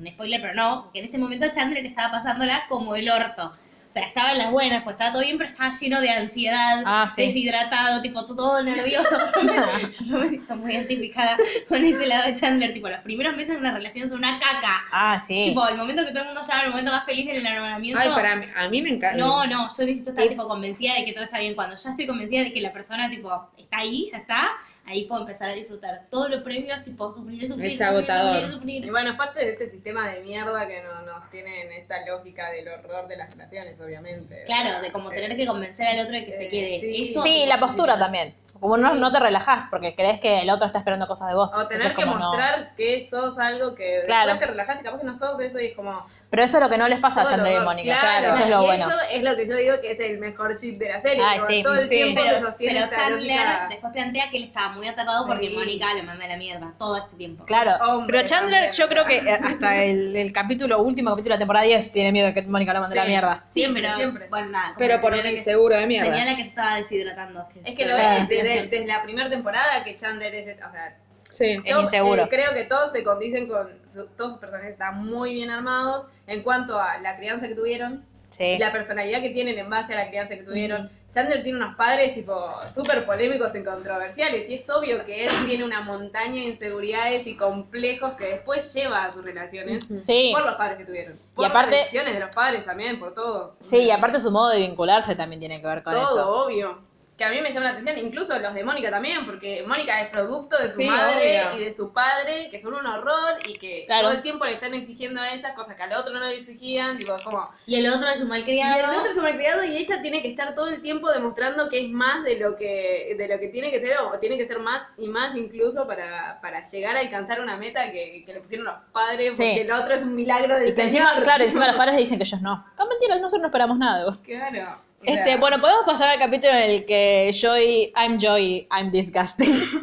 Speaker 3: un spoiler, pero no, porque en este momento Chandler estaba pasándola como el orto. O sea, estaba en las buenas, pues estaba todo bien, pero estaba lleno de ansiedad,
Speaker 1: Ah, sí. Ah.
Speaker 3: deshidratado, tipo todo nervioso. Yo me- Yo me siento muy identificada con ese lado de Chandler, tipo, los primeros meses de una relación son una caca.
Speaker 1: Ah, sí.
Speaker 3: Tipo, el momento que todo el mundo llama, el momento más feliz del enamoramiento.
Speaker 2: Ay, para mí, a mí me encanta.
Speaker 3: No, no, yo necesito
Speaker 1: Eh,
Speaker 3: estar tipo convencida de que todo está bien. Cuando ya estoy convencida de que la persona tipo está ahí, ya está, ahí puedo empezar a disfrutar. Todo lo previo es tipo sufrir, sufrir,
Speaker 2: Es
Speaker 3: sufrir,
Speaker 2: agotador.
Speaker 3: sufrir,
Speaker 4: Y
Speaker 3: sufrir.
Speaker 4: bueno, es parte de este sistema de mierda que no- nos tiene en esta lógica del horror de las relaciones, obviamente.
Speaker 3: Claro, de como tener que convencer al otro de que se
Speaker 4: Eh,
Speaker 3: quede.
Speaker 4: sí.
Speaker 3: Eso,
Speaker 1: Sí,
Speaker 3: tipo,
Speaker 1: la postura también. Como no, no te relajás porque crees que el otro está esperando cosas de vos.
Speaker 4: O tener
Speaker 1: Entonces,
Speaker 4: que
Speaker 1: como no.
Speaker 4: mostrar que sos algo que
Speaker 1: Claro.
Speaker 4: después te relajaste, capaz que no sos eso y es como...
Speaker 1: Pero eso es lo que no les pasa a
Speaker 4: todo
Speaker 1: Chandler y
Speaker 4: horror.
Speaker 1: Mónica.
Speaker 4: Claro,
Speaker 1: Eso es lo
Speaker 4: y
Speaker 1: bueno.
Speaker 4: eso es lo que yo digo que es el mejor chip de la serie.
Speaker 1: Ay,
Speaker 4: como
Speaker 1: sí,
Speaker 4: todo el
Speaker 2: sí.
Speaker 4: tiempo se
Speaker 3: Pero,
Speaker 4: sostiene
Speaker 3: pero
Speaker 4: esta
Speaker 3: Chandler
Speaker 4: lógica.
Speaker 3: después plantea que él estaba muy atrapado
Speaker 4: Sí.
Speaker 3: porque Mónica lo manda a la mierda todo este tiempo.
Speaker 1: Claro,
Speaker 4: Hombre,
Speaker 1: pero Chandler
Speaker 4: también.
Speaker 1: yo creo que eh, hasta el, el capítulo último, capítulo de la temporada 10, tiene miedo de que Mónica lo mande a la
Speaker 2: Sí.
Speaker 1: mierda.
Speaker 3: Sí,
Speaker 4: Siempre,
Speaker 3: pero
Speaker 4: siempre.
Speaker 3: bueno, nada. como
Speaker 2: Pero por un
Speaker 3: señala que-
Speaker 2: inseguro de mierda.
Speaker 3: Señala que se estaba deshidratando.
Speaker 4: Es que lo
Speaker 1: Claro.
Speaker 4: ves desde, desde la primera temporada que Chandler es... O sea,
Speaker 2: Sí.
Speaker 1: Es inseguro.
Speaker 4: creo eh, que todos se condicen con... su- todos sus personajes están muy bien armados en cuanto a la crianza que tuvieron,
Speaker 1: Sí.
Speaker 4: la personalidad que tienen en base a la crianza que tuvieron. Chandler tiene unos padres tipo súper polémicos y controversiales y es obvio que él tiene una montaña de inseguridades y complejos que después lleva a sus relaciones
Speaker 1: Sí.
Speaker 4: por los padres que tuvieron. Por
Speaker 1: aparte-
Speaker 4: las decisiones de los padres también, por todo.
Speaker 1: Sí, y aparte su modo de vincularse también tiene que ver con
Speaker 4: todo,
Speaker 1: eso.
Speaker 4: obvio. Que a mí me llama la atención, incluso los de Mónica también, porque Mónica es producto de su
Speaker 2: Sí,
Speaker 4: madre
Speaker 2: obvio.
Speaker 4: y de su padre, que son un horror y que
Speaker 1: Claro.
Speaker 4: todo el tiempo le están exigiendo a ellas cosas que al otro no le exigían, tipo, como...
Speaker 3: Y el otro es un malcriado.
Speaker 4: Y el otro es sobrecriado y ella tiene que estar todo el tiempo demostrando que es más de lo que, de lo que tiene que ser, o tiene que ser más y más incluso para, para llegar a alcanzar una meta que, que le pusieron los padres,
Speaker 1: Sí.
Speaker 4: porque el otro es un milagro del
Speaker 1: Y que
Speaker 4: Señor.
Speaker 1: encima, claro, encima los padres le dicen que ellos no. No, mentira, nosotros no esperamos nada de vos.
Speaker 4: Claro. o sea,
Speaker 1: Este, bueno, podemos pasar al capítulo en el que Joy, I'm Joy, I'm disgusting.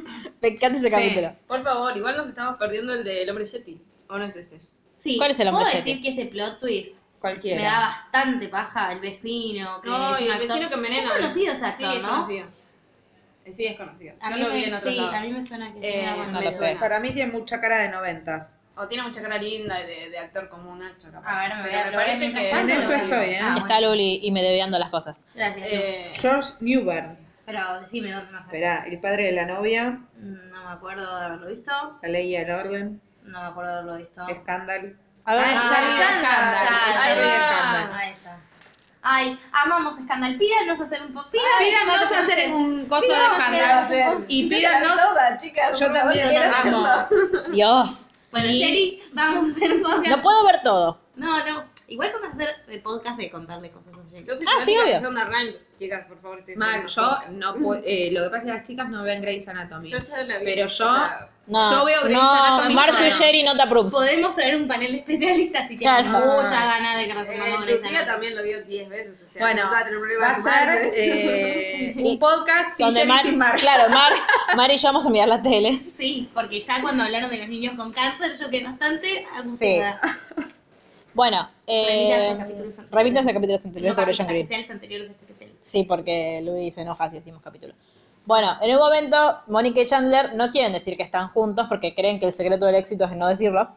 Speaker 1: Me encanta ese
Speaker 2: Sí.
Speaker 1: capítulo.
Speaker 4: Por favor, igual nos estamos perdiendo el del hombre Yeti, ¿o no es ese?
Speaker 3: Sí,
Speaker 1: ¿Cuál es el hombre
Speaker 3: ¿Puedo
Speaker 1: Yeti?
Speaker 3: decir que ese plot twist
Speaker 2: Cualquiera.
Speaker 3: me da bastante paja? El vecino, que
Speaker 4: No,
Speaker 3: es
Speaker 4: y
Speaker 3: un
Speaker 4: el
Speaker 3: actor-
Speaker 4: vecino que envenena.
Speaker 3: Es conocido ese actor,
Speaker 4: Sí, es
Speaker 3: ¿no?
Speaker 4: conocido. Eh, sí es conocido.
Speaker 3: A
Speaker 4: Yo
Speaker 3: mí
Speaker 4: lo vi
Speaker 3: me-
Speaker 4: en otros
Speaker 3: sí,
Speaker 4: lados.
Speaker 3: a mí me suena que
Speaker 4: Eh,
Speaker 3: es una
Speaker 4: me
Speaker 3: buena-
Speaker 4: suena.
Speaker 2: Para mí tiene mucha cara de noventas.
Speaker 4: O tiene mucha cara linda y de, de actor como Nacho, capaz.
Speaker 3: A ver, me voy
Speaker 4: Pero
Speaker 3: a probar
Speaker 4: parece
Speaker 3: mientras
Speaker 4: que-
Speaker 3: tanto.
Speaker 2: En eso estoy, ¿eh?
Speaker 3: Ah, bueno.
Speaker 1: Está Luli y me debiando las cosas.
Speaker 3: Gracias. Lu.
Speaker 4: Eh,
Speaker 2: George Newbern.
Speaker 3: Pero decime dónde más hay.
Speaker 2: Espera, el padre de la novia,
Speaker 3: Mm, No me acuerdo de haberlo visto.
Speaker 2: la ley y el orden,
Speaker 3: No me acuerdo de haberlo visto.
Speaker 2: escándalo.
Speaker 1: A ver,
Speaker 2: Ah, es Charlie
Speaker 3: ah,
Speaker 2: Scandal.
Speaker 3: Scandal.
Speaker 2: es Charlie
Speaker 3: Ahí
Speaker 4: va.
Speaker 2: Scandal.
Speaker 3: Ahí está. Ay, amamos Scandal. Pídanos hacer un poquito.
Speaker 2: Pídanos hacer un coso de escándalo. Y pídanos. Yo también las amo.
Speaker 1: Dios.
Speaker 3: Bueno, Sherry, vamos a hacer un podcast.
Speaker 1: No puedo ver todo.
Speaker 3: No, no. Igual vamos a hacer el podcast de contarle cosas a Jerry.
Speaker 4: Yo soy
Speaker 1: Ah, sí,
Speaker 4: fanática de
Speaker 1: obvio.
Speaker 4: Shonda Rhimes, chicas, por favor. estoy
Speaker 2: Mal,
Speaker 4: haciendo
Speaker 2: yo
Speaker 4: cosas.
Speaker 2: no puedo. eh, lo que pasa es que las chicas no ven Grey's Anatomy.
Speaker 4: Yo ya la vi.
Speaker 2: Pero yo-
Speaker 4: o sea,
Speaker 1: No,
Speaker 2: Yo veo Grey's
Speaker 1: no,
Speaker 2: Anatomy
Speaker 1: Marzo y
Speaker 2: sola.
Speaker 1: Jerry no te approves.
Speaker 3: Podemos traer un panel de especialistas si
Speaker 1: Claro.
Speaker 3: tienen mucha ganas de que nos
Speaker 4: eh,
Speaker 3: pongamos Grey's
Speaker 4: Lucía
Speaker 3: Anatomy.
Speaker 4: también lo vio 10 veces. O sea,
Speaker 2: Bueno,
Speaker 4: no va a tener problema
Speaker 2: va a
Speaker 4: con Marvel.
Speaker 2: ser eh, un podcast sin Jerry
Speaker 1: Mar,
Speaker 2: sin Mar.
Speaker 1: claro, Mar, Mar y yo vamos a mirar la tele.
Speaker 3: Sí, porque ya cuando hablaron de los niños con cáncer, yo quedé bastante angustiada.
Speaker 1: Bueno, eh,
Speaker 3: Revítanse capítulos anteriores.
Speaker 1: revítanse capítulos anteriores sobre John Green.
Speaker 3: Especiales anteriores de este especial.
Speaker 1: Sí, porque Luis se enoja si decimos capítulo. Bueno, en un momento, Mónica y Chandler no quieren decir que están juntos porque creen que el secreto del éxito es no decirlo.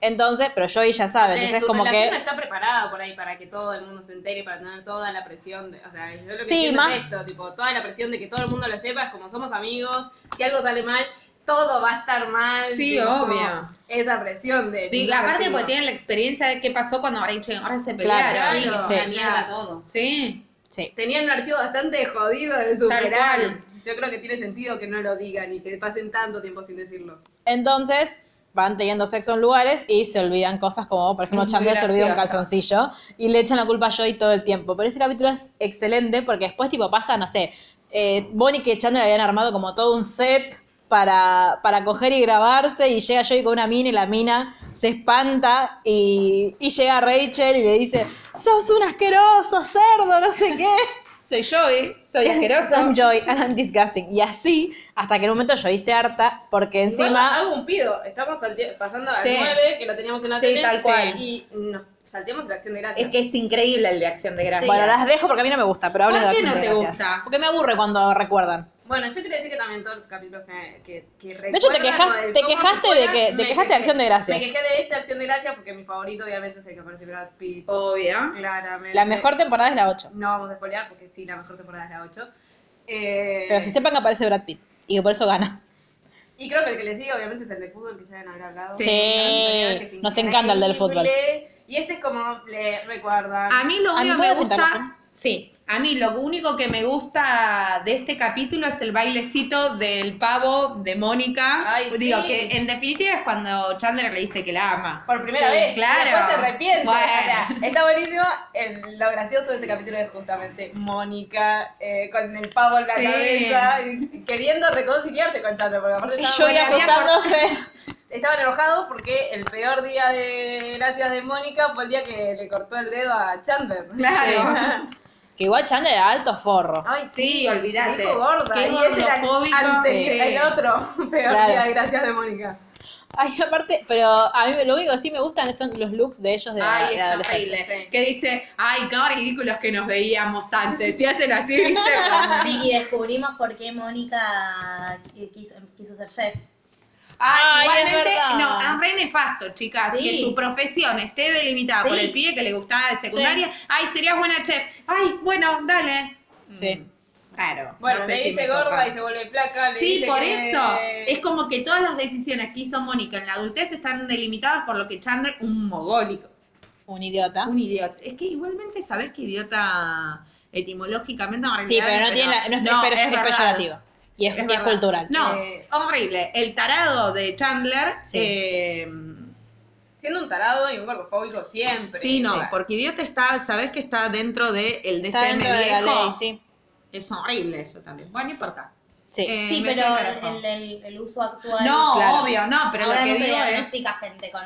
Speaker 1: Entonces, pero Joey ya sabe,
Speaker 4: Eh,
Speaker 1: entonces
Speaker 4: su
Speaker 1: como
Speaker 4: relación
Speaker 1: que...
Speaker 4: está preparada por ahí para que todo el mundo se entere, para tener toda la presión. De, o sea, yo lo que
Speaker 1: Sí,
Speaker 4: entiendo
Speaker 1: más-
Speaker 4: es esto, tipo, toda la presión de que todo el mundo lo sepa, es como somos amigos, si algo sale mal, todo va a estar mal.
Speaker 2: Sí,
Speaker 4: tipo,
Speaker 2: obvio.
Speaker 4: Esa presión de...
Speaker 2: Digo, aparte pues porque tienen la experiencia de qué pasó cuando Rachel y Ross se
Speaker 1: Claro,
Speaker 2: pelearon.
Speaker 4: Claro,
Speaker 1: Sí.
Speaker 4: la mierda todo.
Speaker 2: Sí.
Speaker 1: Sí.
Speaker 4: Tenían un archivo bastante jodido de superar.
Speaker 2: cual.
Speaker 4: Yo creo que tiene sentido que no lo digan y que pasen tanto tiempo sin decirlo.
Speaker 1: Entonces, van teniendo sexo en lugares y se olvidan cosas como, por ejemplo,
Speaker 2: Es muy
Speaker 1: Chandler se olvida un
Speaker 2: graciosa.
Speaker 1: calzoncillo y le echan la culpa a Joey todo el tiempo. Pero ese capítulo es excelente porque después, tipo, pasa, no sé, eh, Bonnie que Chandler habían armado como todo un set para, para coger y grabarse y llega Joey con una mina y la mina se espanta y, y llega Rachel y le dice, sos un asqueroso cerdo, no sé qué.
Speaker 2: Soy Joey, soy asqueroso.
Speaker 1: I'm Joy and I'm disgusting. Y así, hasta que en un momento Joey se harta porque
Speaker 4: Encima
Speaker 1: encima...
Speaker 4: hago un pido. Estamos saltea- pasando al
Speaker 2: Sí.
Speaker 4: 9, que lo teníamos en la
Speaker 2: Sí,
Speaker 4: tele,
Speaker 2: tal cual.
Speaker 4: Y nos salteamos la acción de gracias.
Speaker 2: Es que es increíble el de Acción de Gracias.
Speaker 1: Bueno, las dejo porque a mí no me gusta, pero hablo
Speaker 2: ¿Por
Speaker 1: de
Speaker 2: qué
Speaker 1: Acción
Speaker 2: no
Speaker 1: de
Speaker 2: te
Speaker 1: Gracias.
Speaker 2: gusta?
Speaker 1: Porque me aburre cuando recuerdan.
Speaker 4: Bueno, yo quería decir que también todos los capítulos que, que, que
Speaker 1: De hecho, te
Speaker 4: recuerdan
Speaker 1: quejas-
Speaker 4: o del
Speaker 1: te
Speaker 4: cómo
Speaker 1: quejaste
Speaker 4: se
Speaker 1: de
Speaker 4: fueron,
Speaker 1: que- te
Speaker 4: me
Speaker 1: quejaste de Acción de Gracias.
Speaker 4: Me quejé de esta Acción de Gracias porque mi favorito obviamente es el que aparece Brad Pitt.
Speaker 2: Obvio.
Speaker 4: Claramente.
Speaker 1: La mejor temporada es la 8.
Speaker 4: No vamos a spoilear porque sí, la mejor temporada es la 8. Eh,
Speaker 1: Pero si sepan que aparece Brad Pitt y que por eso gana.
Speaker 4: Y creo que el que le sigue obviamente es el de fútbol que ya han hablado.
Speaker 1: Sí.
Speaker 4: Que es
Speaker 1: Sí. Nos encanta el del fútbol.
Speaker 4: increíble. Y este es como le recuerdan.
Speaker 2: A mí lo
Speaker 1: Ah,
Speaker 2: único
Speaker 1: ¿me
Speaker 2: que me
Speaker 1: puedo contar,
Speaker 2: gusta. Sí, a mí lo único que me gusta de este capítulo es el bailecito del pavo de Mónica.
Speaker 4: Ay,
Speaker 2: Digo
Speaker 4: sí.
Speaker 2: que en definitiva es cuando Chandler le dice que la ama.
Speaker 4: Por primera
Speaker 2: Sí,
Speaker 4: vez.
Speaker 2: Claro.
Speaker 4: Y después se arrepiente.
Speaker 2: Bueno.
Speaker 4: O sea, está buenísimo. El- lo gracioso de este capítulo es justamente Mónica eh, con el pavo en la
Speaker 2: Sí.
Speaker 4: cabeza y- y queriendo reconciliarse con Chandler. Porque aparte
Speaker 1: Y
Speaker 4: estaban,
Speaker 1: yo
Speaker 2: había
Speaker 1: asustándose.
Speaker 4: estaban enojados porque el peor día de gracias de Mónica fue el día que le cortó el dedo a Chandler.
Speaker 2: Claro.
Speaker 4: Sí.
Speaker 1: Que igual Chandler era alto
Speaker 2: Ah.
Speaker 1: forro.
Speaker 4: Ay,
Speaker 2: Sí, olvídate.
Speaker 4: Dijo gorda.
Speaker 2: Qué
Speaker 4: y ese era el,
Speaker 2: gordofóbico.
Speaker 4: ante-
Speaker 2: Sí.
Speaker 4: el otro peor
Speaker 1: Claro.
Speaker 4: día de gracias de Mónica.
Speaker 1: Ay, aparte, pero a mí lo único que sí me gustan son los looks de ellos de,
Speaker 2: Ay,
Speaker 1: de
Speaker 2: es
Speaker 1: adolescente.
Speaker 2: horrible. Que dice, ay, qué ridículos que nos veíamos antes. Y hacen así, ¿viste?
Speaker 3: Sí, y descubrimos por qué Mónica qui- quiso, quiso ser chef.
Speaker 2: Ah,
Speaker 1: Ay, es
Speaker 2: igualmente,
Speaker 1: verdad.
Speaker 2: no, es re nefasto, chicas,
Speaker 3: Sí.
Speaker 2: que su profesión esté delimitada por
Speaker 3: Sí.
Speaker 2: el pibe que le gustaba de secundaria. Ay, serías buena chef. Ay, bueno, dale.
Speaker 1: Sí.
Speaker 2: Mm, Raro.
Speaker 4: Bueno,
Speaker 2: no sé
Speaker 4: le
Speaker 2: si
Speaker 4: dice
Speaker 2: me
Speaker 4: gorda
Speaker 2: copa.
Speaker 4: y se vuelve flaca. le
Speaker 2: Sí,
Speaker 4: dice
Speaker 2: por
Speaker 4: que-
Speaker 2: eso. Es como que todas las decisiones que hizo Mónica en la adultez están delimitadas por lo que Chandler, un mogólico,
Speaker 1: Un idiota.
Speaker 2: un idiota. Es que igualmente sabés que idiota etimológicamente en
Speaker 1: Sí,
Speaker 2: realidad,
Speaker 1: pero no, tiene la- no es, pero es
Speaker 2: verdad.
Speaker 1: peyorativo. Y es, y es
Speaker 2: verdad.
Speaker 1: cultural.
Speaker 2: No,
Speaker 4: Eh.
Speaker 2: horrible. El tarado de Chandler.
Speaker 1: Sí.
Speaker 2: eh,
Speaker 4: Siendo un tarado y un gordofóbico siempre.
Speaker 2: sí, no,
Speaker 4: O sea,
Speaker 2: porque idiota está, sabes que está dentro del el
Speaker 1: Está
Speaker 2: DCM
Speaker 1: dentro de la
Speaker 2: viejo.
Speaker 1: ley, sí.
Speaker 2: Es horrible eso también. Bueno, no importa.
Speaker 1: Sí.
Speaker 2: Eh,
Speaker 3: Sí,
Speaker 2: me fui
Speaker 3: pero
Speaker 2: al carajo.
Speaker 3: el, el- el uso actual.
Speaker 2: No,
Speaker 1: Claro.
Speaker 2: obvio, no, pero
Speaker 3: Ahora
Speaker 2: lo
Speaker 3: no
Speaker 2: que
Speaker 3: se
Speaker 2: digo es.
Speaker 3: diagnostica gente con,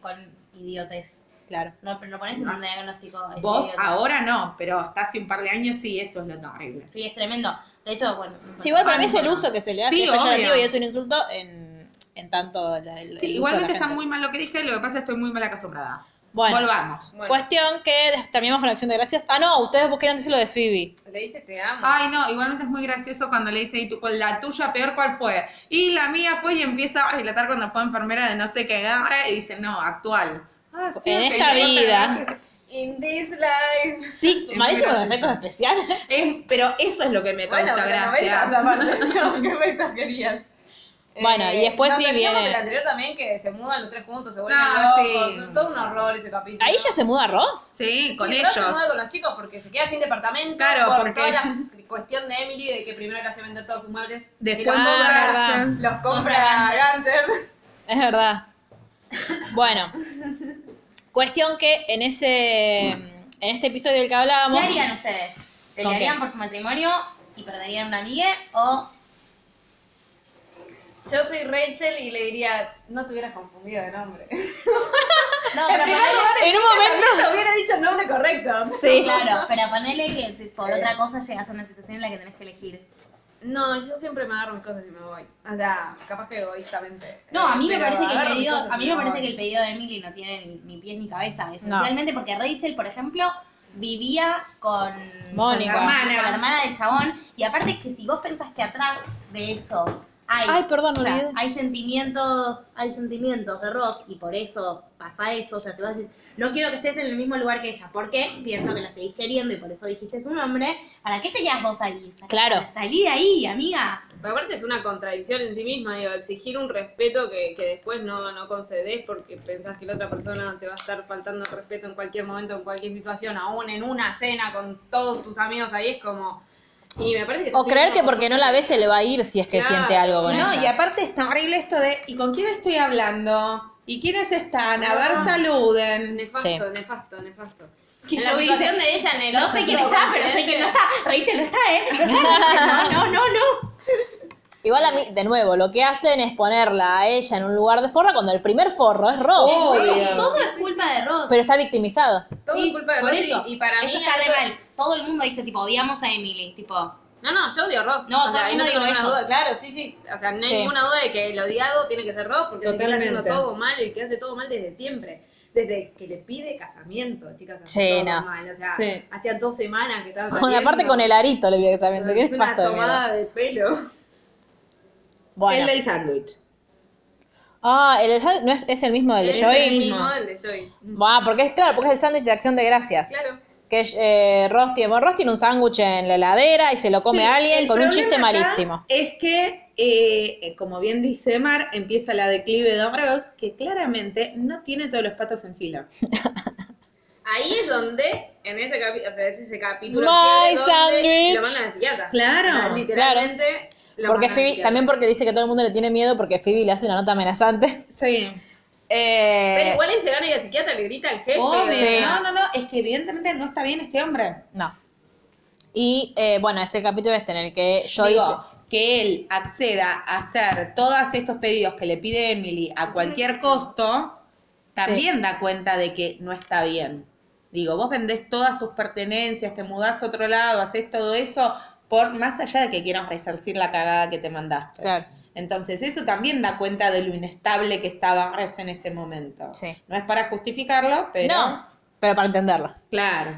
Speaker 3: con idiotez.
Speaker 1: claro.
Speaker 3: No, pero no pones
Speaker 2: No
Speaker 3: un
Speaker 2: sé.
Speaker 3: diagnóstico. a ese
Speaker 2: Vos
Speaker 3: idiota.
Speaker 2: ahora no, pero hasta hace un par de años sí, eso es lo horrible.
Speaker 3: Sí, es tremendo. De hecho, bueno.
Speaker 1: Sí, igual para mí es el uso que se le hace
Speaker 2: Sí,
Speaker 1: es peyorativo
Speaker 2: obvio.
Speaker 1: y es un insulto en, en tanto la- el, el uso
Speaker 2: Sí,
Speaker 1: de la
Speaker 2: igualmente está
Speaker 1: gente.
Speaker 2: muy mal lo que dije, lo que pasa es que estoy muy mal acostumbrada.
Speaker 1: Bueno,
Speaker 2: Volvamos.
Speaker 4: Bueno.
Speaker 1: cuestión que des- terminamos con la acción de gracias. Ah, no, ustedes busquen antes lo de Phoebe.
Speaker 4: Le dice te amo.
Speaker 2: Ay, no, igualmente es muy gracioso cuando le dice, ¿y tú, con la tuya peor cuál fue? Y la mía fue y empieza a relatar cuando fue enfermera de no sé qué ahora y dice, no, actual. Ah,
Speaker 1: En
Speaker 2: ok,
Speaker 1: esta
Speaker 2: y luego te
Speaker 1: vida.
Speaker 2: gracias.
Speaker 4: In this life.
Speaker 1: Sí,
Speaker 2: Es muy
Speaker 1: malísimo los
Speaker 2: gracioso.
Speaker 1: efectos especiales.
Speaker 2: Es- pero eso es lo que me causa
Speaker 4: pero no
Speaker 2: gracia.
Speaker 4: ventas aparte, no, ¿Qué ventas querías?
Speaker 1: Bueno, y después
Speaker 4: nos
Speaker 1: sí
Speaker 4: olvidamos
Speaker 1: viene-
Speaker 4: del anterior también que se mudan los tres juntos, se vuelven
Speaker 2: No,
Speaker 4: locos,
Speaker 2: Ah, sí.
Speaker 4: todo un horror ese capítulo.
Speaker 1: Ahí ya se muda Ross.
Speaker 2: Sí, con
Speaker 4: Sí, pero se
Speaker 2: ellos.
Speaker 4: muda con los chicos porque se queda sin departamento
Speaker 2: Claro,
Speaker 4: por
Speaker 2: porque-
Speaker 4: toda la cuestión de Emily de que primero le hace vender todos sus muebles
Speaker 2: Después Ah,
Speaker 4: y los compra-
Speaker 2: mudarse.
Speaker 4: los compra a Gunter.
Speaker 1: Es verdad. Bueno, cuestión que en ese en este episodio del que
Speaker 3: ¿Qué
Speaker 1: hablábamos,
Speaker 3: harían ustedes? ¿Pelearían
Speaker 1: Ok.
Speaker 3: por su matrimonio y perderían una amiga o
Speaker 4: Yo soy Rachel y le diría, no te hubieras confundido de nombre.
Speaker 3: No, pero ponele,
Speaker 4: en un momento hubiera dicho el nombre correcto. Sí.
Speaker 3: claro, pero ponele que te- por otra cosa llegas a una situación en la que tenés que elegir.
Speaker 4: No, yo siempre me agarro mis cosas y me voy. O sea, capaz que egoístamente.
Speaker 3: No, a mí me
Speaker 4: Pero
Speaker 3: parece que el
Speaker 4: agarro mis
Speaker 3: pedido,
Speaker 4: cosas
Speaker 3: a
Speaker 4: y
Speaker 3: mí me parece
Speaker 4: voy.
Speaker 3: que el pedido de Emily no tiene ni, ni pies ni cabeza, esencialmente porque Rachel, por ejemplo, vivía con
Speaker 1: Mónica.
Speaker 3: con la hermana, con la hermana del chabón y aparte que si vos pensás que atrás de eso hay
Speaker 1: Ay, perdón,
Speaker 3: o sea,
Speaker 1: olvidé.
Speaker 3: hay sentimientos, hay sentimientos de Ross y por eso pasa eso, o sea, si vos decís, no quiero que estés en el mismo lugar que ella, porque pienso que la seguís queriendo y por eso dijiste su nombre, ¿para qué te quedas vos ahí? Sa-
Speaker 1: Claro.
Speaker 3: Salí de ahí, amiga.
Speaker 4: Pero aparte es una contradicción en sí misma, digo, exigir un respeto que, que después no, no concedes porque pensás que la otra persona te va a estar faltando el respeto en cualquier momento, en cualquier situación, aún en una cena con todos tus amigos ahí, es como... Y me parece que...
Speaker 1: o creer que porque no la ve se le va a ir si es que
Speaker 4: Claro.
Speaker 1: siente algo con
Speaker 2: No,
Speaker 1: ella.
Speaker 2: y aparte está horrible esto de, ¿y con quién estoy hablando? ¿Y quiénes están? A ver,
Speaker 4: Ah.
Speaker 2: saluden.
Speaker 4: Nefasto,
Speaker 1: Sí.
Speaker 4: nefasto, nefasto.
Speaker 3: Que
Speaker 4: en la
Speaker 3: yo
Speaker 4: situación
Speaker 3: hice-
Speaker 4: de ella en el
Speaker 3: No sé quién está, pero sé que no está. Rachel no está, ¿eh? No está. No, no, no. no.
Speaker 1: Igual a mí, de nuevo, lo que hacen es ponerla a ella en un lugar de forro cuando el primer forro es Ross.
Speaker 3: Todo es culpa de Ross.
Speaker 1: Pero está victimizado.
Speaker 4: Todo es culpa de
Speaker 3: por
Speaker 4: Rosy
Speaker 3: eso.
Speaker 4: y para
Speaker 3: eso
Speaker 4: mí...
Speaker 3: está re
Speaker 4: algo-
Speaker 3: mal. Todo el mundo dice, tipo, odiamos a Emily. Tipo,
Speaker 4: No, no, yo odio a Ross.
Speaker 3: No,
Speaker 4: O
Speaker 3: todo
Speaker 4: sea,
Speaker 3: el
Speaker 4: ahí
Speaker 3: mundo
Speaker 4: no tengo
Speaker 3: digo
Speaker 4: ninguna
Speaker 3: ellos.
Speaker 4: duda, claro, sí, sí. O sea, no hay
Speaker 1: Sí.
Speaker 4: ninguna duda de que el odiado tiene que ser Ross porque le está haciendo
Speaker 2: Totalmente.
Speaker 4: todo mal y que hace todo mal desde siempre. Desde que le pide casamiento, chicas, hace
Speaker 1: Sí,
Speaker 4: todo
Speaker 1: no.
Speaker 4: mal. O sea,
Speaker 2: Sí.
Speaker 4: hacía dos semanas que estaba
Speaker 1: Con, aparte con el arito le vi directamente. que
Speaker 4: Es
Speaker 1: es
Speaker 4: una
Speaker 1: fasto de mierda.
Speaker 4: tomada de pelo.
Speaker 1: Bueno.
Speaker 2: El del sándwich.
Speaker 1: Ah, el del sándwich no es, es el mismo del de
Speaker 4: es
Speaker 1: Joey.
Speaker 4: el mismo del de Joey.
Speaker 1: Ah, porque es claro, porque es el sándwich de acción de gracias.
Speaker 4: Claro.
Speaker 1: Que eh, Ross tiene, bueno, Ross tiene un sándwich en la heladera y se lo come
Speaker 2: Sí,
Speaker 1: a alguien
Speaker 2: el
Speaker 1: con un
Speaker 2: problema
Speaker 1: chiste
Speaker 2: acá
Speaker 1: malísimo.
Speaker 2: Es que, eh, eh, como bien dice Mar, empieza la declive de Ambrose, que claramente no tiene todos los patos en fila.
Speaker 4: Ahí es donde, en ese capítulo, o sea, es ese capítulo.
Speaker 1: My sandwich.
Speaker 4: clave donde Lo mandan a psiquiatra.
Speaker 2: Claro.
Speaker 4: O sea, literalmente. lo
Speaker 1: Porque
Speaker 4: mandan a
Speaker 1: Phoebe,
Speaker 4: psiquiatra.
Speaker 1: también porque dice que todo el mundo le tiene miedo porque Phoebe le hace una nota amenazante.
Speaker 2: Sí.
Speaker 1: Eh,
Speaker 4: Pero igual él se gana y al psiquiatra le grita al jefe. o
Speaker 2: Obvio.
Speaker 4: sea,
Speaker 2: No, no, no, es que evidentemente no está bien este hombre.
Speaker 1: No. Y eh, bueno, ese capítulo este en el que yo
Speaker 2: Digo, que él acceda a hacer todos estos pedidos que le pide Emily a cualquier costo, también da cuenta de que no está bien. Digo, vos vendés todas tus pertenencias, te mudás a otro lado, haces todo eso, por más allá de que quieras resarcir la cagada que te mandaste.
Speaker 1: Claro.
Speaker 2: Entonces, eso también da cuenta de lo inestable que estaba Ross en ese momento.
Speaker 1: Sí.
Speaker 2: No es para justificarlo, pero.
Speaker 1: No, pero para entenderlo.
Speaker 2: Claro.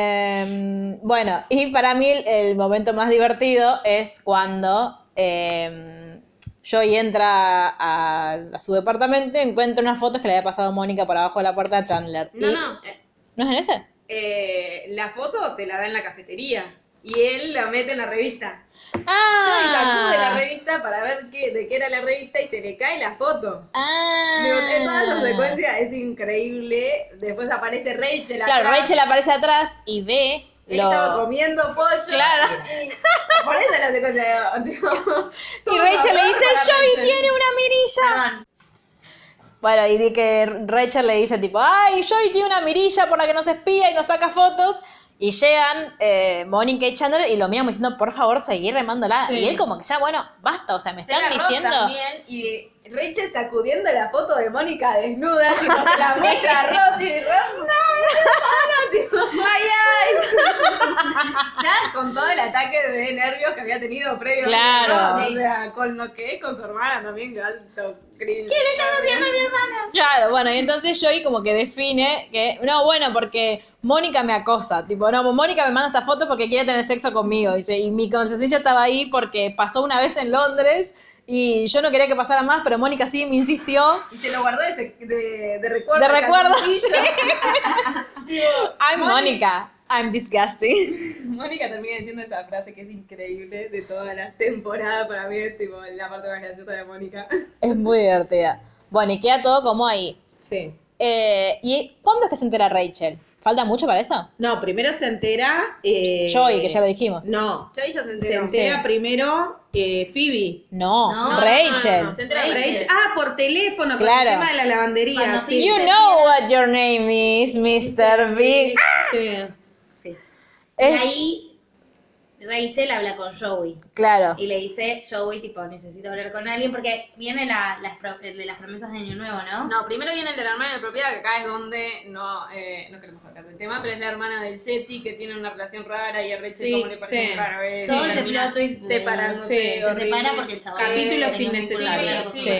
Speaker 1: Eh, bueno, y para mí el, el momento más divertido es cuando eh, Joey entra a, a su departamento y encuentra unas fotos que le había pasado Mónica por abajo de la puerta a Chandler.
Speaker 4: No,
Speaker 1: Y-
Speaker 4: no. eh,
Speaker 1: ¿No es en ese?
Speaker 4: eh, la foto se la da en la cafetería y él la mete en la revista. Yo sacude la
Speaker 1: ¡Ah!
Speaker 4: revista para ver qué, de qué era la revista y se le cae la foto.
Speaker 1: ¡Ah!
Speaker 4: Digo, en toda esa secuencia es increíble. Después aparece Rachel.
Speaker 1: Claro,
Speaker 4: atrás.
Speaker 1: Rachel aparece atrás y ve
Speaker 4: Él estaba
Speaker 1: lo...
Speaker 4: comiendo pollo.
Speaker 1: Claro.
Speaker 4: Y por eso la secuencia. digo,
Speaker 1: Y
Speaker 4: todo
Speaker 1: Rachel le
Speaker 4: horror
Speaker 1: dice,
Speaker 4: para
Speaker 1: Joey
Speaker 4: Rachel".
Speaker 1: tiene una mirilla.
Speaker 3: perdón.
Speaker 1: Bueno, y di que Rachel le dice tipo, ay, Joey tiene una mirilla por la que nos espía y nos saca fotos. Y llegan eh, Mónica y Chandler y lo miran como diciendo, por favor, seguí remándola. Y él como que ya, bueno, basta, o sea, me
Speaker 4: Llega
Speaker 1: están
Speaker 4: Ross
Speaker 1: diciendo...
Speaker 4: también y Rachel sacudiendo la foto de Mónica desnuda, tipo, se la muestra a Rosy, y Rosy, no, no, tipo, ya con todo el ataque de nervios que había tenido previo.
Speaker 1: Claro.
Speaker 4: O sea, con lo que es con su hermana también, que alto cringe.
Speaker 1: Claro, bueno, y entonces Joey como que define que, no, bueno, porque Mónica me acosa, tipo, no, Mónica me manda esta foto porque quiere tener sexo conmigo, dice, y mi conversación ya estaba ahí porque pasó una vez en Londres y yo no quería que pasara más, pero Mónica sí me insistió.
Speaker 4: Y se lo guardó de, se- de, de recuerdo.
Speaker 1: ¿Te recuerdas? I'm
Speaker 4: Mónica.
Speaker 1: Mónica, I'm disgusting.
Speaker 4: Mónica termina diciendo esta frase que es increíble de todas las temporadas para mí, es tipo la parte más graciosa de Mónica.
Speaker 1: Es muy divertida. Bueno, y queda todo como ahí.
Speaker 2: Sí.
Speaker 1: Eh, ¿Y cuándo es que se entera Rachel? ¿Falta mucho para eso?
Speaker 2: No, primero se entera. Eh,
Speaker 1: Joey, que ya lo dijimos.
Speaker 2: No,
Speaker 4: Yo ahí ya se
Speaker 2: se
Speaker 4: enteró.
Speaker 2: entera primero eh, Phoebe.
Speaker 1: No,
Speaker 4: No,
Speaker 1: Rachel.
Speaker 4: no, no, se entera
Speaker 2: Rach-
Speaker 4: Rachel.
Speaker 2: Ah, por teléfono, con
Speaker 1: Claro.
Speaker 2: el tema de la lavandería.
Speaker 3: Cuando
Speaker 2: sí.
Speaker 1: You know what your name is, Mr. Big.
Speaker 2: Sí.
Speaker 4: Eh.
Speaker 3: Y
Speaker 1: Es-
Speaker 3: ahí Rachel habla con Joey
Speaker 1: claro.
Speaker 3: y le dice, Joey, tipo, necesito hablar con alguien porque viene la, las pro- el de las promesas de Año Nuevo, ¿no?
Speaker 4: No, primero viene el de la hermana de propiedad, que acá es donde no, eh, no queremos hablar del tema, pero es la hermana del Yeti que tiene una relación rara y a Rachel
Speaker 2: Sí,
Speaker 4: como le parece
Speaker 2: sí.
Speaker 4: muy raro. eh,
Speaker 3: Todo
Speaker 4: y
Speaker 3: ese
Speaker 4: termina
Speaker 3: plot twist, uh,
Speaker 4: Separándose.
Speaker 2: sí, se
Speaker 3: Se
Speaker 4: horrible.
Speaker 3: separa porque el chaval...
Speaker 2: Capítulos
Speaker 3: tenía un vínculo
Speaker 2: innecesarios.
Speaker 3: con-
Speaker 4: Sí,
Speaker 1: Sí.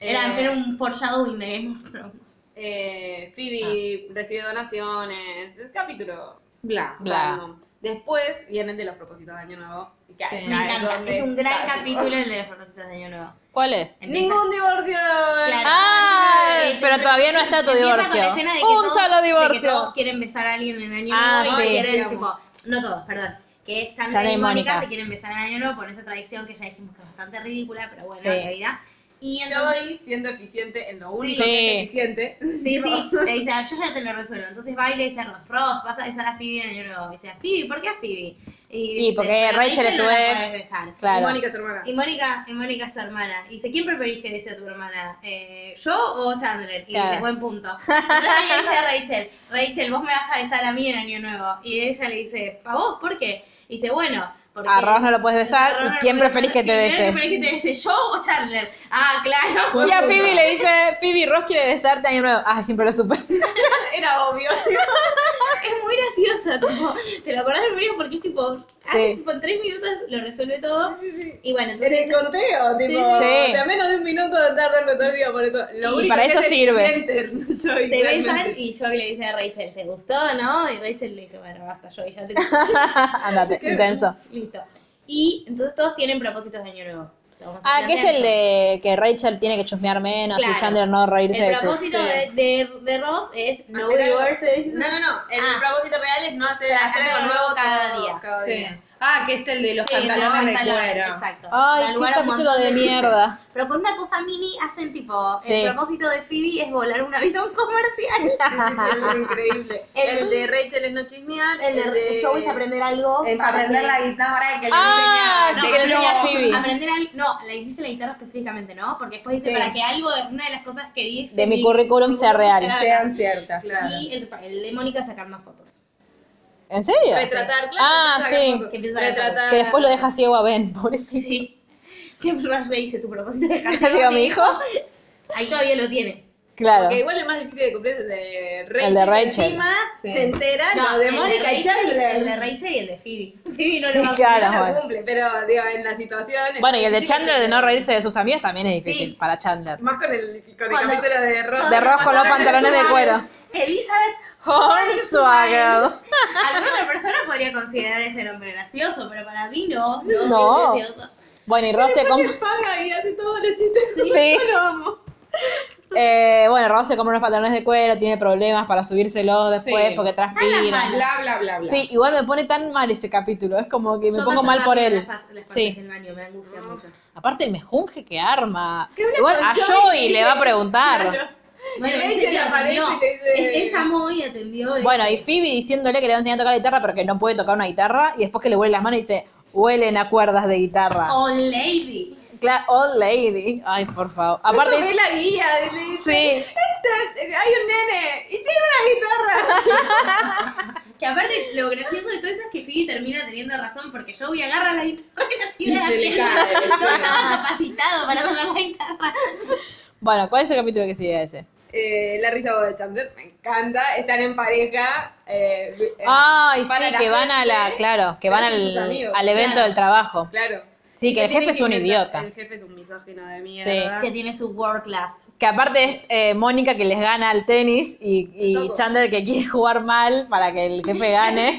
Speaker 3: Era,
Speaker 4: Eh,
Speaker 3: era un foreshadowing de Game of Thrones.
Speaker 4: eh, Phoebe
Speaker 3: Ah.
Speaker 4: recibe donaciones, es capítulo
Speaker 2: Bla.
Speaker 1: Bla.
Speaker 4: random. Después vienen de los propósitos de Año Nuevo. y que
Speaker 2: Sí.
Speaker 3: Me
Speaker 4: acá es
Speaker 3: encanta,
Speaker 4: donde
Speaker 3: es un gran
Speaker 4: está, tipo,
Speaker 3: capítulo el de las promesas de Año Nuevo.
Speaker 1: ¿Cuál es?
Speaker 3: Empieza-
Speaker 4: Ningún divorcio.
Speaker 3: Claro.
Speaker 1: Ah,
Speaker 3: Eh,
Speaker 1: pero todavía no está tu
Speaker 3: empieza con la
Speaker 1: divorcio.
Speaker 3: escena de que
Speaker 1: Un
Speaker 3: todos-
Speaker 1: solo
Speaker 3: de que
Speaker 1: divorcio.
Speaker 3: todos quieren besar a alguien en año
Speaker 1: Ah,
Speaker 3: nuevo
Speaker 4: sí.
Speaker 3: y quieren,
Speaker 4: Sí,
Speaker 3: tipo, no todos, perdón. Que es Chandler
Speaker 1: Chandler
Speaker 3: y
Speaker 1: y
Speaker 3: Mónica
Speaker 1: Mónica.
Speaker 3: se quieren besar en año nuevo por esa tradición que ya dijimos que es bastante ridícula, pero bueno,
Speaker 1: Sí.
Speaker 3: la vida. Y entonces,
Speaker 4: Joey siendo eficiente en lo único
Speaker 1: Sí.
Speaker 4: que es eficiente.
Speaker 3: sí, sí, le dice, "Ah, yo ya te lo resuelvo. Entonces va y le dice a Ross, Ross, vas a besar a Phoebe en año nuevo. Y dice, a Phoebe, ¿por qué a Phoebe?
Speaker 1: Y
Speaker 3: dice,
Speaker 1: porque
Speaker 3: "Pero
Speaker 1: Rachel es tu
Speaker 3: no la
Speaker 1: ex".
Speaker 3: podés besar.
Speaker 4: Y
Speaker 1: Claro.
Speaker 4: Mónica es su hermana.
Speaker 3: Y Mónica, y Mónica es tu hermana. Y dice, ¿quién preferís que bese a tu hermana? Eh, ¿Yo o Chandler? Y
Speaker 1: Claro.
Speaker 3: dice, buen punto. Entonces ahí le dice a Rachel, Rachel, vos me vas a besar a mí en Año Nuevo. Y ella le dice, ¿a vos? ¿Por qué? Y dice, bueno, porque...
Speaker 1: A Ross no lo puedes besar,
Speaker 3: a Ross
Speaker 1: ¿y
Speaker 3: no lo
Speaker 1: quién
Speaker 3: puedes
Speaker 1: preferís
Speaker 3: besar,
Speaker 1: que te
Speaker 3: ¿y quién
Speaker 1: bese?
Speaker 3: preferís que te bese, yo o Chandler? Ah, claro.
Speaker 1: Y a Phoebe le dice, Phoebe, Ross quiere besarte año nuevo. Ah, siempre lo supe.
Speaker 3: Era obvio. es muy gracioso, tipo, te lo acordás del video porque es tipo, ah,
Speaker 1: Sí.
Speaker 3: tipo, en tres minutos lo resuelve todo. Y bueno,
Speaker 4: En
Speaker 3: entonces...
Speaker 4: el conteo, tipo,
Speaker 1: Sí.
Speaker 4: o sea, menos de un minuto de tarde en retorno, digo, por eso. Lo
Speaker 1: Y
Speaker 4: único
Speaker 1: para
Speaker 4: que
Speaker 1: eso
Speaker 4: es
Speaker 1: sirve.
Speaker 4: eficiente, Joey,
Speaker 3: Se besan
Speaker 4: realmente.
Speaker 3: y Joey le dice a Rachel, ¿te gustó, no? Y Rachel le dice, bueno, basta, Joey, ya te
Speaker 1: Andate, intenso.
Speaker 3: Listo. Y entonces todos tienen propósitos de año nuevo. Estamos
Speaker 1: Ah,
Speaker 3: hablando
Speaker 1: que es el de que Rachel tiene que chusmear menos
Speaker 3: Claro.
Speaker 1: y Chandler no reírse
Speaker 3: El
Speaker 1: de sus...
Speaker 3: propósito de, de, de Ross es no
Speaker 4: Hacer algo-
Speaker 3: divorces.
Speaker 4: No, no, no. El
Speaker 3: Ah.
Speaker 4: propósito real es no hacer,
Speaker 3: Hacer
Speaker 4: hacer
Speaker 3: algo
Speaker 4: algo
Speaker 3: nuevo
Speaker 4: nuevo
Speaker 3: cada
Speaker 4: todo,
Speaker 3: día.
Speaker 4: cada
Speaker 2: Sí.
Speaker 4: día.
Speaker 2: Ah, que es el de los
Speaker 3: Sí,
Speaker 2: pantalones
Speaker 3: no,
Speaker 2: de
Speaker 3: pantalones,
Speaker 2: cuero.
Speaker 3: Exacto. Da
Speaker 1: Ay, qué
Speaker 3: lugar a un
Speaker 1: capítulo
Speaker 3: montón
Speaker 1: de mierda.
Speaker 3: Pero con una cosa mini hacen tipo,
Speaker 1: Sí.
Speaker 3: el propósito de Phoebe es volar un avión comercial.
Speaker 4: Sí, sí, es increíble.
Speaker 3: El-
Speaker 4: El, de Rachel es no chismear.
Speaker 3: El de Joey es aprender algo.
Speaker 2: Eh, para aprender la guitarra que le
Speaker 1: Ah,
Speaker 2: enseña.
Speaker 1: sí,
Speaker 2: no,
Speaker 1: que le enseña
Speaker 2: no.
Speaker 1: a Phoebe.
Speaker 3: Aprender algo, no, le dice la guitarra específicamente, ¿no? Porque después dice
Speaker 2: Sí.
Speaker 3: para que algo, de- una de las cosas que dice
Speaker 1: De mi currículum sea real.
Speaker 2: Sean ciertas, claro.
Speaker 3: Y el, el de Mónica sacar más fotos.
Speaker 1: ¿En serio?
Speaker 4: Retratar, claro.
Speaker 1: Ah,
Speaker 4: que
Speaker 1: sí.
Speaker 4: saca
Speaker 3: Que
Speaker 4: fotos.
Speaker 3: empieza a sacar
Speaker 4: Retratar.
Speaker 1: Que después lo deja ciego a Ben, pobrecito.
Speaker 3: Sí. Que Ross le dice tu propósito de
Speaker 1: Digo, mi hijo.
Speaker 3: Ahí todavía lo tiene.
Speaker 1: Claro.
Speaker 4: Porque igual el más difícil de cumplir es el de Rachel.
Speaker 1: El de Rachel.
Speaker 4: Encima
Speaker 2: Sí.
Speaker 4: se entera lo
Speaker 3: el
Speaker 4: Ah, de Mónica y
Speaker 3: Rachel-
Speaker 4: Chandler.
Speaker 3: El de Rachel y el de Phoebe. Phoebe no
Speaker 1: Sí,
Speaker 3: lo va a
Speaker 1: claro,
Speaker 4: No lo
Speaker 1: bueno.
Speaker 4: cumple, pero digo, en la situación.
Speaker 1: Bueno, y el de Chandler de no
Speaker 4: reírse
Speaker 1: reírse de sus amigos también es difícil
Speaker 3: Sí.
Speaker 1: para Chandler.
Speaker 4: Más con el, con el
Speaker 3: Cuando-
Speaker 4: capítulo de Ross.
Speaker 1: De Ross con los pantalones de cuero.
Speaker 3: Elizabeth
Speaker 1: Hornswoggle.
Speaker 3: Alguna otra persona podría considerar ese nombre gracioso, pero para mí no.
Speaker 1: No.
Speaker 3: No. es gracioso.
Speaker 1: Bueno, y Ross se
Speaker 4: Después
Speaker 1: come...
Speaker 4: que paga y hace todos los chistes.
Speaker 1: Sí.
Speaker 4: Yo lo amo.
Speaker 1: Eh, bueno, Ross se come unos pantalones de cuero, tiene problemas para subírselos después
Speaker 2: Sí.
Speaker 1: porque
Speaker 3: Está en las
Speaker 1: transpira.
Speaker 3: malas.
Speaker 2: Bla, bla, bla, bla.
Speaker 1: Sí, igual me pone tan mal ese capítulo, es como que me
Speaker 3: Yo
Speaker 1: pongo
Speaker 3: paso
Speaker 1: mal por
Speaker 3: rápido
Speaker 1: él.
Speaker 3: Las, pas- las partes
Speaker 1: Sí,
Speaker 3: del baño, me angustia mucho.
Speaker 1: aparte el mejunje que arma.
Speaker 4: Que habla
Speaker 1: Igual
Speaker 4: con
Speaker 1: a
Speaker 4: Joey.
Speaker 1: Joey le va a preguntar.
Speaker 4: Claro.
Speaker 3: Bueno,
Speaker 4: Y
Speaker 3: ese
Speaker 4: Rachel
Speaker 3: sí lo
Speaker 4: aparece
Speaker 3: atendió.
Speaker 4: y le dice-
Speaker 3: Es- Él llamó y atendió. y-
Speaker 1: Bueno, y Phoebe diciéndole que le va a enseñar a tocar la guitarra pero que no puede tocar una guitarra y después que le huele las manos y dice, huelen a cuerdas de guitarra.
Speaker 3: Oh, lady.
Speaker 1: Cla- old lady. Ay, por favor. Aparte...
Speaker 4: Ve la guía y le dice,
Speaker 1: Sí,
Speaker 4: "Este, hay un nene y tiene una guitarra.
Speaker 3: Que aparte, lo gracioso de todo eso es que Phoebe termina teniendo razón porque Joey agarra la guitarra y la
Speaker 2: Y
Speaker 3: tira a la
Speaker 2: se le
Speaker 3: pierna.
Speaker 2: cae, sí.
Speaker 3: No estaba capacitado para tocar la guitarra.
Speaker 1: Bueno, ¿cuál es el capítulo que sigue a ese?
Speaker 4: Eh, la risa de Chandler, me encanta. Están en pareja. eh, eh,
Speaker 1: Ay,
Speaker 4: van a
Speaker 1: sí,
Speaker 4: la
Speaker 1: que van a la,
Speaker 4: clase,
Speaker 1: claro, que van
Speaker 4: pero son sus
Speaker 1: al,
Speaker 4: amigos.
Speaker 1: al evento del trabajo.
Speaker 4: Claro.
Speaker 1: Sí, que el
Speaker 4: Tiene
Speaker 1: jefe es un
Speaker 4: inventar-
Speaker 1: idiota.
Speaker 4: El jefe es un misógino de mierda.
Speaker 3: Que tiene su work life.
Speaker 1: Que aparte es eh, Mónica que les gana al tenis y, y
Speaker 4: Todo.
Speaker 1: Chandler que quiere jugar mal para que el jefe gane.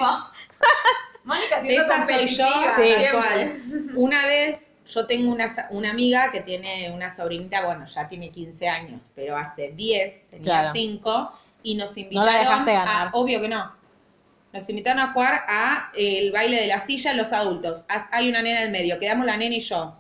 Speaker 4: Mónica
Speaker 2: De
Speaker 4: siendo
Speaker 2: esa soy yo,
Speaker 4: competitiva,
Speaker 1: Sí.
Speaker 2: tal
Speaker 4: siempre.
Speaker 2: cual. Una vez, yo tengo una, sa- una amiga que tiene una sobrinita, bueno, ya tiene 15 años, pero hace 10, tenía
Speaker 1: Claro.
Speaker 2: 5, y nos
Speaker 1: No
Speaker 2: invitaron.
Speaker 1: la dejaste
Speaker 2: a-
Speaker 1: ganar.
Speaker 2: obvio que no. Nos invitaron a jugar a eh, el baile de la silla en los adultos. Haz- Hay una nena en el medio, quedamos la nena y yo.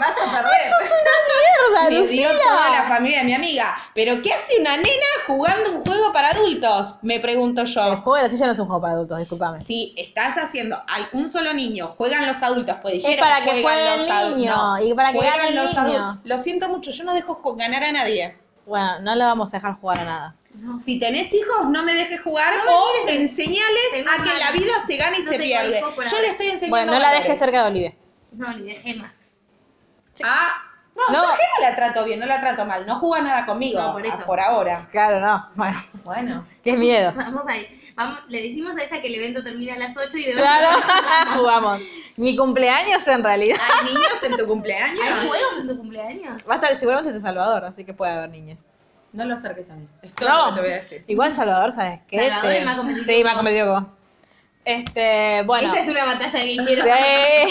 Speaker 4: Vas a perder.
Speaker 1: ¡Mierda,
Speaker 2: Me dio
Speaker 1: Lucila!
Speaker 2: toda la familia de mi amiga. ¿Pero qué hace una nena jugando un juego para adultos? Me pregunto
Speaker 1: El
Speaker 2: yo.
Speaker 1: juego de la silla no es un juego para adultos, discúlpame.
Speaker 2: Si estás haciendo, hay un solo niño, juegan los adultos, pues
Speaker 1: Es
Speaker 2: dijeron
Speaker 1: para que juegue
Speaker 2: juegan los
Speaker 1: el
Speaker 2: adu-
Speaker 1: niño
Speaker 2: no,
Speaker 1: y para que
Speaker 2: juegan
Speaker 1: gane el
Speaker 2: los adu-
Speaker 1: niño.
Speaker 2: Lo siento mucho, yo no dejo ju- ganar a nadie.
Speaker 1: Bueno, no lo vamos a dejar jugar a nada.
Speaker 2: Si tenés hijos, no me dejes jugar o enseñales
Speaker 3: tengo
Speaker 2: a que la
Speaker 3: ganas.
Speaker 2: vida se gana y
Speaker 3: No
Speaker 2: se
Speaker 3: tengo
Speaker 2: pierde.
Speaker 3: hijos por
Speaker 2: Yo
Speaker 3: ahora.
Speaker 2: le estoy enseñando
Speaker 1: Bueno, no la
Speaker 2: valores.
Speaker 1: dejes cerca de Olivia.
Speaker 3: No, ni de gema.
Speaker 2: Ah, no,
Speaker 1: No.
Speaker 2: yo a Gemma la trato bien, no la trato mal. No juega nada conmigo
Speaker 3: No, por
Speaker 2: ah,
Speaker 3: eso.
Speaker 2: por ahora.
Speaker 1: Claro, no. Bueno,
Speaker 2: Bueno.
Speaker 1: qué miedo.
Speaker 3: Vamos ahí. Vamos, le decimos a ella que el evento termina a las 8 y de
Speaker 1: Claro, jugamos. Mi cumpleaños en realidad.
Speaker 2: ¿Hay niños en tu cumpleaños?
Speaker 3: ¿Hay juegos en tu cumpleaños?
Speaker 1: Va a estar seguramente de Salvador, así que puede haber niñas.
Speaker 2: No lo acerques a mí. Es todo
Speaker 1: No,
Speaker 2: lo que te voy a decir.
Speaker 1: igual Salvador, ¿sabes qué?
Speaker 3: Salvador
Speaker 1: Te-
Speaker 3: es más competitivo
Speaker 1: Sí,
Speaker 3: que
Speaker 1: más
Speaker 3: vos.
Speaker 1: competitivo que vos. Este, bueno.
Speaker 3: Esa es una batalla que quiero.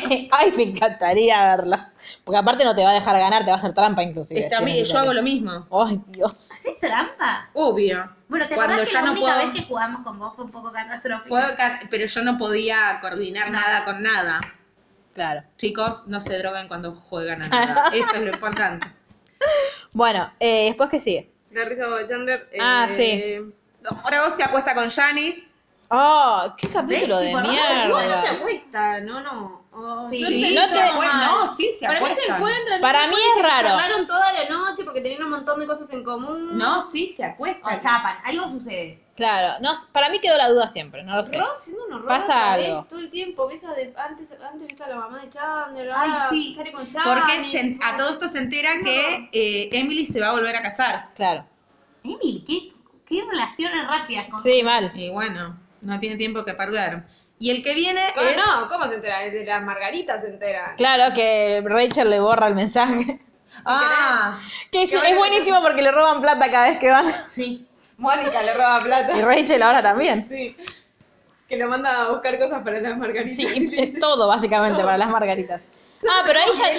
Speaker 1: Sí. Ay, me encantaría verla. Porque aparte no te va a dejar ganar, te va a hacer trampa inclusive.
Speaker 2: Está
Speaker 1: si
Speaker 2: mi-
Speaker 1: es
Speaker 2: yo hago
Speaker 1: necesario.
Speaker 2: lo mismo.
Speaker 1: Ay, Dios.
Speaker 3: ¿Haces trampa?
Speaker 2: Obvio.
Speaker 3: Bueno, ¿te
Speaker 2: Cuando
Speaker 3: acordás que
Speaker 2: ya
Speaker 3: la
Speaker 2: no
Speaker 3: única
Speaker 2: puedo-
Speaker 3: vez que jugamos con vos fue un poco catastrófico?
Speaker 2: Puedo ca- pero yo no podía coordinar nada con nada.
Speaker 1: Claro.
Speaker 2: Chicos, no se droguen cuando juegan a nada. Eso es lo importante.
Speaker 1: Bueno, eh, después que sigue.
Speaker 4: La risa de Chandler.
Speaker 1: Ah,
Speaker 4: eh,
Speaker 2: Don Bravo se acuesta con Janis.
Speaker 1: Oh, qué capítulo
Speaker 3: ¿Ves?
Speaker 1: de
Speaker 3: Tipo, no,
Speaker 4: Igual no se
Speaker 1: mierda.
Speaker 4: acuesta, no, no. Oh,
Speaker 2: Sí,
Speaker 4: yo
Speaker 2: sí,
Speaker 4: te
Speaker 1: no
Speaker 4: hice
Speaker 1: te-
Speaker 4: mal.
Speaker 2: no, sí se
Speaker 4: Para mí se
Speaker 2: acuestan.
Speaker 4: encuentran.
Speaker 1: Para mí es raro.
Speaker 4: Hablaron toda la noche porque tenían un montón de cosas en común.
Speaker 2: No, sí se acuesta.
Speaker 3: O chapan, algo sucede.
Speaker 1: Claro, no, para mí quedó la duda siempre, no lo sé.
Speaker 4: Ross siendo un horror
Speaker 1: Pasa
Speaker 4: otra vez,
Speaker 1: algo.
Speaker 4: todo el tiempo, besa de, antes, antes besa a la mamá de Chandler,
Speaker 3: Ay,
Speaker 2: Ah,
Speaker 4: ahora
Speaker 3: sí.
Speaker 4: sale con Janis.
Speaker 2: Porque se- a todo esto se entera que eh, Emily se va a volver a casar.
Speaker 1: Claro.
Speaker 3: Emil, ¿qué, qué relaciones rápidas con
Speaker 1: Sí, mal.
Speaker 2: Y bueno, no tiene tiempo que perder. Y el que viene
Speaker 4: ¿Cómo
Speaker 2: es...
Speaker 4: no? ¿Cómo se entera? De las margaritas se entera.
Speaker 1: Claro que Rachel le borra el mensaje.
Speaker 2: Ah,
Speaker 1: Que es, es buenísimo porque le roban plata cada vez que van.
Speaker 3: Sí.
Speaker 4: Mónica le roba plata.
Speaker 1: Y Rachel ahora también.
Speaker 4: Sí. Que lo manda a buscar cosas para las margaritas.
Speaker 1: Sí, es todo básicamente para las margaritas. Ah, pero ahí ya.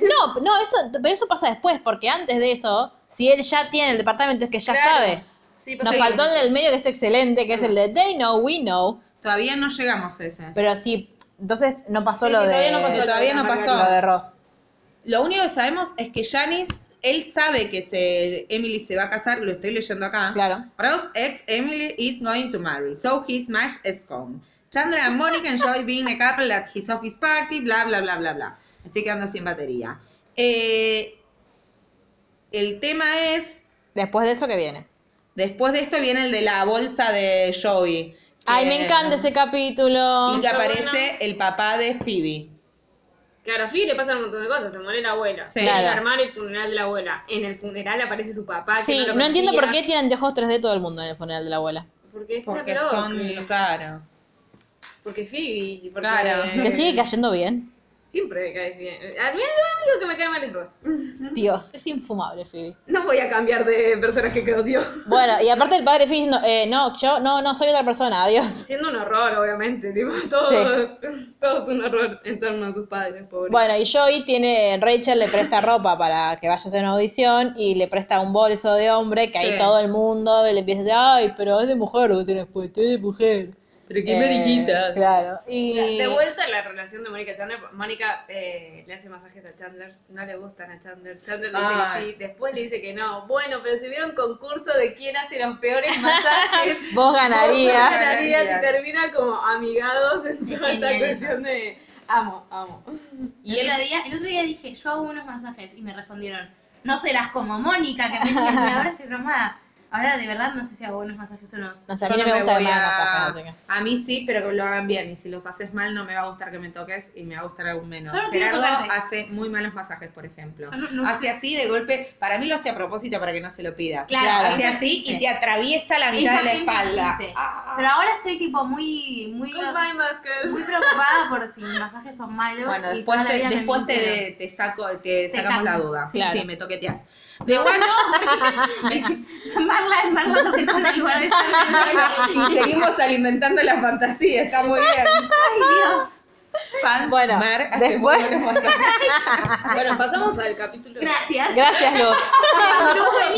Speaker 1: No, no, eso, pero eso pasa después, porque antes de eso, si él ya tiene el departamento, es que ya sabe.
Speaker 4: Sí, pues
Speaker 1: Nos
Speaker 4: sí.
Speaker 1: faltó el del medio que es excelente, que es el de They Know, We Know.
Speaker 2: todavía no llegamos a ese.
Speaker 1: Pero sí, entonces no pasó
Speaker 4: Sí,
Speaker 1: lo
Speaker 4: sí,
Speaker 1: de.
Speaker 4: todavía no pasó
Speaker 2: que todavía no pasó.
Speaker 1: Lo de Ross.
Speaker 2: Lo único que sabemos es que Janis, él sabe que se, Emily se va a casar, lo estoy leyendo acá.
Speaker 1: Claro.
Speaker 2: Rose ex Emily is going to marry, so he smash is gone. Chandler and Monica enjoy being a couple at his office party, bla, bla, bla, bla, bla. Me estoy quedando sin batería. Eh, el tema es,
Speaker 1: Después de eso que viene.
Speaker 2: después de esto viene el de la bolsa de Joey. que-
Speaker 1: Ay, me encanta ese capítulo.
Speaker 2: Y que
Speaker 4: Está
Speaker 2: aparece
Speaker 4: bueno.
Speaker 2: el papá de Phoebe.
Speaker 4: Claro, a Phoebe le pasan un montón de cosas. Se muere la abuela.
Speaker 2: Sí.
Speaker 4: Tiene que
Speaker 1: Claro.
Speaker 4: armar el funeral de la abuela. En el funeral aparece su papá. ah, que
Speaker 1: Sí,
Speaker 4: lo
Speaker 1: no, entiendo por qué
Speaker 4: conocía,
Speaker 1: tiene anteojos 3D todo el mundo en el funeral de la abuela.
Speaker 4: Porque está
Speaker 2: Porque es
Speaker 4: loca,
Speaker 2: con... Claro.
Speaker 4: Porque Phoebe. Porque
Speaker 2: Claro.
Speaker 1: Que
Speaker 4: Mm.
Speaker 1: sigue cayendo bien.
Speaker 4: Siempre me caes bien. Ah, A mí lo único que me cae mal es Ross.
Speaker 1: Dios, es infumable, Phoebe.
Speaker 4: No voy a cambiar de personaje que odio.
Speaker 1: Bueno, y aparte el padre Phoebe diciendo, eh, no, yo, no, no, soy otra persona, adiós.
Speaker 4: Siendo un horror, obviamente. Tipo, todo, todo es un horror en torno a tus padres, pobre.
Speaker 1: Bueno, y Joey tiene, Rachel le presta ropa para que vaya a hacer una audición y le presta un bolso de hombre que ahí
Speaker 2: Sí.
Speaker 1: todo el mundo le empieza a decir, ay, pero es de mujer lo que tienes puesto, es de mujer.
Speaker 2: Pero
Speaker 1: Eh, Claro. Y...
Speaker 4: De vuelta a la relación de Mónica y Chandler. Mónica eh, le hace masajes a Chandler. No le gustan a Chandler. Chandler le dice
Speaker 1: Ah.
Speaker 2: Ay.
Speaker 4: que sí. Después le dice que no. Bueno, pero si hubiera un concurso de quién hace los peores masajes.
Speaker 1: Vos
Speaker 4: vos
Speaker 1: ganarías.
Speaker 4: ganarías y termina como amigados en toda esta
Speaker 3: genial
Speaker 4: cuestión de. Amo, amo.
Speaker 3: Y el otro, día, el otro día dije, yo hago unos masajes y me respondieron, no serás como Mónica, que me dice, ahora estoy traumada. Ahora de verdad no sé si hago buenos masajes o no.
Speaker 1: No sé, a
Speaker 2: Yo
Speaker 1: mí no me
Speaker 2: no me
Speaker 1: gusta
Speaker 2: voy
Speaker 1: más
Speaker 2: a-
Speaker 1: masajes, así que.
Speaker 2: A mí sí, pero que lo hagan bien. Y si los haces mal, no me va a gustar que me toques y me va a gustar algún menos.
Speaker 3: Solo quiero
Speaker 2: Gerardo
Speaker 3: tocarte.
Speaker 2: hace muy malos masajes, por ejemplo.
Speaker 3: Yo no- no-
Speaker 2: hace así de golpe. Para mí lo hace a propósito para que no se lo pidas.
Speaker 3: Claro.
Speaker 2: Hace así y te atraviesa la mitad
Speaker 3: Esa
Speaker 2: de la
Speaker 3: gente
Speaker 2: espalda.
Speaker 3: existe.
Speaker 2: Ah.
Speaker 3: Pero ahora estoy tipo muy, muy,
Speaker 4: Goodbye,
Speaker 3: muy
Speaker 4: Vázquez.
Speaker 3: preocupada por si mis masajes son malos.
Speaker 2: Bueno,
Speaker 3: y
Speaker 2: después
Speaker 3: toda la
Speaker 2: te,
Speaker 3: vida me
Speaker 2: después
Speaker 3: mintieron.
Speaker 2: te, te saco, te sacamos
Speaker 3: saco,
Speaker 2: la duda.
Speaker 1: claro.
Speaker 2: Sí, me toqueteas.
Speaker 3: De bueno, Marla, Marla lo que está en el lugar de estar en el
Speaker 2: Y
Speaker 3: lugar.
Speaker 2: seguimos alimentando la fantasía, está muy bien.
Speaker 3: Ay, Dios.
Speaker 2: Sans
Speaker 1: Bueno,
Speaker 2: Mar hace
Speaker 1: después-
Speaker 2: muy buenos masajes.
Speaker 4: Bueno, pasamos al capítulo.
Speaker 3: Gracias.
Speaker 1: Gracias, Luz.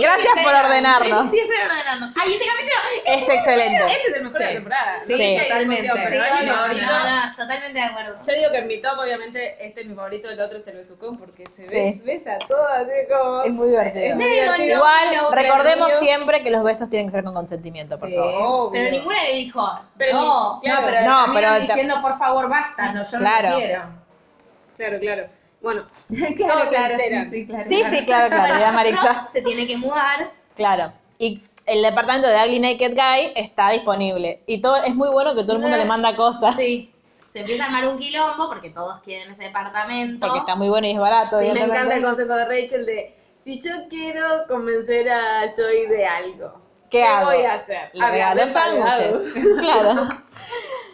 Speaker 1: Gracias por ordenarnos.
Speaker 3: Siempre ordenarnos. Ay, este capítulo.
Speaker 1: Es excelente.
Speaker 4: Este es el mejor de la temporada.
Speaker 2: Sí,
Speaker 4: No sé si hay
Speaker 2: totalmente.
Speaker 4: discusión, pero
Speaker 2: Sí,
Speaker 4: es mi
Speaker 2: no,
Speaker 4: favorito.
Speaker 3: no, no, totalmente de acuerdo.
Speaker 4: Yo digo que en mi top, obviamente, este es mi favorito, el otro es el besucón, porque se
Speaker 1: Sí.
Speaker 4: besa, besa todo así como...
Speaker 1: Es muy divertido.
Speaker 4: muy divertido.
Speaker 1: Igual,
Speaker 4: Pero
Speaker 1: recordemos
Speaker 4: niño-
Speaker 1: siempre que los besos tienen que ser con consentimiento, por favor.
Speaker 4: Obvio.
Speaker 3: Pero ninguna le dijo.
Speaker 4: Pero ni-
Speaker 3: no.
Speaker 4: claro,
Speaker 2: no, pero
Speaker 1: No,
Speaker 2: terminan
Speaker 1: pero-
Speaker 2: diciendo, por favor, basta, no, yo
Speaker 1: Claro.
Speaker 2: no te quiero.
Speaker 4: Claro, claro. Bueno,
Speaker 2: Claro,
Speaker 4: todos
Speaker 2: claro,
Speaker 4: se enteran.
Speaker 2: sí, sí, claro.
Speaker 1: Sí, sí, claro, claro, ya Marixa.
Speaker 3: Ross se tiene que mudar.
Speaker 1: Claro. Y el departamento de Ugly Naked Guy está disponible. Y todo es muy bueno que todo el mundo le manda cosas.
Speaker 3: Sí. Se empieza a armar un quilombo porque todos quieren ese departamento.
Speaker 1: Porque está muy bueno y es barato.
Speaker 4: Sí, me
Speaker 1: obviamente.
Speaker 4: encanta el concepto de Rachel de si yo quiero convencer a Joy de algo,
Speaker 1: ¿Qué hago?
Speaker 4: voy a hacer?
Speaker 1: Le regalo
Speaker 4: Hablarle para
Speaker 1: sándwiches.
Speaker 4: lados.
Speaker 1: claro.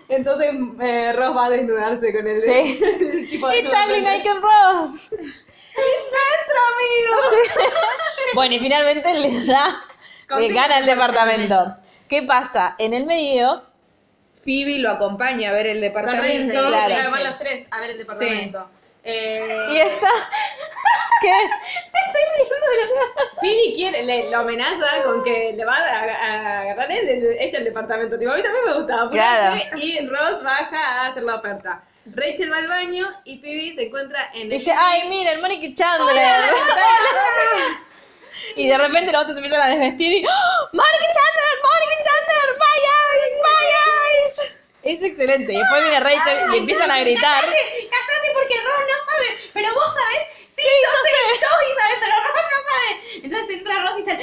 Speaker 4: Entonces eh, Ross va a desnudarse con el
Speaker 1: Sí.
Speaker 4: el tipo de
Speaker 1: It's Ugly Naked Ross. ¡Es nuestro amigo! Bueno, y finalmente le da, le
Speaker 4: Consigue
Speaker 1: gana el departamento. ¿Qué pasa? En el medio,
Speaker 2: Phoebe lo acompaña a ver el
Speaker 4: Con Rachel,
Speaker 2: departamento.
Speaker 4: claro,
Speaker 1: claro,
Speaker 4: van
Speaker 1: sí.
Speaker 4: los tres a ver el departamento.
Speaker 1: y
Speaker 4: Eh,
Speaker 1: está. ¿Qué?
Speaker 4: Phoebe quiere, le, lo amenaza con que le va a, a- a agarrar él, el- ella el departamento. Tipo, a mí también me gustaba. apurate. Y Ross baja a hacer la oferta. Rachel va al baño y Phoebe se encuentra en el...
Speaker 1: Dice, ay, mira, el Mónica Chandler. y de repente los otros se empiezan a desvestir y, ¡Oh, Mónica Chandler, Mónica Chandler, my eyes, my eyes. Es excelente. Y después viene Rachel y empiezan a gritar.
Speaker 3: Cállate porque Ross no sabe, pero vos sabés, sí,
Speaker 1: Sí,
Speaker 3: yo,
Speaker 1: yo
Speaker 3: sé,
Speaker 1: sé.
Speaker 3: yo y sabe, pero Ross no sabe. Entonces entra Ross y está, ¡ah!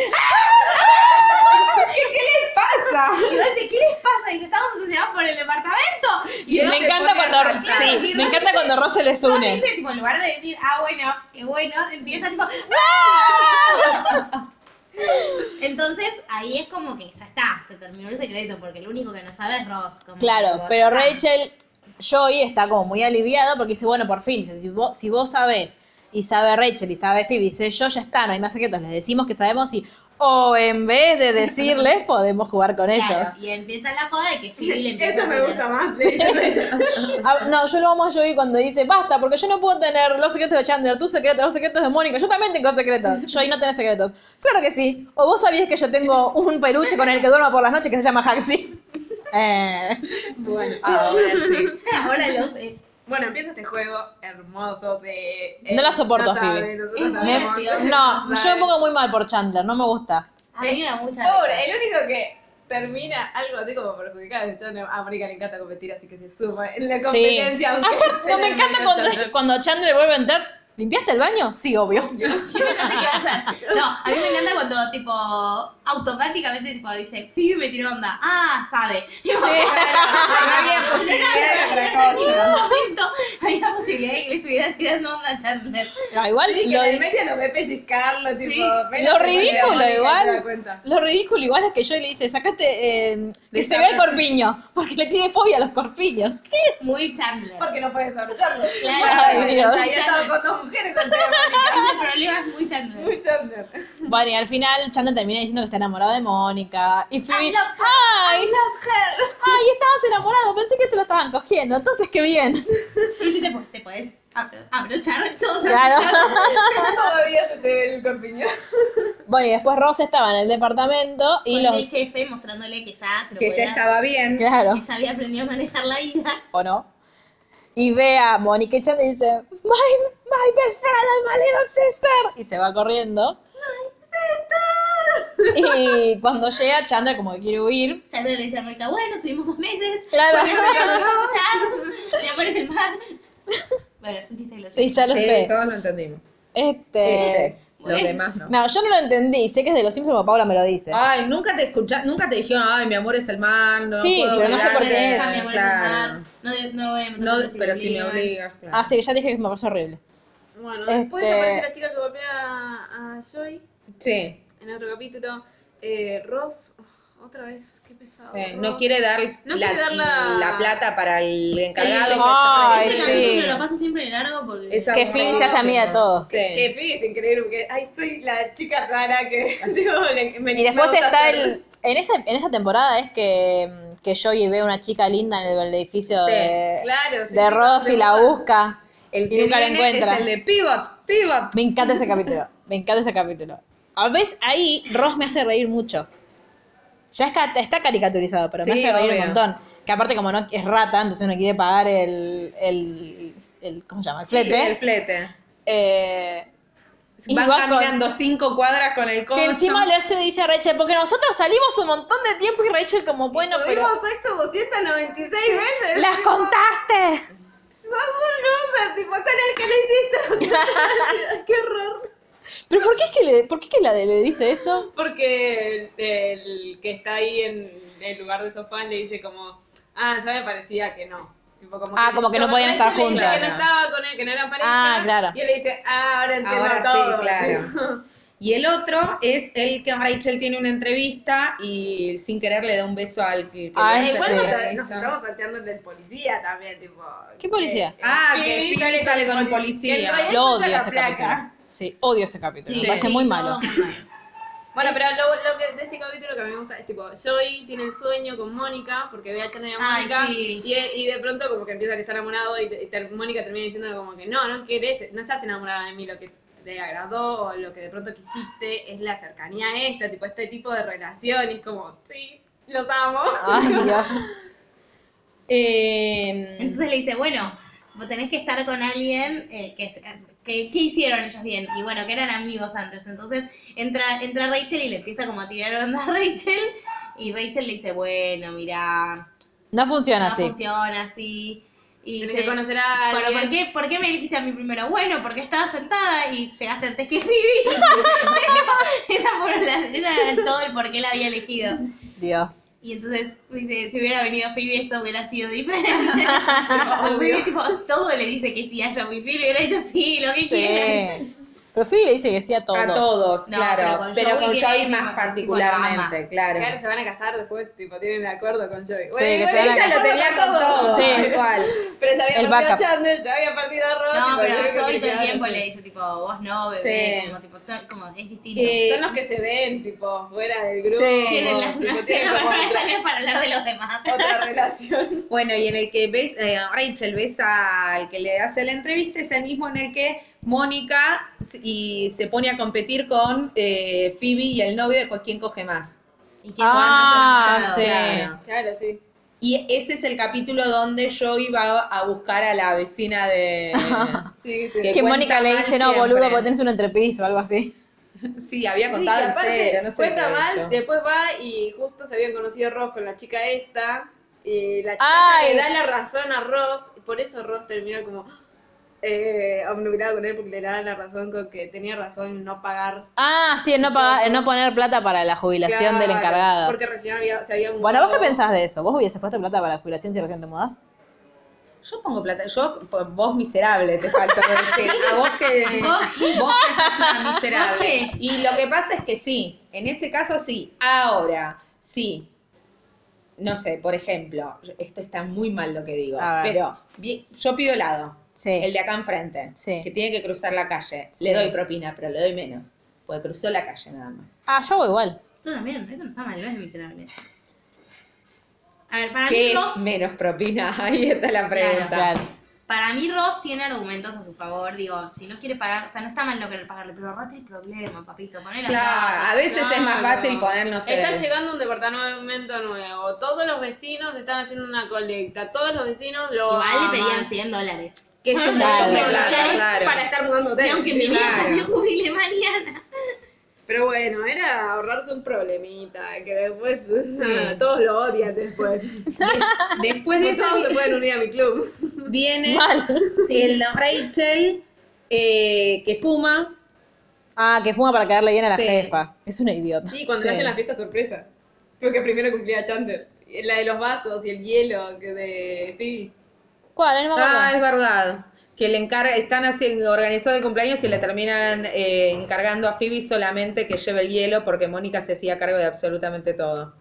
Speaker 2: ¿Qué, qué les pasa?
Speaker 3: Y Ross dice, ¿qué les pasa? Y dice, estamos obsesionados por el departamento. Y Ross
Speaker 1: Me
Speaker 3: se
Speaker 1: encanta
Speaker 3: pone a
Speaker 1: cuando
Speaker 3: saltar.
Speaker 1: sí, me
Speaker 3: Y Ross
Speaker 1: encanta
Speaker 3: dice-
Speaker 1: cuando Ross se les
Speaker 3: Ross
Speaker 1: une.
Speaker 3: dice, tipo, en lugar de decir, ah, bueno, qué bueno, empieza tipo, ¡ah! Entonces ahí es como que ya está, se terminó el secreto, porque el único que no sabe es Ross. como
Speaker 1: Claro,
Speaker 3: que
Speaker 1: pero
Speaker 3: ya está.
Speaker 1: Rachel, Joey está como muy aliviada porque dice, bueno, por fin, si vos, si vos sabés, y sabe Rachel, y sabe Phoebe, y sé yo, ya está, no hay más secretos, les decimos que sabemos y, o en vez de decirles, podemos jugar con ellos.
Speaker 3: Claro, Y empieza la joda de que Phoebe le empieza
Speaker 4: Eso
Speaker 3: a
Speaker 4: me
Speaker 3: poner-
Speaker 4: gusta más. sí.
Speaker 1: Ah, no, yo lo amo a Joey cuando dice, basta, porque yo no puedo tener los secretos de Chandler, tus secretos, los secretos de Mónica, yo también tengo secretos. Joey, no tenés secretos. Claro que sí. O vos sabías que yo tengo un peluche con el que duermo por las noches que se llama Haxi. Eh,
Speaker 2: Ahora Ah, sí.
Speaker 3: Ahora los eh,
Speaker 4: bueno, empieza este juego hermoso de... eh,
Speaker 1: No la soporto,
Speaker 4: no
Speaker 1: Phoebe.
Speaker 4: sabe, nosotros
Speaker 3: Es muy
Speaker 4: sabemos.
Speaker 3: graciosa.
Speaker 1: no, yo me
Speaker 4: Sabe.
Speaker 1: pongo muy mal por Chandler, no me gusta.
Speaker 3: a mí me da mucha
Speaker 4: Pobre,
Speaker 3: risa.
Speaker 4: el único que termina algo así como perjudicado. Yo no- a Mónica le encanta competir, así que se suma en la
Speaker 1: Sí.
Speaker 4: competencia. aunque
Speaker 1: Ah, no, me encanta cuando,
Speaker 4: Chandler.
Speaker 1: cuando Chandler vuelve a entrar. ¿Limpiaste el baño? Sí, obvio.
Speaker 3: ¿Qué me hace que hacer? No, a mí me encanta cuando, tipo, automáticamente, tipo, dice, Phoebe me tiró onda. Ah, sabe. Tipo,
Speaker 2: No había posibilidad de otra cosa.
Speaker 3: momento había posibilidad de que le estuviera tirando onda a Chandler.
Speaker 1: No, Ah, igual
Speaker 4: Sí, que
Speaker 1: lo,
Speaker 4: en el medio lo ve pellizcarlo, tipo.
Speaker 3: Sí.
Speaker 4: ve
Speaker 1: lo
Speaker 4: la
Speaker 1: ridículo
Speaker 4: pelea de Mónica y se da
Speaker 1: igual.
Speaker 4: cuenta.
Speaker 1: Lo ridículo igual es que yo le hice, sacate eh, que
Speaker 2: De
Speaker 1: se vea el
Speaker 2: cabeza.
Speaker 1: corpiño, porque le tiene fobia a los corpiños.
Speaker 3: Muy Chandler.
Speaker 4: Porque no puedes abrazarlo.
Speaker 3: Claro,
Speaker 1: Ay,
Speaker 3: muy
Speaker 1: Dios.
Speaker 4: Ahí estaba
Speaker 3: Chandler.
Speaker 4: con dos mujeres antes de
Speaker 3: Ese problema es muy Chandler.
Speaker 4: Mónica. Muy Chandler.
Speaker 1: Bueno, y al final Chandler termina diciendo que está enamorado de Mónica. Y Phoebe,
Speaker 3: I love
Speaker 1: ¡ay! ¡Ay, estabas enamorado! Pensé que te lo estaban cogiendo, entonces qué bien.
Speaker 3: Y si te, po- te podés abro- abrochar todo.
Speaker 1: Claro.
Speaker 4: Todavía se te ve el corpiño.
Speaker 1: Bueno, y después Ross estaba en el departamento y
Speaker 3: Con
Speaker 1: los...
Speaker 3: el jefe mostrándole que ya te lo
Speaker 2: Que ya
Speaker 3: podías-
Speaker 2: estaba bien.
Speaker 1: Claro,
Speaker 3: que ya había aprendido a manejar la ira.
Speaker 1: ¿o no? Y ve a Mónica y Chandler y dice, my, my best friend and my little sister. Y se va corriendo. Y cuando llega Chandler como que quiere huir.
Speaker 3: Chandler le dice a Mónica, bueno, tuvimos dos meses.
Speaker 1: Claro.
Speaker 3: Bueno, ya, ya aparece el mar. Bueno, es un chiste gracioso.
Speaker 1: Sí, ya lo
Speaker 2: Sí,
Speaker 1: sé.
Speaker 2: todos lo entendimos.
Speaker 1: Este,
Speaker 2: Ese. Los demás no.
Speaker 1: No, yo no lo entendí. Sé que es de los Simpsons, porque Paula me lo dice.
Speaker 2: Ay, nunca te escucha, nunca te dijeron, ay, mi amor es el mar, no
Speaker 1: Sí,
Speaker 2: puedo
Speaker 1: pero no sé
Speaker 2: obligarme,
Speaker 1: por qué es.
Speaker 3: Ah, me voy a
Speaker 2: Claro.
Speaker 3: enojar. No, de- no voy a
Speaker 2: No,
Speaker 3: meter
Speaker 2: pero si me
Speaker 3: obligan.
Speaker 2: obligas, claro.
Speaker 1: Ah, sí, ya dije que me pareció horrible.
Speaker 4: Bueno,
Speaker 1: Este-
Speaker 4: después aparece la chica que golpea a, a Joy
Speaker 2: Sí,
Speaker 4: en otro capítulo. Eh, Ross, oh, otra vez, qué pesado.
Speaker 2: sí,
Speaker 4: Ross.
Speaker 2: eh, no quiere dar,
Speaker 4: No
Speaker 2: la,
Speaker 4: quiere dar la-
Speaker 2: la plata para el encargado.
Speaker 1: sí.
Speaker 2: que
Speaker 1: Ay,
Speaker 2: se
Speaker 3: Ese
Speaker 2: parece.
Speaker 3: capítulo
Speaker 1: sí.
Speaker 3: lo paso siempre de largo porque...
Speaker 2: Es
Speaker 1: Que Phil ya es
Speaker 2: aburridísimo.
Speaker 1: amiga de todos.
Speaker 2: Sí.
Speaker 4: Qué fin, es increíble, porque ay, soy la chica rara que digo, le- me,
Speaker 1: Y después
Speaker 4: me gusta
Speaker 1: está
Speaker 4: hacer-
Speaker 1: el. En esa, en esa temporada es que, que Joey ve a una chica linda en el, el edificio
Speaker 2: Sí,
Speaker 1: de,
Speaker 4: Claro, sí,
Speaker 1: de
Speaker 4: sí,
Speaker 1: Ross
Speaker 4: sí,
Speaker 1: y la
Speaker 4: sí.
Speaker 1: busca.
Speaker 2: El
Speaker 1: y
Speaker 2: que
Speaker 1: nunca la
Speaker 2: viene
Speaker 1: encuentra.
Speaker 2: es el de pivot, pivot.
Speaker 1: Me encanta ese capítulo. Me encanta ese capítulo. A veces ahí Ross me hace reír mucho. Ya es ca- está caricaturizado, pero me
Speaker 2: Sí,
Speaker 1: hace reír
Speaker 2: obvio.
Speaker 1: un montón. Que aparte, como no es rata, entonces no quiere pagar el. el, el- ¿Cómo se llama? El flete.
Speaker 2: Sí, el flete.
Speaker 1: Eh, Y
Speaker 2: Van
Speaker 1: va con-
Speaker 2: caminando cinco cuadras con el coso.
Speaker 1: que encima le hace, dice a Rachel, porque nosotros salimos un montón de tiempo y Rachel, como bueno, pero.
Speaker 4: Tuvimos esto 296 veces.
Speaker 1: ¡Las
Speaker 4: tipo,
Speaker 1: contaste!
Speaker 4: Sos un loser, tipo, con el que lo hiciste. Qué horror.
Speaker 1: ¿Pero por qué es que, le, por qué es que la de- le dice eso?
Speaker 4: Porque el, el que está ahí en el lugar de sofá le dice como, ah, ya me parecía que no. Tipo,
Speaker 1: Ah, como que no podían estar
Speaker 4: Rachel le dice
Speaker 1: juntas.
Speaker 4: Que no estaba con él, que no eran pareja.
Speaker 1: Ah, claro.
Speaker 4: Y él le dice, ah, ahora entiendo
Speaker 2: Ahora sí,
Speaker 4: todo.
Speaker 2: claro. Y el otro es el que Rachel tiene una entrevista y sin querer le da un beso al que. que
Speaker 1: Ah,
Speaker 2: le
Speaker 1: ese
Speaker 2: hace
Speaker 4: Igual
Speaker 2: la
Speaker 4: nos,
Speaker 2: entrevista.
Speaker 4: nos estamos salteando el del policía también, tipo. eh,
Speaker 1: ¿Qué policía?
Speaker 2: Ah, que Phoebe sale con un policía.
Speaker 1: Lo odio ese capítulo. Sí, odio ese capítulo.
Speaker 2: Sí.
Speaker 1: Me parece
Speaker 2: Sí,
Speaker 1: muy
Speaker 3: todo
Speaker 1: malo.
Speaker 3: muy mal.
Speaker 4: Bueno, pero lo, lo que de este capítulo que a mí me gusta es tipo, Joey tiene el sueño con Mónica, porque ve a Chandler y a
Speaker 3: Ay,
Speaker 4: Mónica,
Speaker 3: sí.
Speaker 4: y, él- y de pronto como que empieza que está enamorado y, te- y ter- Mónica termina diciéndole como que no, no querés, no estás enamorada de mí, lo que te agradó o lo que de pronto quisiste es la cercanía a esta, tipo este tipo de relación, y es como, sí, los amo.
Speaker 1: Ay, Dios. Em,
Speaker 2: Eh,
Speaker 3: Entonces le dice, bueno, vos tenés que estar con alguien eh, que, se- que, que hicieron ellos bien. Y bueno, que eran amigos antes. Entonces entra, entra Rachel y le empieza como a tirar onda a Rachel. Y Rachel le dice, bueno, mirá,
Speaker 1: No funciona
Speaker 3: no
Speaker 1: así.
Speaker 3: funciona así. Y
Speaker 4: Tenés
Speaker 3: dice,
Speaker 4: que conocer a
Speaker 3: ¿Pero
Speaker 4: alguien.
Speaker 3: por qué, por qué me dijiste a mí primero? Bueno, porque estaba sentada y llegaste antes que Phoebe. esa fueron las, esa era todo el por qué la había elegido.
Speaker 1: Dios.
Speaker 3: Y entonces pues, dice, si hubiera venido Phoebe esto hubiera sido diferente. Pero Phoebe tipo, todo le dice que sí a Joey, Phoebe hubiera hecho sí, lo que
Speaker 1: Sí.
Speaker 3: quieras.
Speaker 1: Pero Phoebe le dice que sí a todos.
Speaker 2: a todos,
Speaker 3: No,
Speaker 2: claro.
Speaker 3: pero
Speaker 2: Pero
Speaker 3: con
Speaker 2: con
Speaker 3: Joey
Speaker 2: Joey
Speaker 3: tiene
Speaker 2: más
Speaker 3: tipo- tipo
Speaker 2: particularmente,
Speaker 4: Claro,
Speaker 2: claro.
Speaker 4: se van a casar después, tipo, tienen el acuerdo con Joey.
Speaker 1: Sí, que se van a
Speaker 2: Ella lo
Speaker 4: casar
Speaker 2: tenía con todo,
Speaker 1: Sí.
Speaker 2: tal cual.
Speaker 4: Pero se había
Speaker 1: El
Speaker 4: partido
Speaker 1: backup.
Speaker 4: Chandler, se había partido Ross.
Speaker 3: No,
Speaker 4: tipo,
Speaker 3: pero
Speaker 4: yo creo que
Speaker 3: Joey
Speaker 4: se
Speaker 3: todo el
Speaker 4: quedaron
Speaker 3: tiempo
Speaker 4: así.
Speaker 3: le dice tipo, vos no, bebé,
Speaker 2: Sí.
Speaker 3: como, tipo, no, como es distinto.
Speaker 2: Eh,
Speaker 4: Son los que se ven, tipo, fuera del grupo.
Speaker 2: Sí.
Speaker 3: tienen las
Speaker 4: tipo,
Speaker 3: no sé,
Speaker 4: tienen
Speaker 3: no
Speaker 4: como
Speaker 3: me
Speaker 4: otra,
Speaker 3: salen para hablar de los demás.
Speaker 4: otra relación.
Speaker 2: Bueno, y en el que ves, eh, Rachel besa al que le hace la entrevista, es el mismo en el que Mónica s- y se pone a competir con eh, Phoebe y el novio de cu- quién coge más.
Speaker 3: Y que
Speaker 1: Ah,
Speaker 3: Juan no se
Speaker 1: sí.
Speaker 3: enamoró.
Speaker 4: Claro, sí.
Speaker 2: Y ese es el capítulo donde yo iba a buscar a la vecina de...
Speaker 4: Sí, sí.
Speaker 1: Que
Speaker 2: Que cuenta
Speaker 1: Mónica le
Speaker 2: mal
Speaker 1: dice, no,
Speaker 2: siempre".
Speaker 1: boludo, porque tenés un entrepiso o algo así.
Speaker 2: Sí, había
Speaker 4: Sí,
Speaker 2: contado
Speaker 4: que
Speaker 2: en
Speaker 4: aparte,
Speaker 2: serio, no sé.
Speaker 4: cuenta
Speaker 2: qué
Speaker 4: mal,
Speaker 2: había hecho.
Speaker 4: después va y justo se habían conocido Ross con la chica esta. Y la chica
Speaker 1: Ay.
Speaker 4: le da la razón a Ross. Y por eso Ross terminó como eh, obnubilado con él porque le da la razón con que tenía razón en no pagar.
Speaker 1: Ah, sí, en no, pagar, en no poner plata para la jubilación del
Speaker 4: Claro,
Speaker 1: encargado.
Speaker 4: Porque recién había, se había
Speaker 1: Bueno, ¿vos qué
Speaker 4: mudado.
Speaker 1: pensás de eso? ¿Vos hubieses puesto plata para la jubilación si recién te mudás?
Speaker 2: Yo pongo plata, yo, po- vos miserable, te faltó decir. A vos que, vos que sos una miserable. Y lo que pasa es que sí, en ese caso sí. Ahora, sí. No sé, por ejemplo, esto está muy mal lo que digo,
Speaker 1: A ver.
Speaker 2: pero vi- yo pido helado,
Speaker 1: Sí.
Speaker 2: el de acá enfrente,
Speaker 1: Sí.
Speaker 2: que tiene que cruzar la calle.
Speaker 1: Sí.
Speaker 2: Le doy propina, pero le doy menos, porque cruzó la calle nada más.
Speaker 1: Ah, yo voy igual.
Speaker 3: Tú también, eso no está mal, no es miserable. A ver, para
Speaker 2: ¿Qué
Speaker 3: mí Ross,
Speaker 2: es menos propina? Ahí está la pregunta.
Speaker 1: Ah, Claro.
Speaker 3: para mí Ross tiene argumentos a su favor, digo, si no quiere pagar, o sea, no está mal no querer pagarle, pero ahorrate el problema, papito, ponele
Speaker 2: Claro, a veces es más
Speaker 4: Claro.
Speaker 2: fácil ponernos sé...
Speaker 4: Está llegando un departamento nuevo. Todos los vecinos están haciendo una colecta. Todos los vecinos lo.
Speaker 3: Igual le
Speaker 4: aman.
Speaker 3: pedían 100 dólares.
Speaker 2: Que es un montón de plata, claro.
Speaker 4: Para estar mudándote.
Speaker 3: Y aunque mi vieja
Speaker 2: Claro.
Speaker 3: se jubile mañana.
Speaker 4: Pero bueno, era ahorrarse un problemita. Que después. Todos lo odian después.
Speaker 2: Después de
Speaker 4: Pues
Speaker 2: eso
Speaker 4: todos se pueden unir a mi club.
Speaker 2: viene
Speaker 1: Mal.
Speaker 2: el Rachel eh, que fuma,
Speaker 1: Ah, que fuma para caerle bien a la
Speaker 2: Sí.
Speaker 1: jefa. Es una idiota.
Speaker 5: Sí, cuando
Speaker 2: Sí.
Speaker 5: le hacen la fiesta sorpresa. Creo que primero cumplía Chandler. La de los vasos y el hielo que de Phoebe.
Speaker 1: ¿Cuál? No me acuerdo.
Speaker 2: Ah, es verdad. Que le encarga, están haciendo, organizando el cumpleaños y le terminan eh, encargando a Phoebe solamente que lleve el hielo porque Mónica se hacía cargo de absolutamente todo.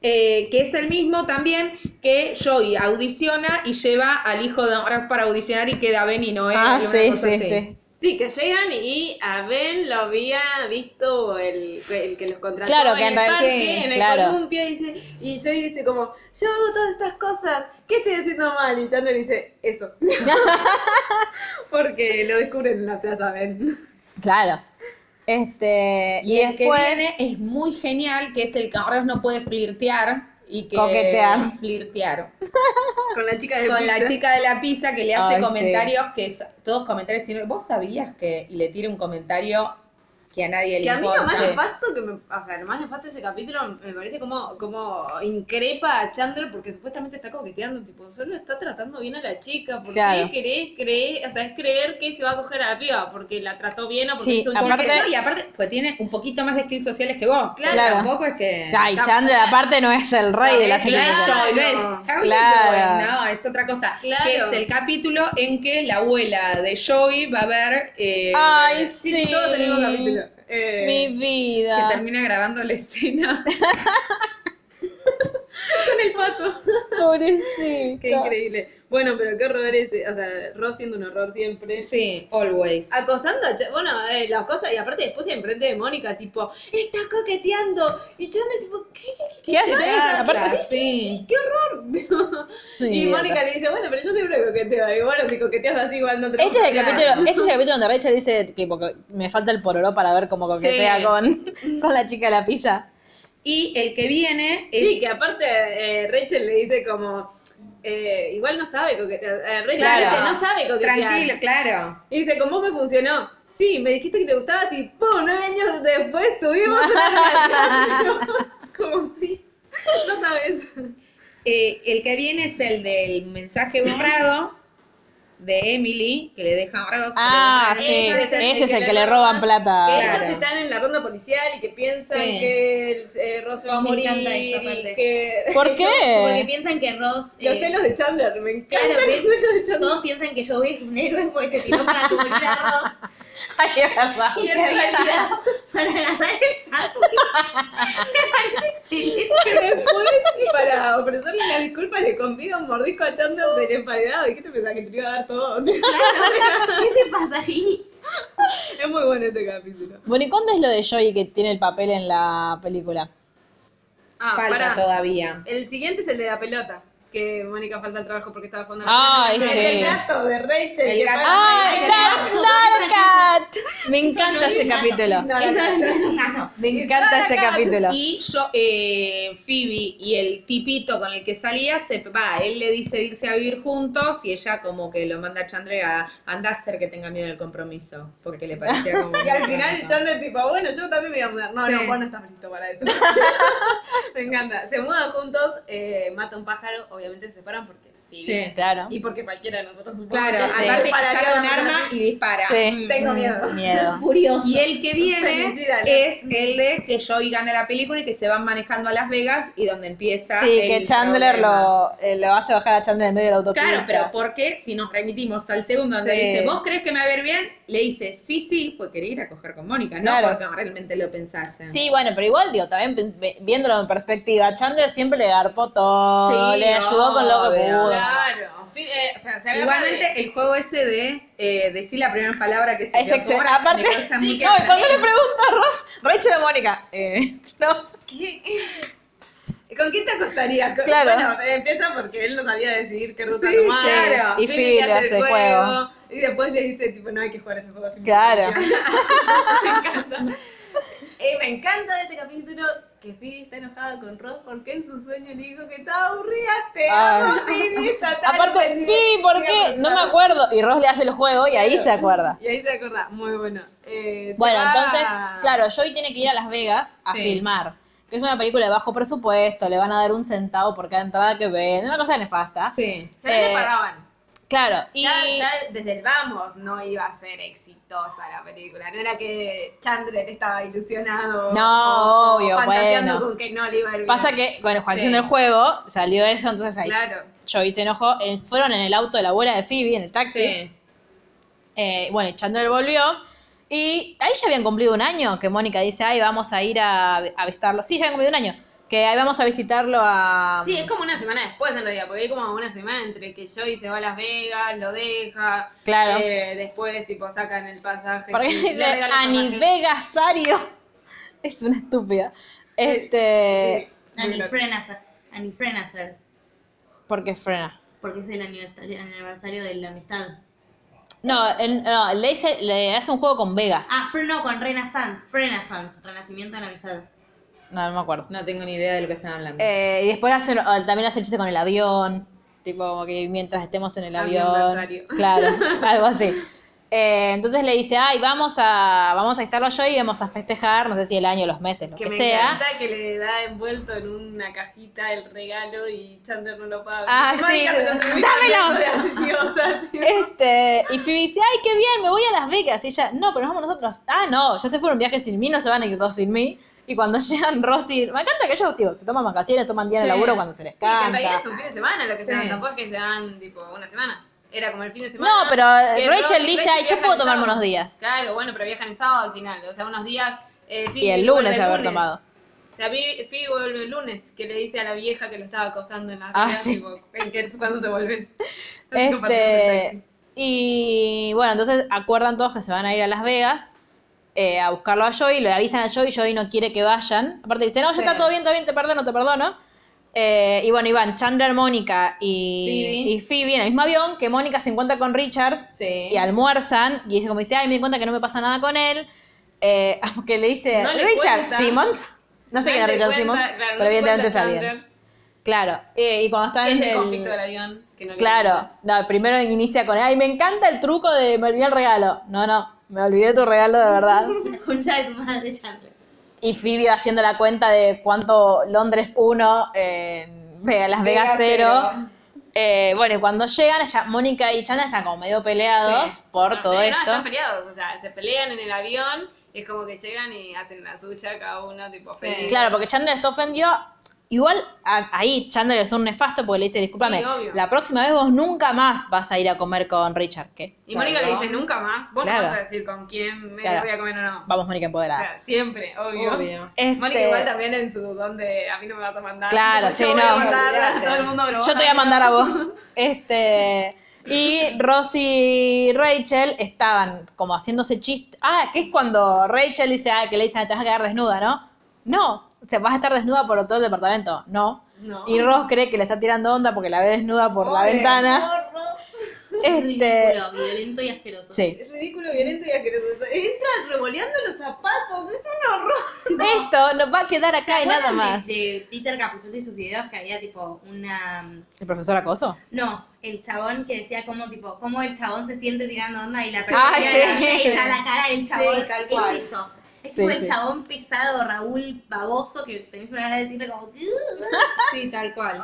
Speaker 2: Eh, que es el mismo también que Joey audiciona y lleva al hijo de Horace para audicionar y queda Ben y Noé.
Speaker 1: Ah,
Speaker 2: y una
Speaker 1: sí,
Speaker 2: cosa
Speaker 1: sí,
Speaker 2: así.
Speaker 1: sí.
Speaker 5: Sí, que llegan y a Ben lo había visto el, el que los contrató
Speaker 1: Claro, que
Speaker 5: en
Speaker 1: en
Speaker 5: el
Speaker 1: realidad-
Speaker 5: parque,
Speaker 1: sí,
Speaker 5: en el
Speaker 1: claro.
Speaker 5: columpio, y, dice, y Joey dice como, yo hago todas estas cosas, ¿qué estoy haciendo mal? Y Chandler dice, eso. Porque lo descubren en la plaza Ben.
Speaker 1: Claro. Este, y,
Speaker 2: Y el
Speaker 1: después,
Speaker 2: que viene es muy genial, que es el que Horace no puede flirtear y que
Speaker 1: Coquetear.
Speaker 2: flirtear.
Speaker 5: Con la chica de
Speaker 2: con la
Speaker 5: pizza.
Speaker 2: chica de la pizza que le hace
Speaker 1: Ay, sí.
Speaker 2: comentarios que es todos comentarios sino vos sabías que y le tira un comentario que a nadie le
Speaker 5: Que a mí lo
Speaker 2: importa
Speaker 5: más
Speaker 2: Sí.
Speaker 5: nefasto que me, o sea, lo más nefasto de ese capítulo me parece como, como increpa a Chandler porque supuestamente está coqueteando, tipo, solo está tratando bien a la chica, porque
Speaker 1: Claro.
Speaker 5: querés creer, o sea, es creer que se va a coger a la piba porque la trató bien o porque
Speaker 1: Sí,
Speaker 5: hizo un
Speaker 2: Porque-
Speaker 1: aparte-
Speaker 2: no, y aparte pues tiene un poquito más de skills sociales que vos
Speaker 5: Claro.
Speaker 1: Claro.
Speaker 2: tampoco es que
Speaker 1: ay, Chandler aparte no es el rey de la
Speaker 2: Claro,
Speaker 1: serie.
Speaker 2: no es,
Speaker 5: Claro.
Speaker 2: "How you
Speaker 1: Claro.
Speaker 2: doing?", no, es otra cosa.
Speaker 5: Claro.
Speaker 2: Que es el capítulo en que la abuela de Joey va a ver eh,
Speaker 1: Ay,
Speaker 5: Sí,
Speaker 1: sí.
Speaker 5: todos tenemos capítulo. Eh,
Speaker 1: Mi
Speaker 2: que
Speaker 1: vida.
Speaker 2: termina grabando la escena.
Speaker 5: con el pato.
Speaker 1: Pobrecita.
Speaker 5: Qué increíble. Bueno, pero qué horror ese, o sea, Ross siendo un horror siempre.
Speaker 2: sí, always.
Speaker 5: Acosando, a Ch- bueno, eh, las cosas, y aparte después enfrente de Mónica, tipo, está coqueteando. Y Chandler, tipo, ¿qué?
Speaker 1: ¿Qué haces?
Speaker 2: Pasa,
Speaker 1: Aparte,
Speaker 2: sí.
Speaker 5: ¡Qué horror!
Speaker 1: es un
Speaker 5: y
Speaker 1: idiota.
Speaker 5: Mónica le dice, bueno, pero yo siempre coqueteo. Y bueno, si coqueteas así, igual no te
Speaker 1: Este es, el
Speaker 5: Claro.
Speaker 1: capítulo, este es el capítulo donde Rachel dice que porque me falta el pororó para ver cómo coquetea
Speaker 2: Sí.
Speaker 1: con, con la chica de la pizza.
Speaker 2: Y el que viene es
Speaker 5: Sí, que aparte eh, Rachel le dice como, eh, igual no sabe coquetear. Eh, Rachel
Speaker 2: Claro.
Speaker 5: dice, no sabe coquetear.
Speaker 2: Tranquilo, claro.
Speaker 5: Y dice, con vos me funcionó. Sí, me dijiste que te gustabas y ¡pum! Nueve años después tuvimos una relación. como sí, no sabes.
Speaker 2: Eh, el que viene es el del mensaje borrado de Emily, que le deja borrados. que le
Speaker 1: Ah,
Speaker 2: borran.
Speaker 1: sí.
Speaker 5: Ese es el
Speaker 1: Ese es el
Speaker 5: que
Speaker 1: que
Speaker 5: le
Speaker 1: le roban
Speaker 5: roban.
Speaker 1: plata.
Speaker 5: Que
Speaker 2: Claro.
Speaker 5: ellos están en la ronda policial y que piensan
Speaker 2: Sí.
Speaker 5: que eh, Ross se va a
Speaker 3: Me
Speaker 5: morir
Speaker 3: encanta esa
Speaker 5: y
Speaker 3: parte.
Speaker 5: que...
Speaker 1: ¿Por
Speaker 3: Ellos- Porque
Speaker 1: qué?
Speaker 3: piensan que Ross. eh,
Speaker 5: Los celos de Chandler, me
Speaker 3: claro,
Speaker 5: encantan los
Speaker 3: ves,
Speaker 5: celos de Chandler.
Speaker 3: todos piensan que Joey es un héroe pues, porque se tiró para cubrir a Ross.
Speaker 1: Ay, es verdad.
Speaker 5: Y en realidad,
Speaker 3: Para agarrar el saco. Me parece excelente.
Speaker 5: después, para ofrecerle una disculpa, le convida un mordisco a Chandler del enfadado. ¿Y qué te pensás que te iba a dar todo?
Speaker 3: Claro, ¿qué te pasa ahí?
Speaker 5: es muy bueno este capítulo.
Speaker 1: Bueno, ¿y cuándo es lo de Joey que tiene el papel en la película?
Speaker 5: Ah,
Speaker 2: Falta
Speaker 5: pará.
Speaker 2: todavía.
Speaker 5: El siguiente es el de la pelota. Que Mónica falta al trabajo porque estaba jugando a la
Speaker 1: Ay,
Speaker 5: pelota.
Speaker 1: sí. Ah,
Speaker 5: El gato de Rachel.
Speaker 2: Ah, El
Speaker 5: que
Speaker 2: gato.
Speaker 5: para-
Speaker 1: ¡Ay,
Speaker 3: Ay,
Speaker 1: that's
Speaker 3: no,
Speaker 1: not a
Speaker 3: esa
Speaker 1: cat! Me
Speaker 3: Eso
Speaker 1: encanta
Speaker 3: no
Speaker 1: ese
Speaker 3: es un gato.
Speaker 1: capítulo.
Speaker 5: No,
Speaker 3: Eso
Speaker 5: no, no.
Speaker 3: no es un gato.
Speaker 1: Me encanta ese capítulo.
Speaker 2: Y yo, eh, Phoebe y el tipito con el que salía, se va, él le dice irse a vivir juntos y ella como que lo manda a Chandler a andar a hacer que tenga miedo del compromiso, porque le parecía como...
Speaker 5: Y al final Chandler tipo, bueno, yo también me voy a mudar. No,
Speaker 2: Sí.
Speaker 5: no, vos no estás listo para esto. me encanta. Se mudan juntos, eh, mata un pájaro, obviamente se separan porque sí.
Speaker 2: Sí.
Speaker 1: Claro.
Speaker 5: Y porque cualquiera de nosotros supongo
Speaker 2: Claro,
Speaker 5: que se
Speaker 2: aparte
Speaker 5: dispararía
Speaker 2: saca un
Speaker 5: una
Speaker 2: arma
Speaker 5: persona.
Speaker 2: y dispara.
Speaker 1: Sí.
Speaker 5: Tengo miedo.
Speaker 1: Miedo.
Speaker 3: Curioso.
Speaker 2: Y el que viene
Speaker 5: Felicidades.
Speaker 2: es el de que Joey gana la película y que se van manejando a Las Vegas y donde empieza.
Speaker 1: Sí, que
Speaker 2: el
Speaker 1: Chandler
Speaker 2: problema.
Speaker 1: lo, eh, lo hace bajar a Chandler en medio de la autopista.
Speaker 2: Claro, pero porque si nos remitimos al segundo donde
Speaker 1: Sí.
Speaker 2: dice, ¿vos crees que me va a ver bien? Le dice, sí, sí, pues quería ir a coger con Mónica,
Speaker 1: Claro.
Speaker 2: no porque realmente lo pensase.
Speaker 1: Sí, bueno, pero igual, digo, también pe- ve- viéndolo en perspectiva, Chandler siempre le garpó todo,
Speaker 2: Sí,
Speaker 1: le ayudó con lo que
Speaker 2: obvio.
Speaker 1: pudo.
Speaker 5: Claro. Sí, eh, o sea, se agarra de-
Speaker 2: Igualmente, el juego ese de eh, decir la primera palabra que se
Speaker 1: Es
Speaker 2: te
Speaker 1: excel-
Speaker 2: ocurra,
Speaker 1: Aparte,
Speaker 2: me causa
Speaker 1: no, y
Speaker 2: muy
Speaker 1: cuando le
Speaker 2: gracia.
Speaker 1: pregunta a Ross, Rachel o Mónica, eh, no.
Speaker 5: ¿Con quién te acostarías? Con-
Speaker 1: Claro.
Speaker 5: Bueno, eh, empieza porque él no sabía decidir qué ruta
Speaker 2: Sí,
Speaker 5: tomar.
Speaker 2: claro.
Speaker 1: Y
Speaker 5: Phoebe
Speaker 1: Phoebe le hace el juego.
Speaker 5: Y después le dice, tipo, no hay que jugar a ese juego sin
Speaker 1: Claro.
Speaker 5: supervisión. me encanta. Eh, me encanta de este capítulo que Phoebe está enojada con Ross porque en su sueño le dijo que estaba aburrida. Te
Speaker 1: Ay.
Speaker 5: amo, Phoebe, está tan
Speaker 1: Aparte,
Speaker 5: ofendida.
Speaker 1: sí, ¿por
Speaker 5: Voy a
Speaker 1: qué? No me
Speaker 5: preguntar.
Speaker 1: acuerdo. Y Ross le hace el juego y ahí se acuerda.
Speaker 5: Y ahí se acuerda. Muy bueno. Eh, se
Speaker 1: Bueno,
Speaker 5: va-
Speaker 1: entonces, claro, Joey tiene que ir a Las Vegas a
Speaker 2: Sí.
Speaker 1: filmar. Que es una película de bajo presupuesto, le van a dar un centavo por cada entrada que ven, una cosa nefasta.
Speaker 2: Sí.
Speaker 5: Se
Speaker 1: eh,
Speaker 5: le pagaban.
Speaker 1: Claro, y
Speaker 5: Ya, ya desde el vamos no iba a ser exitosa la película. No era que Chandler estaba ilusionado.
Speaker 1: No, obvio,
Speaker 5: fantaseando
Speaker 1: bueno.
Speaker 5: con que no le iba a ir bien.
Speaker 1: pasa que con Juanción del Juego salió eso, entonces ahí
Speaker 5: Claro.
Speaker 1: Joey se enojó. eh, Fueron en el auto de la abuela de Phoebe, en el taxi.
Speaker 2: Sí.
Speaker 1: Eh, bueno, y Chandler volvió. Y ahí ya habían cumplido un año que Mónica dice, ay, vamos a ir a, a visitarlo. Sí, ya habían cumplido un año. Que ahí vamos a visitarlo a...
Speaker 5: Sí, es como una semana después en realidad, porque hay como una semana entre que Joey se va a Las Vegas, lo deja,
Speaker 1: Claro.
Speaker 5: eh, después tipo sacan el pasaje.
Speaker 1: Porque
Speaker 5: y le
Speaker 1: dice "Ah,
Speaker 5: regalan el
Speaker 1: Ani
Speaker 5: pasaje.
Speaker 1: Vegasario. Es una estúpida. Este.
Speaker 3: Ani Frenazer. Ani Frenazer.
Speaker 1: Porque frena.
Speaker 3: Porque es el aniversario, aniversario de la amistad.
Speaker 1: No, en- no, le, dice- le hace un juego con Vegas.
Speaker 3: Ah, freno con Renaissance. Renaissance. Renacimiento de la amistad.
Speaker 1: No, no me acuerdo.
Speaker 2: No tengo ni idea de lo que están hablando.
Speaker 1: Eh, y después hace, o también hace el chiste con el avión. Tipo, como que mientras estemos en el
Speaker 5: Avión
Speaker 1: avión.
Speaker 5: versario.
Speaker 1: Claro, algo así. Eh, entonces le dice, ay, vamos a, vamos a estarlo yo y vamos a festejar, no sé si el año, los meses, lo que,
Speaker 5: Que me
Speaker 1: sea.
Speaker 5: encanta que le da envuelto en una cajita el regalo y Chandler no lo paga.
Speaker 1: Ah, sí. ¡Dámelo!
Speaker 5: De ansiosa, tío.
Speaker 1: Este, y Phoebe dice, ay, qué bien, me voy a Las Vegas. Y ella, no, pero nos vamos nosotros. Ah, no, ya se fueron viajes sin mí, no se van a ir dos sin mí. Y cuando llegan Rosy, me encanta que ellos, tío, se toman vacaciones, toman día de
Speaker 2: Sí.
Speaker 1: laburo cuando se les
Speaker 5: Sí, que en
Speaker 1: canta.
Speaker 5: realidad es un fin de semana lo que se
Speaker 2: Sí.
Speaker 5: dan, tampoco es que se dan tipo una semana. Era como el fin de semana.
Speaker 1: No, pero
Speaker 5: que
Speaker 1: Rachel
Speaker 5: Ross-
Speaker 1: dice, ay, yo
Speaker 5: viaja
Speaker 1: puedo
Speaker 5: el
Speaker 1: tomarme
Speaker 5: sábado".
Speaker 1: unos días.
Speaker 5: Claro, bueno, pero viajan el sábado al final, o sea, unos días. eh,
Speaker 1: Y
Speaker 5: Phoebe
Speaker 1: el
Speaker 5: vuelve
Speaker 1: lunes haber tomado.
Speaker 5: O sea, Phoebe Phoebe vuelve el lunes, que le dice a la vieja que lo estaba acosando en la
Speaker 1: Ah,
Speaker 5: fila,
Speaker 1: sí.
Speaker 5: tipo, ¿en qué, ¿cuándo te volvés? Así compartiendo el taxi.
Speaker 1: Este, y bueno, entonces acuerdan todos que se van a ir a Las Vegas eh, a buscarlo a Joey, le avisan a Joey, Joey no quiere que vayan. Aparte dice, no, ya
Speaker 2: Sí.
Speaker 1: está todo bien, todo bien, te perdono, te perdono. Eh, y bueno, iban Chandler, Mónica y
Speaker 2: Phoebe.
Speaker 1: y Phoebe en el mismo avión, que Mónica se encuentra con Richard
Speaker 2: Sí.
Speaker 1: y almuerzan, y dice como dice, ay, me di cuenta que no me pasa nada con él. Eh, que le dice,
Speaker 5: No le
Speaker 1: Richard
Speaker 5: cuenta.
Speaker 1: Simmons. No sé quién es
Speaker 5: Date
Speaker 1: Richard
Speaker 5: cuenta,
Speaker 1: Simmons,
Speaker 5: claro, no
Speaker 1: pero evidentemente
Speaker 5: cuenta
Speaker 1: sabían.
Speaker 5: Chandler,
Speaker 1: Claro, eh, y cuando estaban
Speaker 5: que Es
Speaker 1: en
Speaker 5: el conflicto del avión. Que no le
Speaker 1: Claro,
Speaker 5: cuenta.
Speaker 1: no, primero inicia con, ay, me encanta el truco de me olvidé el regalo. No, no, me olvidé tu regalo de verdad.
Speaker 3: La concha de tu madre, Chandler.
Speaker 1: Y Phoebe haciendo la cuenta de cuánto Londres 1, en Ve- Las Vegas 0. Eh, bueno, y cuando llegan, ya Mónica y Chandler están como medio peleados por
Speaker 5: No,
Speaker 1: todo
Speaker 5: Ah, pero No,
Speaker 1: esto.
Speaker 5: están peleados, o sea, se pelean en el avión y es como que llegan y hacen la suya cada uno, tipo, feliz.
Speaker 1: Claro, porque Chandler está ofendido. Igual a- ahí Chandler es un nefasto porque le dice, discúlpame,
Speaker 5: Sí, obvio.
Speaker 1: la próxima vez vos nunca más vas a ir a comer con Richard. ¿Qué?
Speaker 5: Y Mónica le dice, nunca más, vos
Speaker 1: Claro.
Speaker 5: no vas a decir con quién me
Speaker 1: Claro.
Speaker 5: voy a comer o no.
Speaker 1: Vamos, Mónica
Speaker 5: O
Speaker 1: empoderada.
Speaker 5: sea, siempre, obvio.
Speaker 2: Obvio.
Speaker 1: Este-
Speaker 5: Mónica igual también en su donde a mí no me vas a mandar.
Speaker 1: Claro,
Speaker 5: Yo
Speaker 1: sí,
Speaker 5: voy
Speaker 1: no.
Speaker 5: A mandar a todo el mundo, pero
Speaker 1: Yo
Speaker 5: vos
Speaker 1: te voy a
Speaker 5: también.
Speaker 1: mandar a vos. Este. Y Rosy y Rachel estaban como haciéndose chiste. Ah, que es cuando Rachel dice, ah, que le dicen, te vas a quedar desnuda, ¿no? No, o sea, vas a estar desnuda por todo el departamento. No.
Speaker 5: No.
Speaker 1: Y Ross cree que le está tirando onda porque la ve desnuda por la ventana. Este.
Speaker 3: Ridículo, violento y asqueroso.
Speaker 1: Sí.
Speaker 5: Es ridículo, violento y asqueroso. Entran revoleando los zapatos, es un horror.
Speaker 1: Esto nos va a quedar acá y nada
Speaker 3: ¿Recuerdan de-
Speaker 1: más.
Speaker 3: De, Peter Capusotto y sus videos que había tipo una...
Speaker 1: ¿El profesor acoso?
Speaker 3: No, el chabón que decía cómo tipo, cómo el chabón se siente tirando onda y la
Speaker 1: Ah,
Speaker 3: persona era
Speaker 1: sí.
Speaker 3: y era la cara del chabón.
Speaker 2: Sí, tal cual.
Speaker 3: Es eso. Es
Speaker 1: Sí,
Speaker 3: como el
Speaker 1: sí.
Speaker 3: chabón pesado, Raúl baboso, que tenés una cara de decirle como... "Ugh".
Speaker 2: Sí, tal cual.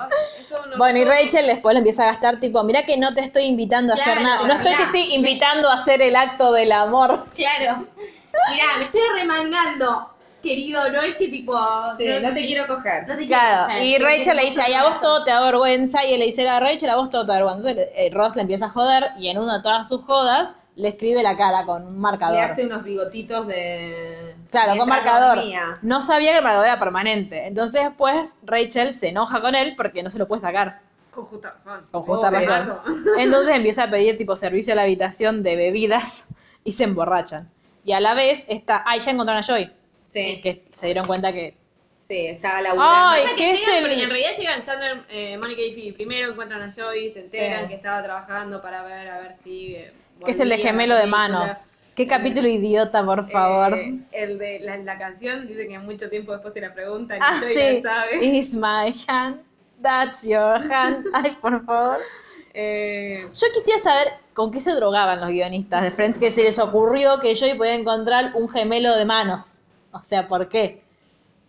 Speaker 1: Bueno, y Rachel después le empieza a gastar tipo, mirá que no te estoy invitando a hacer nada.
Speaker 3: Claro,
Speaker 1: No estoy, te
Speaker 3: mirá.
Speaker 1: estoy invitando a hacer el acto del amor.
Speaker 3: Claro. Mirá, me estoy remangando, querido, no es que tipo...
Speaker 2: Sí, no te quiero coger.
Speaker 3: no te quiero
Speaker 1: Claro,
Speaker 3: coger,
Speaker 1: y
Speaker 3: pero
Speaker 1: Rachel
Speaker 3: te
Speaker 1: le dice,
Speaker 3: muestro
Speaker 1: ay,
Speaker 3: el
Speaker 1: a vos
Speaker 3: corazón".
Speaker 1: todo te da vergüenza, y él le dice, a Rachel, a vos todo te da vergüenza. Entonces eh, Ross le empieza a joder, y en una de todas sus jodas, le escribe la cara con un marcador.
Speaker 2: Le hace unos bigotitos de.
Speaker 1: Claro, con
Speaker 2: mientras
Speaker 1: marcador.
Speaker 2: dormía.
Speaker 1: No sabía que el marcador era permanente. Entonces, pues, Rachel se enoja con él porque no se lo puede sacar,
Speaker 5: Con justa razón.
Speaker 1: con justa
Speaker 5: Pobre
Speaker 1: razón.
Speaker 5: gato.
Speaker 1: Entonces empieza a pedir tipo servicio a la habitación de bebidas y se emborrachan. Y a la vez está, ay, ya encontraron a Joy.
Speaker 2: Sí,
Speaker 1: Que se dieron cuenta que...
Speaker 2: sí, estaba laburando.
Speaker 1: Ay,
Speaker 5: Pasa que
Speaker 1: ¿qué es
Speaker 5: llegan, pero
Speaker 1: el...?
Speaker 5: En realidad llegan Chandler, eh, Mónica y Phoebe. Primero encuentran a Joey, se enteran
Speaker 2: Sí.
Speaker 5: que estaba trabajando para ver, a ver si... eh,
Speaker 1: Que es el de
Speaker 5: volvía la
Speaker 1: gemelo de
Speaker 5: película.
Speaker 1: manos. Qué
Speaker 5: Eh,
Speaker 1: capítulo idiota, por favor.
Speaker 5: Eh, el de la, la canción, dice que mucho tiempo después te la preguntan y
Speaker 1: ah,
Speaker 5: Joey
Speaker 1: sí.
Speaker 5: la sabe.
Speaker 1: Is my hand, that's your hand. Ay, por favor.
Speaker 5: Eh,
Speaker 1: Yo quisiera saber con qué se drogaban los guionistas de Friends que se les ocurrió que Joey podía encontrar un gemelo de manos. O sea, ¿por qué?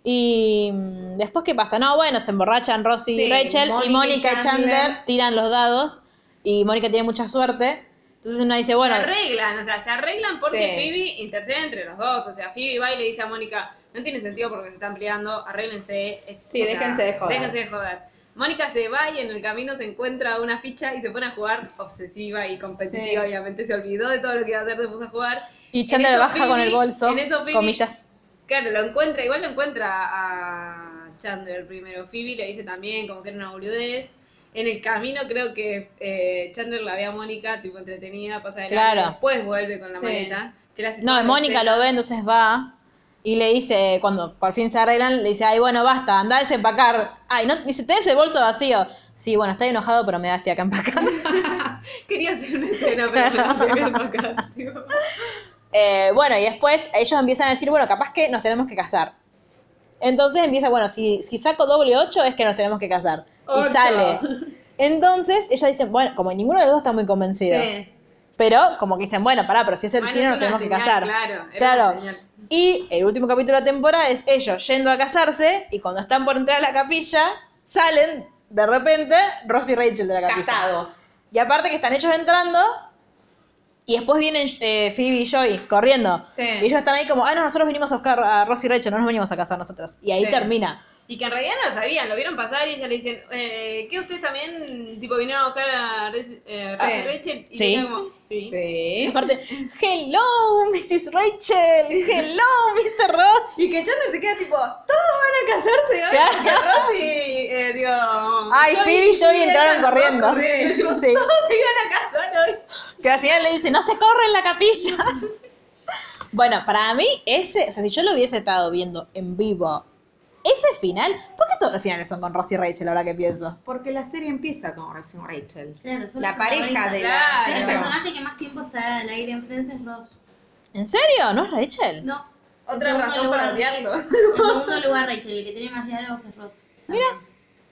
Speaker 1: Y mm, después, ¿qué pasa? No, bueno, se emborrachan Ross y
Speaker 2: Sí,
Speaker 1: Rachel y
Speaker 2: Mónica y
Speaker 1: Mónica y Chandler
Speaker 2: Chandler
Speaker 1: tiran los dados y Mónica tiene mucha suerte. Entonces uno dice, bueno,
Speaker 4: se arreglan, o sea, se arreglan porque
Speaker 1: Sí.
Speaker 4: Phoebe intercede entre los dos. O sea, Phoebe va y le dice a Mónica, no tiene sentido porque se están peleando, arréglense. es-
Speaker 1: Sí,
Speaker 4: o sea,
Speaker 1: déjense de joder.
Speaker 4: Déjense de joder. Mónica se va y en el camino se encuentra una ficha y se pone a jugar obsesiva y competitiva,
Speaker 1: Sí.
Speaker 4: obviamente. Se olvidó de todo lo que iba a hacer, se puso a jugar.
Speaker 1: y
Speaker 4: En
Speaker 1: Chandler
Speaker 4: eso
Speaker 1: baja con
Speaker 4: Phoebe-
Speaker 1: el bolso,
Speaker 4: en eso Phoebe-
Speaker 1: comillas.
Speaker 4: Claro, lo encuentra, igual lo encuentra a Chandler primero. Phoebe le dice también como que era una boludez. En el camino creo que eh, Chandler la ve a Mónica, tipo entretenida, pasa de largo,
Speaker 1: Claro.
Speaker 4: después vuelve con la
Speaker 1: Sí.
Speaker 4: maleta. que la hace
Speaker 1: No,
Speaker 4: toda
Speaker 1: y Mónica
Speaker 4: contenta.
Speaker 1: lo ve, entonces va y le dice, cuando por fin se arreglan, le dice, ay, bueno, basta, anda a desempacar. Ay, no, dice, tenés el bolso vacío. Sí, bueno, estoy enojado, pero me da fiaca empacar.
Speaker 4: Quería hacer una escena, pero me la tenía que tocar, tipo.
Speaker 1: Eh, bueno, y después ellos empiezan a decir, bueno, capaz que nos tenemos que casar. Entonces empieza, bueno, si, si saco doble 8 es que nos tenemos que casar. Y
Speaker 4: Ocho.
Speaker 1: sale. Entonces ellas dicen, bueno, como ninguno de los dos está muy convencido. Pero como que dicen, bueno, pará, pero si es el
Speaker 4: Bueno,
Speaker 1: destino
Speaker 4: es
Speaker 1: nos
Speaker 4: una
Speaker 1: tenemos que
Speaker 4: señal,
Speaker 1: casar.
Speaker 4: claro, era
Speaker 1: Claro.
Speaker 4: una señal.
Speaker 1: Y el último capítulo de la temporada es ellos yendo a casarse y cuando están por entrar a la capilla, salen de repente Ross y Rachel de la capilla.
Speaker 2: Casados.
Speaker 1: Y aparte que están ellos entrando y después vienen eh, Phoebe y Joey corriendo.
Speaker 2: Sí.
Speaker 1: Y ellos están ahí como, ah, no, nosotros vinimos a buscar a Ross y Rachel, no nos venimos a casar nosotras. Y ahí
Speaker 2: Sí.
Speaker 1: termina.
Speaker 4: Y que en realidad no lo sabían, lo vieron pasar y ella le dicen, eh, ¿qué ustedes también tipo vinieron a buscar a Re- eh,
Speaker 2: Sí.
Speaker 4: Rachel Rachel? Y
Speaker 1: Sí.
Speaker 4: ella como, sí.
Speaker 2: Sí.
Speaker 1: Aparte, hello, Mrs. Rachel, hello, Mr. Ross.
Speaker 4: Y que Chandler se queda tipo, todos van a casarse hoy.
Speaker 1: Claro.
Speaker 4: Porque Ross y, eh, digo,
Speaker 1: Ay, Phoebe y Joey entraron corriendo.
Speaker 4: Todos
Speaker 1: Sí.
Speaker 4: se iban a casar hoy.
Speaker 1: Que la señora le dice, no se corre en la capilla. bueno, para mí, ese, o sea, si yo lo hubiese estado viendo en vivo, ese final, ¿por qué todos los finales son con Ross y Rachel ahora que pienso?
Speaker 2: Porque la serie empieza con Ross y Rachel.
Speaker 3: Claro, son
Speaker 2: La
Speaker 3: los
Speaker 2: pareja de la.
Speaker 4: protagonistas,
Speaker 3: protagonistas. El
Speaker 4: claro.
Speaker 3: personaje que más tiempo está al aire en Friends es Ross.
Speaker 1: ¿En serio? ¿No es Rachel?
Speaker 3: No. En
Speaker 4: Otra
Speaker 3: segundo
Speaker 4: razón
Speaker 3: lugar-
Speaker 4: para odiarlo.
Speaker 3: En segundo lugar, Rachel, el que tiene más diálogos es Ross. Mira.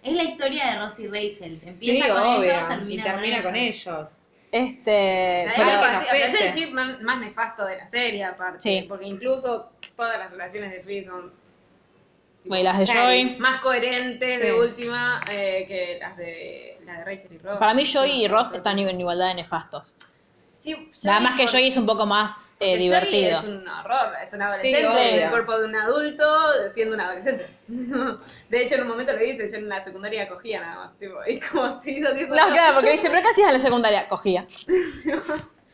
Speaker 3: Es la historia de Ross y Rachel. Empieza
Speaker 2: Sí,
Speaker 3: con
Speaker 2: obvio.
Speaker 3: ellos,
Speaker 2: y termina con ellos.
Speaker 1: Este, pero-
Speaker 4: Además,
Speaker 2: que
Speaker 4: aparte-
Speaker 2: nos
Speaker 4: aparte es
Speaker 2: pese.
Speaker 4: el chip más, más nefasto de la serie, aparte.
Speaker 1: Sí.
Speaker 4: Porque incluso todas las relaciones de Phoebe son
Speaker 1: bueno, y las de Joey.
Speaker 4: más coherentes de
Speaker 2: Sí.
Speaker 4: última eh, que las de, las de Rachel y Ross.
Speaker 1: Para mí, Joey y
Speaker 4: No,
Speaker 1: Ross
Speaker 4: no,
Speaker 1: están en igualdad de nefastos.
Speaker 4: Sí,
Speaker 1: Nada más que
Speaker 4: por-
Speaker 1: Joey es un poco más eh,
Speaker 4: porque Joey
Speaker 1: divertido.
Speaker 4: Es un horror, es un adolescente
Speaker 2: Sí, obvio.
Speaker 4: en el cuerpo de un adulto siendo un adolescente. De hecho, en un momento lo dice, yo en la secundaria cogía nada más. Tipo, y como se hizo tipo,
Speaker 1: No, claro, porque dice, pero ¿qué hacías en la secundaria? Cogía.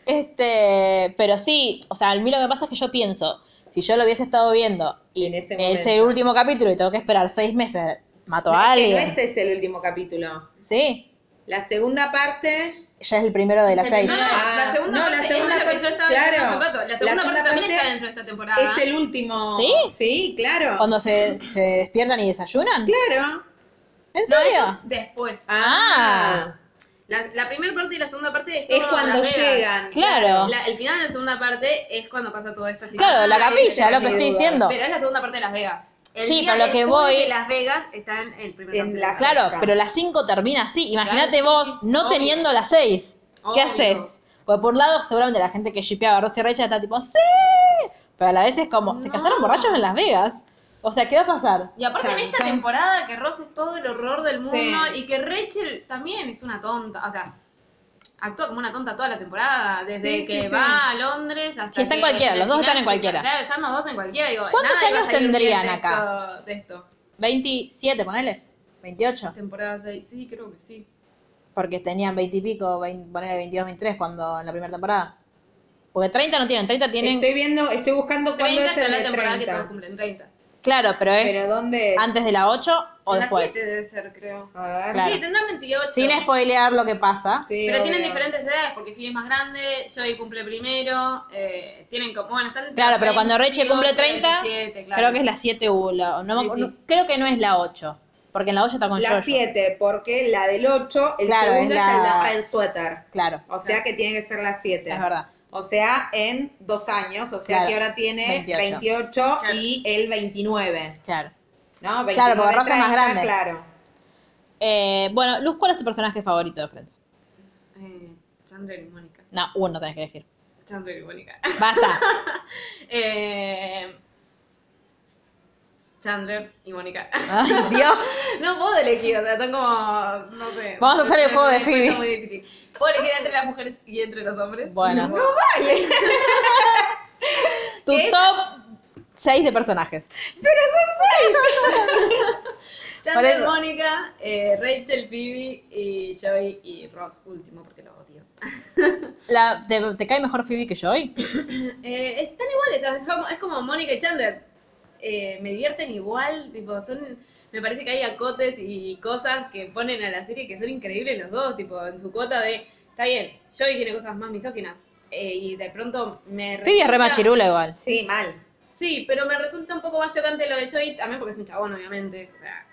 Speaker 1: Este, pero sí, o sea, a mí lo que pasa es que yo pienso, si yo lo hubiese estado viendo y
Speaker 2: En ese
Speaker 1: es el
Speaker 2: momento.
Speaker 1: último capítulo y tengo que esperar seis meses, mato
Speaker 2: No,
Speaker 1: a
Speaker 2: es que
Speaker 1: alguien.
Speaker 2: no ese es el último capítulo.
Speaker 1: Sí,
Speaker 2: La segunda parte.
Speaker 1: ya es el primero de las seis.
Speaker 4: No, no, la segunda
Speaker 2: No, la
Speaker 4: parte, eso
Speaker 2: segunda
Speaker 4: es lo que
Speaker 2: parte-
Speaker 4: yo estaba
Speaker 2: claro.
Speaker 4: diciendo hace un rato. La segunda,
Speaker 2: La segunda
Speaker 4: parte también
Speaker 2: parte
Speaker 4: está dentro de esta temporada.
Speaker 2: Es el último.
Speaker 1: ¿Sí?
Speaker 2: Sí, claro.
Speaker 1: Cuando se, se despiertan y desayunan.
Speaker 2: Claro.
Speaker 1: ¿En
Speaker 4: No,
Speaker 1: serio?
Speaker 4: eso es después.
Speaker 1: Ah,
Speaker 4: La, la primera parte y la segunda parte es,
Speaker 2: Es
Speaker 4: todo
Speaker 2: cuando
Speaker 4: Las Vegas.
Speaker 2: llegan.
Speaker 1: claro.
Speaker 4: La- el final de la segunda parte es cuando pasa toda esta situación.
Speaker 1: Claro, la
Speaker 2: Ah, esa
Speaker 1: capilla,
Speaker 2: era
Speaker 1: lo que
Speaker 2: mi
Speaker 1: estoy
Speaker 2: duda.
Speaker 1: diciendo.
Speaker 4: Pero es la segunda parte de Las Vegas. El
Speaker 1: Sí,
Speaker 4: día
Speaker 1: pero lo que
Speaker 4: después
Speaker 1: voy-
Speaker 4: de Las Vegas está en el primer
Speaker 2: En
Speaker 4: capítulo.
Speaker 2: la-
Speaker 1: Claro,
Speaker 2: cerca.
Speaker 1: pero las 5 termina así. Imagínate
Speaker 4: Claro, sí,
Speaker 1: vos no
Speaker 4: obvio.
Speaker 1: teniendo las 6. ¿Qué
Speaker 4: Obvio.
Speaker 1: haces? Porque por un lado, seguramente la gente que shipeaba a Rosy Rachel está tipo, ¡sí! Pero a la vez es como, se casaron borrachos en Las Vegas. O sea, ¿qué va a pasar?
Speaker 4: Y aparte
Speaker 2: Chan,
Speaker 4: en esta
Speaker 2: chan.
Speaker 4: temporada que Ross es todo el horror del mundo
Speaker 2: Sí.
Speaker 4: y que Rachel también es una tonta, o sea, actúa como una tonta toda la temporada, desde
Speaker 2: Sí, sí,
Speaker 4: que
Speaker 2: sí.
Speaker 4: va a Londres hasta
Speaker 1: Sí, está en
Speaker 4: que
Speaker 1: cualquiera, los
Speaker 4: al
Speaker 1: dos
Speaker 4: final
Speaker 1: están en
Speaker 4: se-
Speaker 1: cualquiera.
Speaker 4: Claro, están los dos en cualquiera. Digo,
Speaker 1: ¿Cuántos
Speaker 4: nada iba a
Speaker 1: años
Speaker 4: salir bien
Speaker 1: tendrían
Speaker 4: de
Speaker 1: acá?
Speaker 4: esto- de esto.
Speaker 1: 27, ponele. 28.
Speaker 4: Temporada 6, sí, creo que sí.
Speaker 1: Porque tenían 20 y pico, 20, ponele 22, 23 cuando en la primera temporada. Porque 30 no tienen, 30 tienen.
Speaker 2: Estoy viendo, estoy buscando cuándo
Speaker 4: 30
Speaker 2: es
Speaker 4: será
Speaker 2: el
Speaker 4: la
Speaker 2: de
Speaker 4: temporada que todos
Speaker 2: 30.
Speaker 4: cumplen 30.
Speaker 1: Claro, pero es.
Speaker 2: Pero ¿dónde es?
Speaker 1: ¿Antes de la 8 o
Speaker 4: En la
Speaker 1: después?
Speaker 4: 7 debe ser, creo.
Speaker 2: A ver.
Speaker 1: Claro.
Speaker 4: Sí, tendrán 28.
Speaker 1: Sin spoilear lo que pasa.
Speaker 2: Sí,
Speaker 4: Pero tienen
Speaker 2: obvio.
Speaker 4: diferentes edades, porque Phoebe es más grande, Joey cumple primero, eh, tienen como, bueno, están entre
Speaker 1: Claro, pero
Speaker 4: 30,
Speaker 1: cuando Reche cumple
Speaker 4: 28,
Speaker 1: 30,
Speaker 4: 27, claro.
Speaker 1: creo que es la 7 u la, no, me
Speaker 4: Sí,
Speaker 1: acu-
Speaker 4: sí.
Speaker 1: no- creo que no es la 8, porque en la 8 está con
Speaker 2: La
Speaker 1: Jojo.
Speaker 2: 7, porque la del 8, el
Speaker 1: Claro,
Speaker 2: segundo
Speaker 1: es
Speaker 2: es el
Speaker 1: la-
Speaker 2: Baja del Suéter.
Speaker 1: Claro,
Speaker 2: O sea que tiene que ser la 7.
Speaker 1: es verdad.
Speaker 2: O sea, en dos años, o sea
Speaker 1: Claro.
Speaker 2: que ahora tiene
Speaker 1: 28.
Speaker 2: 28, y el 29,
Speaker 1: Claro.
Speaker 2: ¿no? 29,
Speaker 1: Claro, porque Rosa es más
Speaker 2: 30,
Speaker 1: grande.
Speaker 2: Claro.
Speaker 1: Eh, bueno, Luz, ¿cuál es tu personaje favorito de Friends?
Speaker 4: Eh, Chandler y Mónica.
Speaker 1: No, uno tenés que elegir.
Speaker 4: Chandler y Mónica.
Speaker 1: Basta.
Speaker 4: Eh, Chandler y Mónica.
Speaker 1: Ay, Dios.
Speaker 4: No puedo elegir, o sea, están como, no sé.
Speaker 1: Vamos a hacer el juego de
Speaker 4: Me- me
Speaker 1: Phoebe.
Speaker 4: cuesta muy difícil.
Speaker 5: Pobrecita entre las mujeres y entre los hombres.
Speaker 1: Bueno. No vale. tu top 6 de personajes.
Speaker 2: Pero son seis.
Speaker 5: Chandler,
Speaker 1: Por eso-
Speaker 5: Mónica, eh, Rachel, Phoebe y Joey y Ross, último, porque los odio.
Speaker 1: La, ¿te, te cae mejor Phoebe que Joy?
Speaker 5: Eh, están iguales, es como, es como Mónica y Chandler. Eh, me divierten igual, tipo, son. Me parece que hay acotes y cosas que ponen a la serie que son increíbles los dos, tipo, en su cuota de. Está bien, Joey tiene cosas más misóginas. eh, y de pronto me.
Speaker 1: Phoebe es re
Speaker 5: resulta-
Speaker 1: machirula igual.
Speaker 2: Sí, mal.
Speaker 5: Sí, pero me resulta un poco más chocante lo de Joey también porque es un chabón, obviamente. O sea,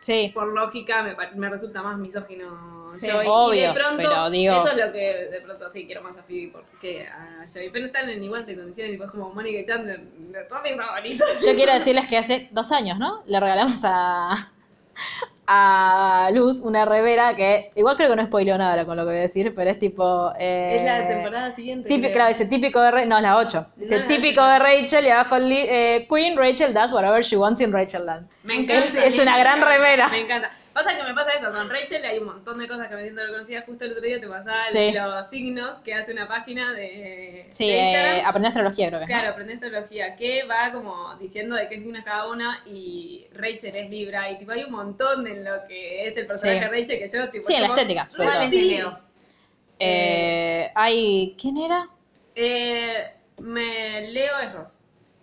Speaker 1: Sí.
Speaker 5: por lógica me, pa- me resulta más misógino
Speaker 1: Sí,
Speaker 5: Joey. y
Speaker 1: obvio,
Speaker 5: de pronto,
Speaker 1: pero digo-
Speaker 5: eso es lo que de pronto sí quiero más a Phoebe porque a Joey. Pero están en igual de condiciones, tipo, es como Mónica y Chandler, son mis favoritos.
Speaker 1: Yo quiero decirles que hace dos años, ¿no? Le regalamos a, a Luz una revera que igual creo que no spoileó nada con lo que voy a decir, pero es tipo... eh,
Speaker 5: es la temporada siguiente.
Speaker 1: Típico,
Speaker 5: creo.
Speaker 1: claro, dice típico de Rachel, no, la 8. Dice
Speaker 5: No, la
Speaker 1: típico
Speaker 5: ocho.
Speaker 1: de Rachel y abajo li- eh, Queen Rachel does whatever she wants in Rachel Land.
Speaker 5: Me encanta.
Speaker 1: Es
Speaker 5: me
Speaker 1: una gran
Speaker 5: encanta,
Speaker 1: remera.
Speaker 5: Me encanta. Pasa que me pasa eso, con Rachel hay un montón de cosas que me siento reconocida. Justo el otro día te pasaba el-
Speaker 1: Sí.
Speaker 5: los signos que hace una página de,
Speaker 1: Sí,
Speaker 5: de Instagram.
Speaker 1: eh, aprendí astrología creo que.
Speaker 5: Claro, aprende astrología, que va como diciendo de qué signo es cada una y Rachel es Libra y tipo hay un montón en lo que es el personaje
Speaker 1: Sí.
Speaker 5: de Rachel que yo "Ah, tipo...
Speaker 1: Sí, en la
Speaker 5: como-
Speaker 1: estética, sobre
Speaker 3: ¿Cuál
Speaker 1: todo.
Speaker 3: es de Leo?
Speaker 1: Eh, hay, ¿quién era?
Speaker 5: Eh, me, Leo es Ross,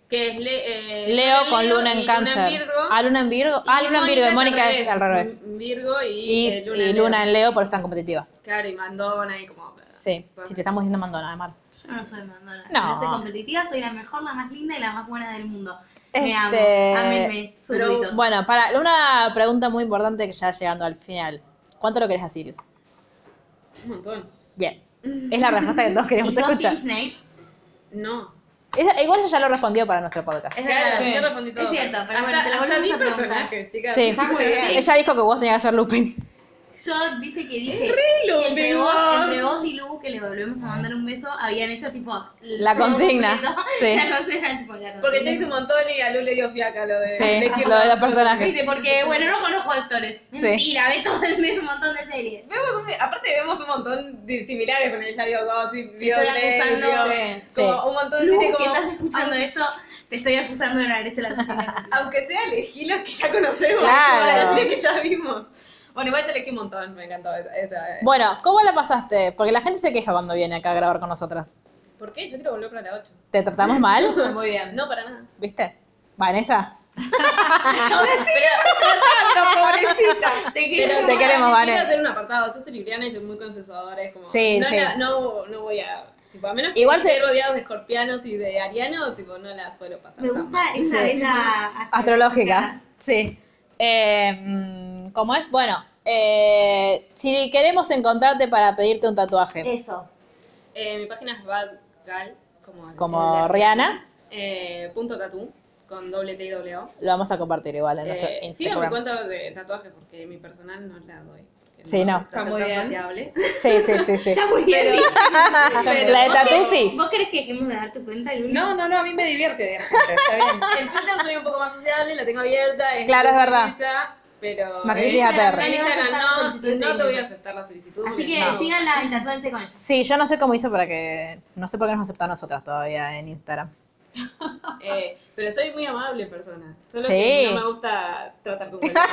Speaker 5: que es le- eh,
Speaker 1: Leo con
Speaker 5: Leo
Speaker 1: Luna
Speaker 5: y
Speaker 1: en Cáncer.
Speaker 5: Virgo,
Speaker 1: Ah, Luna en Virgo. Ah,
Speaker 5: y
Speaker 1: Luna en Virgo. y Mónica es al revés.
Speaker 5: Virgo y,
Speaker 1: Y,
Speaker 5: eh,
Speaker 1: y
Speaker 5: en
Speaker 1: Luna
Speaker 5: Leo.
Speaker 1: en Leo por estar competitiva.
Speaker 5: Claro, y Mandona y como...
Speaker 1: Sí,
Speaker 5: Bueno.
Speaker 1: si te estamos diciendo mandona, además.
Speaker 3: Yo no soy mandona.
Speaker 1: No.
Speaker 3: No. soy competitiva, soy la mejor, la más linda y la más buena del mundo.
Speaker 1: Este,
Speaker 3: Me amo. Ámenme,
Speaker 5: pero,
Speaker 3: súbditos.
Speaker 1: Bueno, para una pregunta muy importante que ya llegando al final. ¿Cuánto lo querés a Sirius?
Speaker 5: Un montón.
Speaker 1: Bien. Es la respuesta que todos
Speaker 3: ¿Y
Speaker 1: queríamos
Speaker 3: sos
Speaker 1: escuchar.
Speaker 3: Team Snape?
Speaker 5: No.
Speaker 1: Esa- igual ella ya lo respondió para nuestro podcast.
Speaker 3: Es
Speaker 5: Claro,
Speaker 3: verdad.
Speaker 5: yo respondí todo.
Speaker 3: Es cierto, pero bueno,
Speaker 5: Hasta-
Speaker 3: te lo
Speaker 5: hasta
Speaker 3: volvemos
Speaker 5: di
Speaker 3: a preguntar.
Speaker 5: personajes, chicas.
Speaker 1: Sí.
Speaker 3: Está muy bien.
Speaker 1: Ella dijo que vos tenías que hacer looping.
Speaker 3: Yo, viste que dije...
Speaker 5: lo
Speaker 3: entre,
Speaker 5: mismo.
Speaker 3: vos, entre vos y Lu, que le volvemos a mandar un beso, habían hecho tipo...
Speaker 1: La consigna, sí.
Speaker 3: La consigna, tipo, la consigna.
Speaker 5: Porque yo hice un montón y a Lu le dio fiaca lo de...
Speaker 1: Sí,
Speaker 5: de que-
Speaker 1: lo de los personajes.
Speaker 3: Dice, porque, bueno, no conozco actores.
Speaker 1: Sí.
Speaker 3: Mentira, ve todo el mismo montón de series.
Speaker 5: Vemos un- aparte vemos un montón de similares con ella, vio Gossip, vio
Speaker 3: Estoy
Speaker 5: Grey,
Speaker 3: acusando-
Speaker 5: vio-
Speaker 1: Sí, sí.
Speaker 5: como un montón de
Speaker 3: Lu,
Speaker 5: series
Speaker 3: si
Speaker 5: como,
Speaker 3: estás escuchando esto, te estoy acusando de no haber hecho la consigna.
Speaker 5: aunque sea elegí las que ya conocemos,
Speaker 1: Claro.
Speaker 5: como las series que ya vimos. Bueno, igual yo elegí un montón, me encantó esa. esa- eh.
Speaker 1: Bueno, ¿cómo la pasaste? Porque la gente se queja cuando viene acá a grabar con nosotras.
Speaker 5: ¿Por qué? Yo quiero volver para la 8.
Speaker 1: ¿Te tratamos mal?
Speaker 3: Muy bien.
Speaker 5: No, para nada.
Speaker 1: ¿Viste? Vanessa.
Speaker 3: Te
Speaker 1: Pero
Speaker 3: quiero.
Speaker 1: te queremos,
Speaker 5: Vale.
Speaker 1: Vanessa.
Speaker 5: Quiero hacer un apartado, yo soy libriana y soy muy consensuadora, es como,
Speaker 1: Sí,
Speaker 5: no,
Speaker 1: sí.
Speaker 5: la- no, no voy a... Tipo, a menos
Speaker 1: Igual
Speaker 5: que
Speaker 1: se-
Speaker 5: esté rodeado de escorpianos y de arianos, tipo, no la suelo pasar
Speaker 3: Me
Speaker 5: tan mal.
Speaker 3: gusta esa
Speaker 1: Sí.
Speaker 3: bella
Speaker 1: Astrológica. Sí. Eh, mm, ¿Cómo es? Bueno, eh, si queremos encontrarte para pedirte un tatuaje,
Speaker 3: Eso.
Speaker 5: Eh, mi página es badgal, como,
Speaker 1: como Rihanna,
Speaker 5: eh, punto tatú, con doble T y doble O.
Speaker 1: lo vamos a compartir igual en nuestro
Speaker 5: Eh, sigan mi
Speaker 1: Instagram.
Speaker 5: cuenta de tatuajes porque mi personal no la doy. porque
Speaker 1: Sí, no.
Speaker 5: me gusta
Speaker 2: Está
Speaker 5: ser
Speaker 2: muy
Speaker 5: tan
Speaker 2: bien.
Speaker 5: sociable.
Speaker 1: Sí, sí, sí, sí.
Speaker 3: Está muy bien.
Speaker 1: La de tatu sí.
Speaker 3: ¿Vos querés que dejemos de dar tu cuenta, Luna?
Speaker 2: No, no, no, a mí me divierte odiar gente, está bien.
Speaker 5: En Twitter soy un poco más sociable, la tengo abierta.
Speaker 1: Claro, es verdad.
Speaker 5: Macrisa, Pero
Speaker 1: Macrisis
Speaker 5: en
Speaker 1: ATR.
Speaker 5: Instagram- en Instagram
Speaker 3: No te voy a aceptar la solicitud
Speaker 5: no, no te voy a aceptar la solicitud.
Speaker 3: de dinero. Así
Speaker 5: porque
Speaker 3: que
Speaker 5: no.
Speaker 3: síganla y tatúense con ella.
Speaker 1: Sí, yo no sé cómo hizo para que. No sé por qué nos aceptó a nosotras todavía en Instagram.
Speaker 5: Eh, pero soy muy amable en persona. Solo
Speaker 1: Sí.
Speaker 5: que no me gusta tratar con cualquier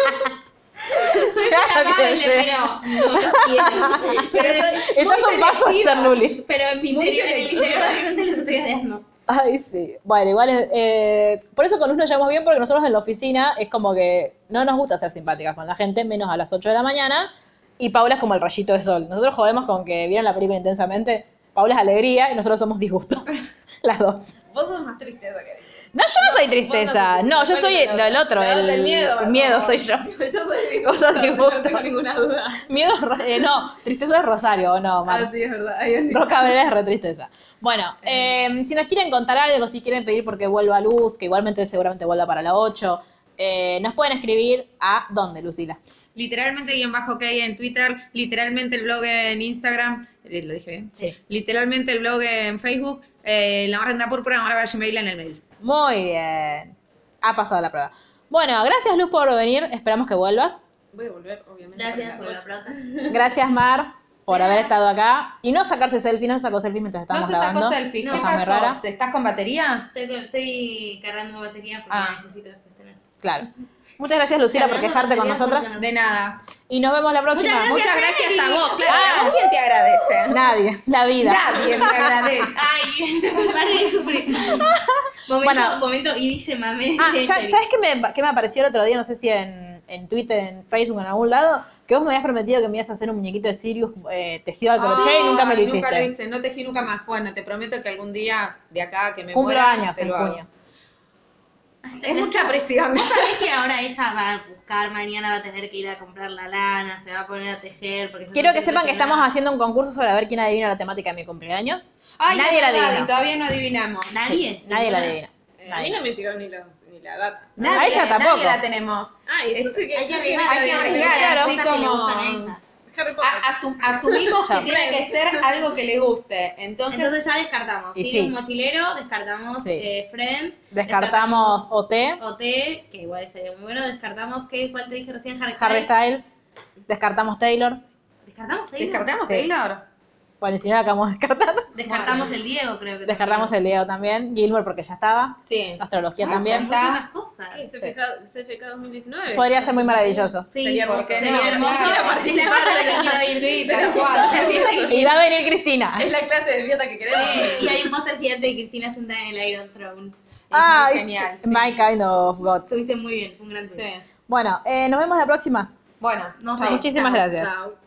Speaker 3: Soy
Speaker 1: Claro que
Speaker 3: amable,
Speaker 1: sí.
Speaker 3: pero no los quiero. Pero soy muy
Speaker 1: Estás un paso de ser Luli.
Speaker 3: Pero en mi
Speaker 5: Muy
Speaker 3: interior, en el interior de mi mente los estoy odiando.
Speaker 1: Ay, sí. Bueno, igual. eh, por eso con Luz nos llevamos bien, porque nosotros en la oficina es como que no nos gusta ser simpáticas con la gente, menos a las 8 de la mañana. Y Paula es como el rayito de sol. Nosotros jodemos con que vieron la película intensamente. Paula es alegría y nosotros somos disgusto. Las dos.
Speaker 5: Vos sos más tristeza que
Speaker 1: No, yo no soy
Speaker 5: Vos
Speaker 1: tristeza.
Speaker 5: sos
Speaker 1: No, yo
Speaker 5: tristeza,
Speaker 1: soy
Speaker 5: ¿cuál es
Speaker 1: el, el otro,
Speaker 5: La otra,
Speaker 1: el, el miedo
Speaker 5: no.
Speaker 1: soy yo.
Speaker 5: Yo soy
Speaker 1: Vos sos disgusto.
Speaker 5: No tengo ninguna duda.
Speaker 1: Miedo, es Ro- eh, no, tristeza es Rosario, ¿o no, Mar?
Speaker 5: Ah, sí, es verdad. ahí han dicho.
Speaker 1: Roca Cabrera es re tristeza. Bueno, eh, si nos quieren contar algo, si quieren pedir porque vuelva Luz, que igualmente seguramente vuelva para la 8, eh, nos pueden escribir a dónde, Lucila.
Speaker 2: Literalmente guión bajo que hay en Twitter, literalmente el blog en Instagram, eh, lo dije bien,
Speaker 1: Sí.
Speaker 2: literalmente el blog en Facebook, eh, la barrenda púrpura, ahora Gmail en el mail.
Speaker 1: Muy bien. Ha pasado la prueba. Bueno, gracias Luz por venir, esperamos que vuelvas.
Speaker 5: Voy a volver, obviamente.
Speaker 3: Gracias
Speaker 5: para
Speaker 3: por
Speaker 5: la
Speaker 3: la
Speaker 5: otra.
Speaker 3: plata.
Speaker 1: Gracias Mar. por haber estado acá y no sacarse selfie, no se sacó selfie mientras
Speaker 2: No
Speaker 1: estábamos
Speaker 2: se
Speaker 1: grabando.
Speaker 2: sacó selfie.
Speaker 1: Una
Speaker 2: ¿Qué
Speaker 1: cosa muy
Speaker 2: pasó?
Speaker 1: rara.
Speaker 2: ¿Te estás con batería?
Speaker 3: Estoy, estoy cargando batería porque
Speaker 2: Ah.
Speaker 3: necesito después tener.
Speaker 1: Claro. Muchas gracias Lucila por
Speaker 3: Cargando
Speaker 1: quejarte con
Speaker 3: batería porque
Speaker 1: nosotras
Speaker 3: no-
Speaker 2: De nada.
Speaker 1: y nos vemos la próxima.
Speaker 2: Muchas gracias a vos, claro.
Speaker 1: Ah.
Speaker 2: ¿A vos quién te agradece?
Speaker 1: Nadie, la vida.
Speaker 2: Nadie me agradece.
Speaker 3: Ay, paré de sufrir. Momento,
Speaker 1: Bueno.
Speaker 3: momento, y dije, mame.
Speaker 1: Ah,
Speaker 3: de
Speaker 1: ya-
Speaker 3: Shelly.
Speaker 1: ¿sabes qué me, qué me apareció el otro día? No sé si en, en Twitter, en Facebook, en algún lado, que vos me habías prometido que me ibas a hacer un muñequito de Sirius eh, tejido al crochet y nunca me lo
Speaker 2: Ay,
Speaker 1: hiciste.
Speaker 2: Ah, Nunca lo hice, no tejí nunca más. Bueno, te prometo que algún día de acá que me
Speaker 1: Cumplo
Speaker 2: muera,
Speaker 1: años
Speaker 2: te
Speaker 1: en
Speaker 2: lo hago.
Speaker 1: junio.
Speaker 2: Es mucha presión.
Speaker 3: ¿Vos sabés que ahora ella va a buscar, mañana va a tener que ir a comprar la lana, se va a poner a tejer? Porque se
Speaker 1: Quiero que
Speaker 3: siente
Speaker 1: sepan que estamos
Speaker 3: presionada?
Speaker 1: haciendo un concurso sobre a ver quién adivina la temática de mi cumpleaños.
Speaker 2: Ay,
Speaker 1: Nadie
Speaker 2: es
Speaker 1: la
Speaker 2: verdad,
Speaker 1: adivina.
Speaker 2: y Todavía no adivinamos.
Speaker 3: Nadie.
Speaker 1: Nadie la adivina.
Speaker 4: Eh, a mí no me tiró ni, los- ni la data.
Speaker 2: Nadie,
Speaker 1: A ella tampoco.
Speaker 2: Nadie la tenemos.
Speaker 4: Ah, y entonces que.
Speaker 3: Hay que
Speaker 4: ¿qué tiene
Speaker 3: arriesgar,
Speaker 2: Hay que arriesgar,
Speaker 3: Claro.
Speaker 2: así
Speaker 3: Cosas que le
Speaker 2: como-
Speaker 3: gustan a ella.
Speaker 4: Harry Potter.
Speaker 2: A- asum- asumimos que
Speaker 1: Chao.
Speaker 2: tiene que ser algo que le guste. Entonces,
Speaker 3: Entonces ya descartamos.
Speaker 1: Y
Speaker 3: Sirius
Speaker 1: sí.
Speaker 3: mochilero, descartamos
Speaker 1: Sí.
Speaker 3: eh, Friends.
Speaker 1: Descartamos OT,
Speaker 3: descartamos OT, que igual estaría muy bueno. Descartamos, ¿qué? ¿cuál te dije recién? Harry,
Speaker 1: Harry
Speaker 3: Styles.
Speaker 1: Styles, descartamos Taylor.
Speaker 3: ¿Descartamos Taylor?
Speaker 2: ¿descartamos
Speaker 1: Sí.
Speaker 2: Taylor?
Speaker 1: Bueno, y si no, la acabamos de descartar.
Speaker 3: Descartamos el Diego, creo que
Speaker 1: Descartamos el Leo también. Gilmore porque ya estaba.
Speaker 2: Sí. Ah,
Speaker 1: Astrología
Speaker 2: ya
Speaker 1: también.
Speaker 2: está.
Speaker 3: Muchísimas cosas.
Speaker 4: Eh, CFK, CFK 2019.
Speaker 1: Podría ser muy maravilloso.
Speaker 3: Sí,
Speaker 4: Sería hermoso.
Speaker 3: porque
Speaker 4: No,
Speaker 3: sería hermoso.
Speaker 4: no quiero
Speaker 3: Es la parte a la que quiero ir.
Speaker 2: Sí, tal cual.
Speaker 1: Y va a venir Cristina.
Speaker 4: Es la clase de fiesta que queremos.
Speaker 3: Y hay un póster gigante de Cristina sentada en el Iron Throne.
Speaker 1: Ah,
Speaker 2: muy genial, sí.
Speaker 1: My kind of God.
Speaker 3: Estuviste muy bien, fue un gran tweet.
Speaker 2: Sí.
Speaker 1: Bueno, eh, nos vemos la próxima.
Speaker 2: Bueno,
Speaker 3: Nos
Speaker 2: chao.
Speaker 3: vemos.
Speaker 1: Muchísimas gracias.
Speaker 4: Chao.